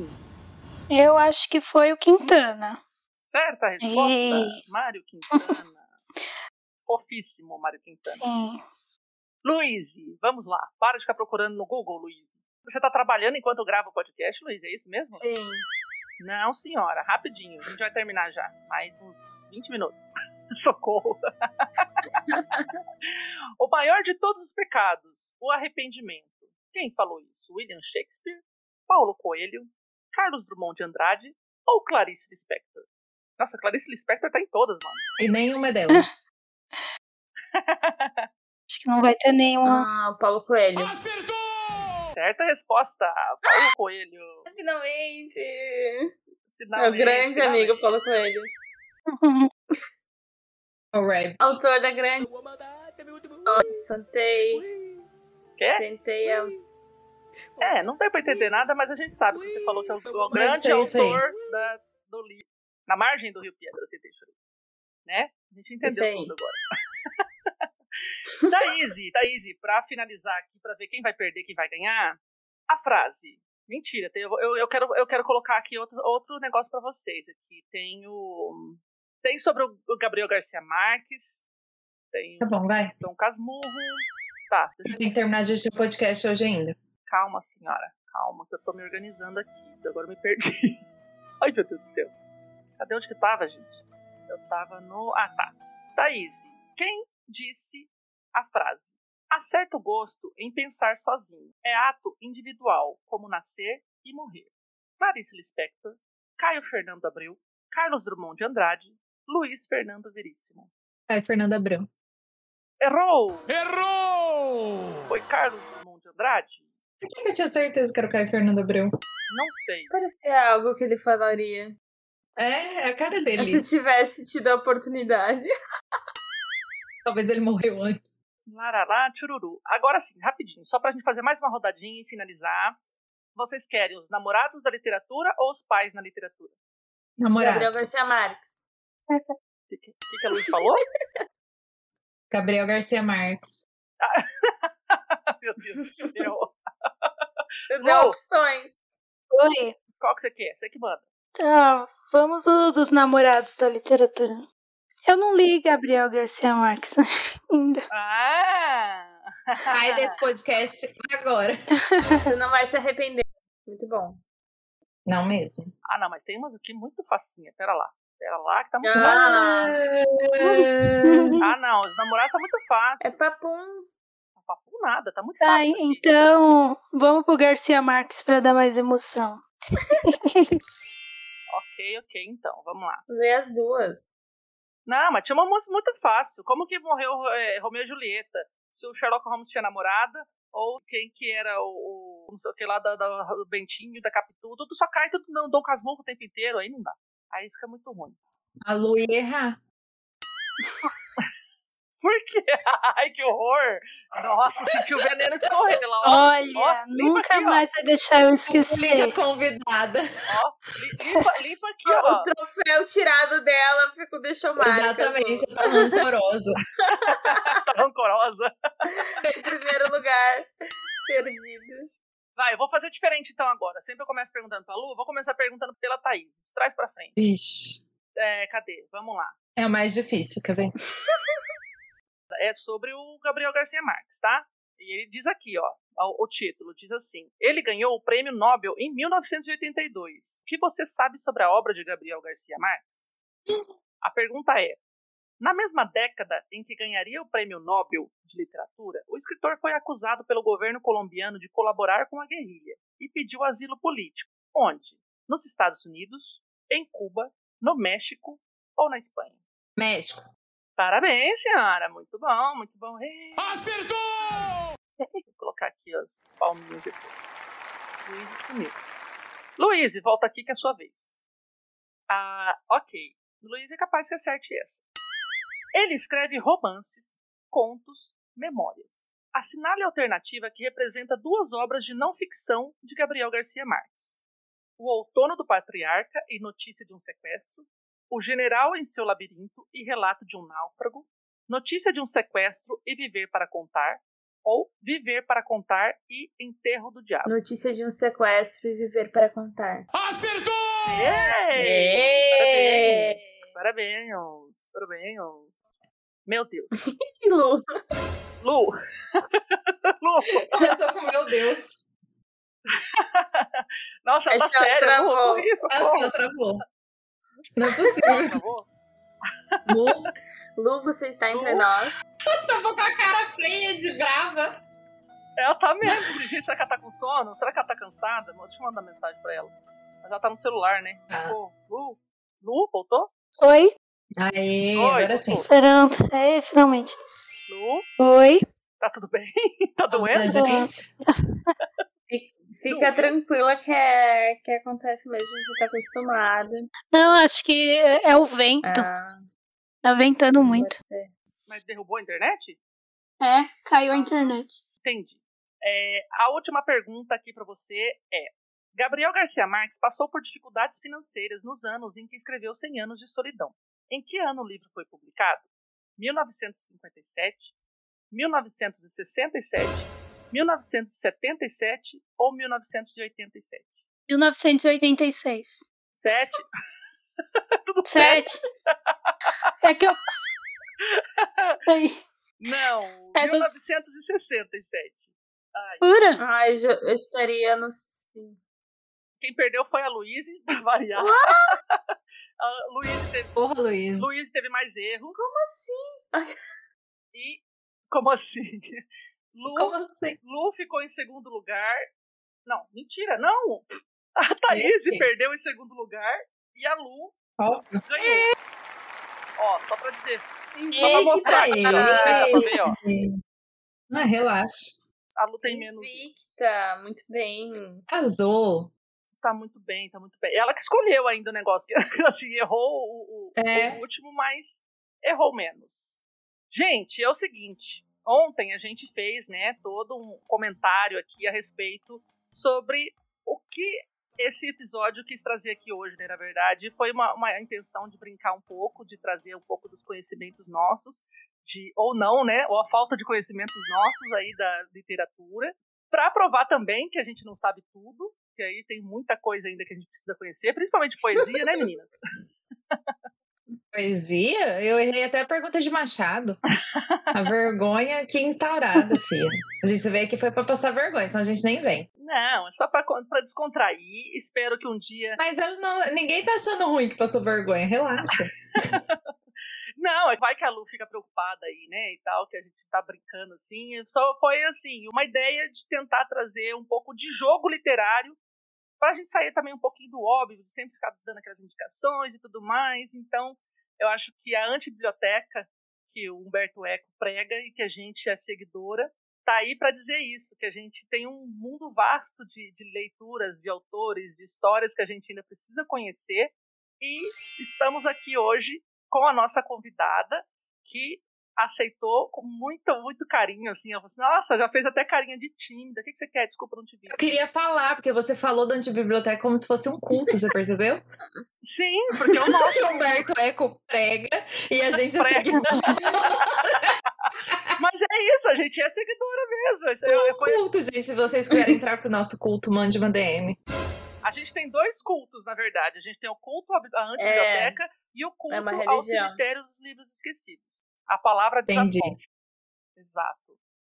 [SPEAKER 8] Eu acho que foi o Quintana.
[SPEAKER 4] Certa resposta,
[SPEAKER 8] Ei.
[SPEAKER 4] Mário Quintana. Fofíssimo, Mário Quintana.
[SPEAKER 8] Sim.
[SPEAKER 4] Luiz, vamos lá. Para de ficar procurando no Google, Luiz. Você tá trabalhando enquanto grava o podcast, Luiz? É isso mesmo?
[SPEAKER 2] Sim.
[SPEAKER 4] Não, senhora. Rapidinho. A gente vai terminar já. Mais uns 20 minutos. <laughs> Socorro. <laughs> o maior de todos os pecados, o arrependimento. Quem falou isso? William Shakespeare? Paulo Coelho? Carlos Drummond de Andrade? Ou Clarice Lispector? Nossa, Clarice Lispector tá em todas, mano.
[SPEAKER 3] E nenhuma é dela.
[SPEAKER 7] <laughs>
[SPEAKER 8] Acho que não vai ter nenhuma.
[SPEAKER 2] Ah, Paulo Coelho.
[SPEAKER 10] Acertou!
[SPEAKER 4] Certa resposta, Paulo Coelho.
[SPEAKER 2] Finalmente! Meu
[SPEAKER 4] Finalmente,
[SPEAKER 2] É grande
[SPEAKER 4] finalmente.
[SPEAKER 2] amigo Paulo Coelho.
[SPEAKER 8] Ah. <laughs>
[SPEAKER 3] O Rabbit.
[SPEAKER 2] Autor da grande. Olha, Sentei,
[SPEAKER 4] Quê?
[SPEAKER 2] sentei um- a.
[SPEAKER 4] É, não deu pra entender nada, mas a gente sabe que você falou que é o, o
[SPEAKER 3] Deve
[SPEAKER 4] grande
[SPEAKER 3] ser isso
[SPEAKER 4] autor da, do livro. Na margem do Rio Piedra, você deixou. Né? A
[SPEAKER 2] Isso
[SPEAKER 4] gente entendeu
[SPEAKER 2] aí.
[SPEAKER 4] tudo agora. <laughs> Thaís, Thaís, pra finalizar aqui, pra ver quem vai perder, quem vai ganhar, a frase. Mentira, tem- eu, vou- eu, eu quero, eu quero colocar aqui outro, outro negócio pra vocês. Aqui tem o. Tem sobre o o Gabriel Garcia Marques, tem
[SPEAKER 3] Tá
[SPEAKER 4] o
[SPEAKER 3] bom, vai.
[SPEAKER 4] Dom Casmurro. Tá, deixa eu
[SPEAKER 3] Eu tenho que terminar de assistir o podcast hoje ainda.
[SPEAKER 4] calma, senhora, calma, que eu tô me organizando aqui. Agora eu me perdi. <laughs> Ai, meu Deus do céu. Cadê onde que tava, gente? Eu tava no. Ah, tá. Thaís, quem disse a frase? Há certo gosto em pensar sozinho. É ato individual, como nascer e morrer. Clarice Lispector, Caio Fernando Abreu, Carlos Drummond de Andrade, Luiz Fernando Veríssimo.
[SPEAKER 7] Ai, Fernanda Abrão.
[SPEAKER 4] Errou!
[SPEAKER 10] Errou!
[SPEAKER 4] Foi Carlos Drummond de Andrade?
[SPEAKER 7] Por que que eu tinha certeza que era o Caio Fernando Abrão?
[SPEAKER 4] Não sei.
[SPEAKER 2] Parecia algo que ele falaria.
[SPEAKER 7] É, é a cara dele.
[SPEAKER 2] Se tivesse tido a oportunidade.
[SPEAKER 7] Talvez ele morreu antes.
[SPEAKER 4] Larará, tchururu. Agora sim, rapidinho, só pra gente fazer mais uma rodadinha e finalizar. Vocês querem os namorados da literatura ou os pais na literatura?
[SPEAKER 2] Gabriel
[SPEAKER 7] Namorado.
[SPEAKER 2] Garcia Marques.
[SPEAKER 4] O que, que, que a Luiz falou? <laughs>
[SPEAKER 7] Gabriel Garcia Marques.
[SPEAKER 4] Meu Deus do céu.
[SPEAKER 2] Eu dei
[SPEAKER 4] Não.
[SPEAKER 2] opções.
[SPEAKER 8] Oi.
[SPEAKER 4] Qual que você quer? Você que manda.
[SPEAKER 8] Tá, vamos o- dos namorados da literatura. Eu não li Gabriel Garcia Marques <laughs> ainda.
[SPEAKER 4] Ah!
[SPEAKER 7] Sai desse podcast agora.
[SPEAKER 2] Você não vai se arrepender. Muito bom.
[SPEAKER 7] Não mesmo.
[SPEAKER 4] Ah, não, mas tem umas aqui muito facinha. Pera lá. Pera lá, que tá muito fácil.
[SPEAKER 2] Ah,
[SPEAKER 4] Ah, não, os namorados tá muito fácil.
[SPEAKER 2] é papum.
[SPEAKER 4] Não papo nada, tá muito
[SPEAKER 8] Tá,
[SPEAKER 4] fácil. aqui.
[SPEAKER 8] então vamos pro Garcia Marques pra dar mais emoção.
[SPEAKER 4] Ok, ok, então, vamos lá.
[SPEAKER 2] Lê as duas.
[SPEAKER 4] Não, mas tinha uma moça muito fácil. Como que morreu é, Romeu e Julieta? Se o Sherlock Holmes tinha namorada, ou quem que era o, o não sei o que lá, da, da- do Bentinho, da Capitu, tudo só cai, tudo não, Dom Casmurro o tempo inteiro, aí não dá. Aí fica muito ruim. <laughs>
[SPEAKER 7] A Lu ia errar.
[SPEAKER 4] Por quê? Ai, que horror! Nossa, sentiu o veneno escorrer lá, ó.
[SPEAKER 8] Olha,
[SPEAKER 4] ó, limpa
[SPEAKER 8] nunca
[SPEAKER 4] aqui, ó.
[SPEAKER 8] mais vai deixar eu
[SPEAKER 7] Liga
[SPEAKER 8] esquecer.
[SPEAKER 7] convidada.
[SPEAKER 4] Limpa, limpa aqui,
[SPEAKER 2] O
[SPEAKER 4] ó.
[SPEAKER 2] troféu tirado dela ficou, deixou marca.
[SPEAKER 7] Exatamente, eu tô
[SPEAKER 3] <laughs>
[SPEAKER 7] rancorosa.
[SPEAKER 4] Tá rancorosa.
[SPEAKER 2] Em primeiro lugar. <laughs> Perdido.
[SPEAKER 4] Vai, eu vou fazer diferente então agora. Sempre eu começo perguntando pra Lu, vou começar perguntando pela Thaís. De trás pra frente.
[SPEAKER 7] Vixe.
[SPEAKER 4] É, cadê? Vamos lá.
[SPEAKER 7] É o mais difícil, quer ver?
[SPEAKER 4] é sobre o Gabriel Garcia Marques, tá? E ele diz aqui, ó, o, o título diz assim: Ele ganhou o Prêmio Nobel em 1982. O que você sabe sobre a obra de Gabriel Garcia Marques? A pergunta é: na mesma década em que ganharia o Prêmio Nobel de Literatura, o escritor foi acusado pelo governo colombiano de colaborar com a guerrilha e pediu asilo político. Onde? Nos Estados Unidos, em Cuba, no México ou na Espanha?
[SPEAKER 7] México.
[SPEAKER 4] Parabéns, senhora. Muito bom, muito bom. Ei,
[SPEAKER 10] Acertou!
[SPEAKER 4] Vou É, colocar aqui as palminhas depois. Luiz sumiu. Luiz, volta aqui que é a sua vez. Ah, ok. Luiz é capaz que acerte essa. Ele escreve romances, contos, memórias. Assinale a alternativa que representa duas obras de não ficção de Gabriel Garcia Marques: O Outono do Patriarca e Notícia de um Sequestro, O General em seu Labirinto e Relato de um Náufrago, Notícia de um Sequestro e Viver para Contar, ou Viver para Contar e Enterro do Diabo.
[SPEAKER 2] Notícia de um sequestro e viver para contar.
[SPEAKER 10] Acertou!
[SPEAKER 4] Ei! Parabéns! Parabéns! Parabéns! Meu Deus!
[SPEAKER 2] Que louco.
[SPEAKER 4] Lu! <laughs> Lu!
[SPEAKER 7] Começou com meu Deus.
[SPEAKER 4] Nossa, tá
[SPEAKER 2] Acho que
[SPEAKER 7] é
[SPEAKER 2] ela
[SPEAKER 4] séria, Lu,
[SPEAKER 2] travou.
[SPEAKER 4] sorri,
[SPEAKER 7] Acho que
[SPEAKER 4] socorro,
[SPEAKER 7] ela travou. Não é
[SPEAKER 4] por
[SPEAKER 7] <laughs> possível.
[SPEAKER 4] favor.
[SPEAKER 7] Lu
[SPEAKER 2] Lu, você está entre
[SPEAKER 4] Lu?
[SPEAKER 2] nós.
[SPEAKER 7] travou com a cara feia de brava.
[SPEAKER 4] Ela tá mesmo, gente, será que ela tá com sono? Será que ela tá cansada? Deixa eu mandar mensagem pra ela. Mas ela tá no celular, né?
[SPEAKER 7] Tá.
[SPEAKER 4] Pô, Lu? Lu, voltou?
[SPEAKER 8] Oi?
[SPEAKER 7] Aê,
[SPEAKER 4] Oi,
[SPEAKER 7] agora sim.
[SPEAKER 4] voltou.
[SPEAKER 8] Pronto. É, finalmente.
[SPEAKER 4] Lu,
[SPEAKER 8] Oi?
[SPEAKER 4] tá tudo bem? <laughs> Tá
[SPEAKER 7] Olá,
[SPEAKER 4] doendo?
[SPEAKER 7] gente.
[SPEAKER 2] Fica tranquila que, é, que acontece mesmo, a gente tá acostumado.
[SPEAKER 8] Não, acho que é é o vento.
[SPEAKER 4] Então.
[SPEAKER 2] Ah,
[SPEAKER 8] Tá ventando muito.
[SPEAKER 2] você.
[SPEAKER 4] Mas derrubou a internet?
[SPEAKER 8] É, caiu a internet.
[SPEAKER 4] Entendi. É, a última pergunta aqui pra você é: Gabriel Garcia Marques passou por dificuldades financeiras nos anos em que escreveu 100 Anos de Solidão. Em que ano o livro foi publicado? 1957, 1967, 1977 ou 1987?
[SPEAKER 8] 1986.
[SPEAKER 4] Sete? Tudo certo?
[SPEAKER 8] Sete. É
[SPEAKER 4] <laughs>
[SPEAKER 8] que eu. Ai,
[SPEAKER 4] Não,
[SPEAKER 8] Essas-
[SPEAKER 4] 1967.
[SPEAKER 8] Pura?
[SPEAKER 2] Ai, eu, eu estaria no.
[SPEAKER 4] Quem perdeu foi a Luíse, pra variar. <laughs> a Luíse teve...
[SPEAKER 3] Porra, Luíse.
[SPEAKER 4] Luíse teve mais
[SPEAKER 2] Hum.
[SPEAKER 4] erros.
[SPEAKER 2] Como assim?
[SPEAKER 4] E
[SPEAKER 2] <laughs>
[SPEAKER 4] como assim? Lu,
[SPEAKER 3] Como assim?
[SPEAKER 4] Lu ficou em segundo lugar. Não, mentira, não! <laughs> A Thaís
[SPEAKER 3] Sim.
[SPEAKER 4] perdeu em segundo lugar e a Lu
[SPEAKER 3] Óbvio.
[SPEAKER 4] ganhou. Ó, só pra dizer. Só pra
[SPEAKER 2] Eita,
[SPEAKER 4] mostrar. tá
[SPEAKER 3] aí.
[SPEAKER 4] Pra ver, ó.
[SPEAKER 3] Ah, relaxa.
[SPEAKER 4] A Lu tem menos.
[SPEAKER 2] Invicta, muito bem.
[SPEAKER 3] Casou.
[SPEAKER 4] Tá muito bem, tá muito bem. Ela que escolheu ainda o negócio, <laughs> que assim, errou o, o-
[SPEAKER 3] É.
[SPEAKER 4] o último, mas errou menos. Gente, é o seguinte. Ontem a gente fez, né, todo um comentário aqui a respeito sobre o que esse episódio quis trazer aqui hoje, né, na verdade, foi uma, uma intenção de brincar um pouco, de trazer um pouco dos conhecimentos nossos, de ou não, né, ou a falta de conhecimentos nossos aí da literatura, para provar também que a gente não sabe tudo, que aí tem muita coisa ainda que a gente precisa conhecer, principalmente poesia, né, meninas?
[SPEAKER 3] Poesia? Eu errei até a pergunta de Machado. A vergonha aqui instaurada, filha. A gente veio aqui foi pra passar vergonha, senão a gente nem vem.
[SPEAKER 4] Não, é só para descontrair. Espero que um dia
[SPEAKER 3] Mas eu não- ninguém tá achando ruim que passou vergonha, relaxa.
[SPEAKER 4] Não, é vai que a Lu fica preocupada aí, né? E tal, que a gente tá brincando assim. E Só foi assim, uma ideia de tentar trazer um pouco de jogo literário pra gente sair também um pouquinho do óbvio, de sempre ficar dando aquelas indicações e tudo mais. Então, eu acho que a antibiblioteca que o Humberto Eco prega e que a gente é seguidora, tá aí pra dizer isso, que a gente tem um mundo vasto de, de leituras, de autores, de histórias que a gente ainda precisa conhecer. E estamos aqui hoje com a nossa convidada, que aceitou com muito, muito carinho, assim. Ela falou assim, nossa, já fez até carinha de tímida. O que, que você quer? Desculpa, não te vi.
[SPEAKER 3] Eu queria falar, porque você falou da antibiblioteca como se fosse um culto, você percebeu?
[SPEAKER 4] Sim, porque eu não.
[SPEAKER 3] <laughs> Que Humberto Eco prega e a gente é
[SPEAKER 4] Prega.
[SPEAKER 3] seguidor.
[SPEAKER 4] Mas é isso, a gente é seguidora mesmo. Esse é- é coisa-
[SPEAKER 3] culto, gente. Se vocês querem entrar pro nosso culto, mande uma DM.
[SPEAKER 4] A gente tem dois cultos, na verdade. A gente tem o culto à bi- à antibiblioteca e o culto
[SPEAKER 2] É uma
[SPEAKER 4] ao
[SPEAKER 2] religião.
[SPEAKER 4] cemitério dos livros esquecidos. A palavra de
[SPEAKER 3] Entendi.
[SPEAKER 4] Safon. Exato.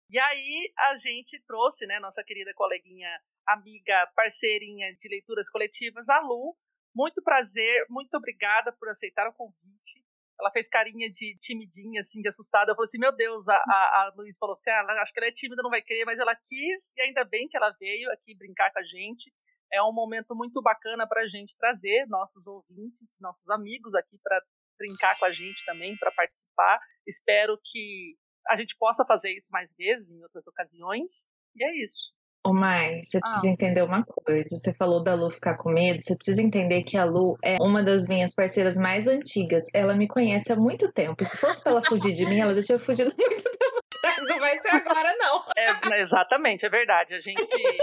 [SPEAKER 4] E aí a gente trouxe, né, nossa querida coleguinha, amiga, parceirinha de leituras coletivas, a Lu. Muito prazer, muito obrigada por aceitar o convite. Ela fez carinha de timidinha, assim, de assustada. Eu falei assim, meu Deus, a, a, a Luiz falou assim, ah, ela- acho que ela é tímida, não vai querer, mas ela quis, e ainda bem que ela veio aqui brincar com a gente. É um momento muito bacana para a gente trazer nossos ouvintes, nossos amigos aqui para brincar com a gente também, para participar. Espero que a gente possa fazer isso mais vezes, em outras ocasiões. E é isso.
[SPEAKER 3] Ô, Mai, você precisa
[SPEAKER 4] Ah.
[SPEAKER 3] entender uma coisa. Você falou da Lu ficar com medo. Você precisa entender que a Lu é uma das minhas parceiras mais antigas. Ela me conhece há muito tempo. Se fosse pra ela fugir de mim, ela já tinha fugido <laughs> há muito tempo. Não vai ser agora, não.
[SPEAKER 4] É, exatamente, é verdade. A
[SPEAKER 8] <laughs>
[SPEAKER 4] gente,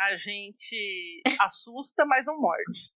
[SPEAKER 4] a gente assusta, mas não morde.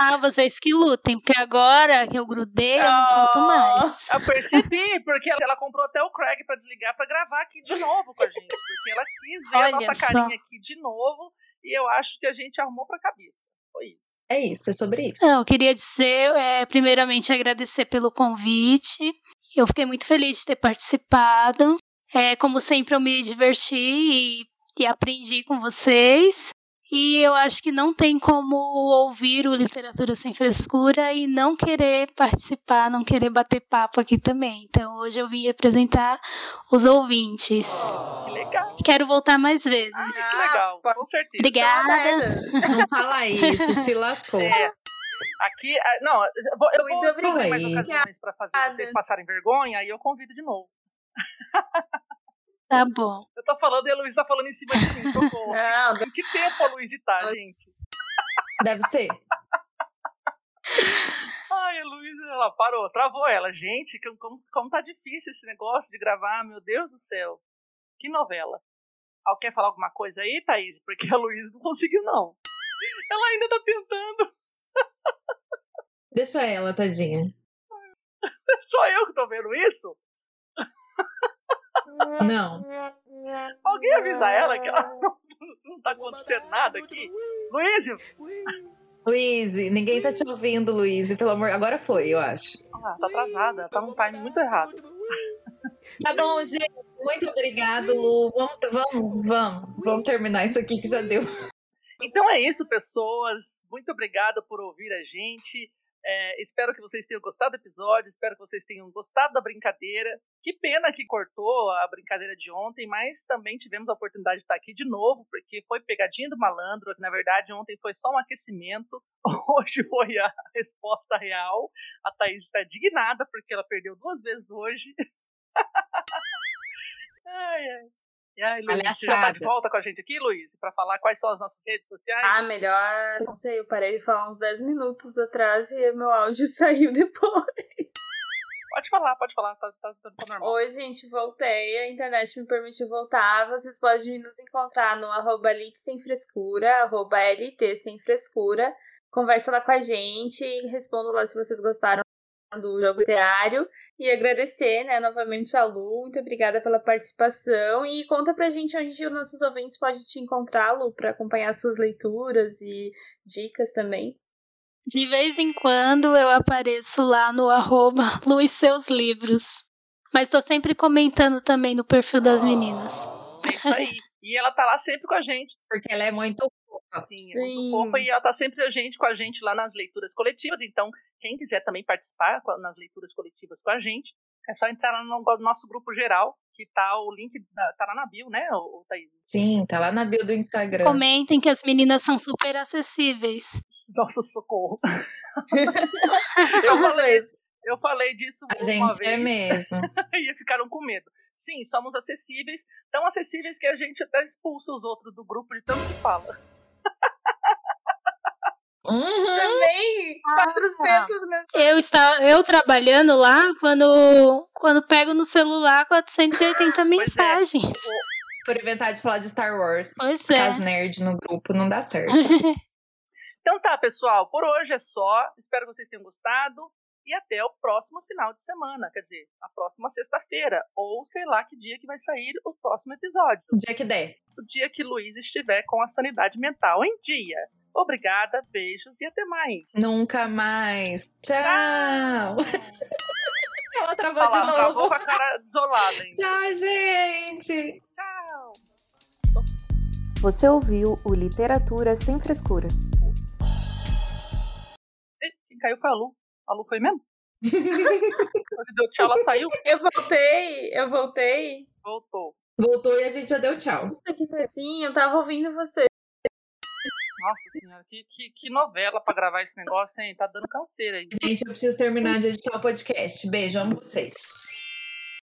[SPEAKER 8] Ah, vocês que lutem, porque agora que eu grudei, eu não solto mais.
[SPEAKER 4] Eu percebi, porque ela comprou até o Craig pra desligar pra gravar aqui de novo com a gente. Porque ela quis ver a
[SPEAKER 8] Olha
[SPEAKER 4] nossa
[SPEAKER 8] só.
[SPEAKER 4] carinha aqui de novo. E eu acho que a gente arrumou pra cabeça. Foi isso.
[SPEAKER 3] É isso, é sobre isso.
[SPEAKER 8] Não, eu queria dizer, é, primeiramente, agradecer pelo convite. Eu fiquei muito feliz de ter participado. É, como sempre, eu me diverti e, e aprendi com vocês. E eu acho que não tem como ouvir o Literatura Sem Frescura e não querer participar, não querer bater papo aqui também. Então, hoje eu vim representar os ouvintes.
[SPEAKER 4] Que legal.
[SPEAKER 8] Quero voltar mais vezes.
[SPEAKER 4] Ah, que legal. Com certeza.
[SPEAKER 8] Obrigada.
[SPEAKER 3] Não fala isso, se lascou.
[SPEAKER 4] É. Aqui, ah, não, eu vou, eu vou
[SPEAKER 2] Muito
[SPEAKER 4] descobrir mais
[SPEAKER 3] obrigada.
[SPEAKER 4] ocasiões pra fazer vocês passarem vergonha aí eu convido de novo.
[SPEAKER 8] Tá bom.
[SPEAKER 4] Eu tô falando e a Luísa tá falando em cima de mim, socorro.
[SPEAKER 2] Não,
[SPEAKER 4] Em que tempo a Luísa tá, gente?
[SPEAKER 3] Deve ser.
[SPEAKER 4] Ai, a Luísa, ela parou, travou ela. Gente, que- como, como tá difícil esse negócio de gravar, meu Deus do céu. Que novela. Al quer falar alguma coisa aí, Thaís? Porque a Luísa não conseguiu, não. Ela ainda tá tentando.
[SPEAKER 3] Deixa ela, tadinha.
[SPEAKER 4] É só eu que tô vendo isso?
[SPEAKER 3] Não.
[SPEAKER 4] Alguém avisa ela que ela <laughs> não, não tá acontecendo nada aqui? Luísa,
[SPEAKER 3] Luiz, ninguém tá te ouvindo, Luiz. Pelo amor. Agora foi, eu acho.
[SPEAKER 4] ah, tá atrasada, tá num time muito errado.
[SPEAKER 3] Tá bom, gente. Muito obrigado, Lu. Vamos, vamos, vamos. Vamos terminar isso aqui que já deu.
[SPEAKER 4] Então é isso, pessoas. Muito obrigada por ouvir a gente. É, espero que vocês tenham gostado do episódio, espero que vocês tenham gostado da brincadeira. Que pena que cortou a brincadeira de ontem, mas também tivemos a oportunidade de estar aqui de novo, porque foi pegadinha do malandro, que na verdade ontem foi só um aquecimento, <laughs> hoje foi a resposta real. A Thaís está indignada porque ela perdeu duas vezes hoje. <laughs> ai, ai. E aí, Luiz, você já tá de
[SPEAKER 7] Palhaçada.
[SPEAKER 4] volta com a gente aqui, Luiz, para falar quais são as nossas redes sociais?
[SPEAKER 2] Ah, melhor. Não sei, eu parei de falar uns 10 minutos atrás e meu áudio <laughs> saiu depois.
[SPEAKER 4] Pode falar, pode falar, tá, tá, tá normal.
[SPEAKER 2] Oi, gente, voltei. A internet me permitiu voltar. Vocês podem nos encontrar no arroba lit sem frescura, arroba LT sem frescura. Conversa lá com a gente, respondo lá se vocês gostaram do jogo literário. E agradecer, né, novamente a Lu. Muito obrigada pela participação. E conta pra gente onde os nossos ouvintes podem te encontrar, Lu, pra acompanhar suas leituras e dicas também.
[SPEAKER 8] De vez em quando eu apareço lá no arroba <laughs> Lu e seus livros. Mas tô sempre comentando também no perfil das meninas.
[SPEAKER 4] É isso aí. <laughs> E ela tá lá sempre com a gente.
[SPEAKER 7] Porque ela é muito fofa.
[SPEAKER 4] Assim, é muito fofa.
[SPEAKER 2] Sim.
[SPEAKER 4] E ela tá sempre a gente, com a gente lá nas leituras coletivas. Então, quem quiser também participar co- nas leituras coletivas com a gente, é só entrar lá no no nosso grupo geral, que tá o link, da- tá lá na bio, né, ô, ô, Thaís? <laughs>
[SPEAKER 7] Sim, tá lá na bio do Instagram.
[SPEAKER 8] Comentem que as meninas são super acessíveis.
[SPEAKER 4] Nossa, socorro. <laughs> eu falei. Eu falei disso
[SPEAKER 7] A
[SPEAKER 4] uma
[SPEAKER 7] gente
[SPEAKER 4] vez.
[SPEAKER 7] é mesmo.
[SPEAKER 4] <laughs> e ficaram com medo. Sim, somos acessíveis, tão acessíveis que a gente até expulsa os outros do grupo de tanto que fala.
[SPEAKER 7] Uhum.
[SPEAKER 2] Também! 400 mensagens.
[SPEAKER 8] Eu, está, eu trabalhando lá, quando, quando pego no celular 480 mensagens.
[SPEAKER 7] Por inventar de falar de Star Wars.
[SPEAKER 8] Pois
[SPEAKER 7] Ficar as
[SPEAKER 8] é.
[SPEAKER 7] nerd no grupo não dá
[SPEAKER 3] <laughs>
[SPEAKER 7] certo.
[SPEAKER 4] Então tá, pessoal, por hoje é só. Espero que vocês tenham gostado e até o próximo final de semana, quer dizer, a próxima sexta-feira ou sei lá que dia que vai sair o próximo episódio,
[SPEAKER 7] Dia que der.
[SPEAKER 4] o dia que Luiz estiver com a sanidade mental em dia. Obrigada, beijos e até mais.
[SPEAKER 7] Nunca mais. <laughs> Tchau. Ela travou
[SPEAKER 4] Olha lá,
[SPEAKER 7] de novo.
[SPEAKER 4] travou tá, com a cara desolada. Hein?
[SPEAKER 7] Tchau, gente.
[SPEAKER 3] Você ouviu o Literatura Sem Frescura.
[SPEAKER 4] Ih, Quem caiu foi a Lu. A Lu
[SPEAKER 7] <laughs>
[SPEAKER 4] foi mesmo? Você deu tchau, ela saiu,
[SPEAKER 2] Eu voltei, eu voltei.
[SPEAKER 4] voltou.
[SPEAKER 7] Voltou e a gente já deu tchau.
[SPEAKER 2] Puta que pariu. Sim, eu tava ouvindo você.
[SPEAKER 4] Nossa senhora, que, que, que novela pra gravar esse negócio, hein? Tá dando canseira aí.
[SPEAKER 7] Gente, eu preciso terminar de editar o podcast. Beijo, amo vocês.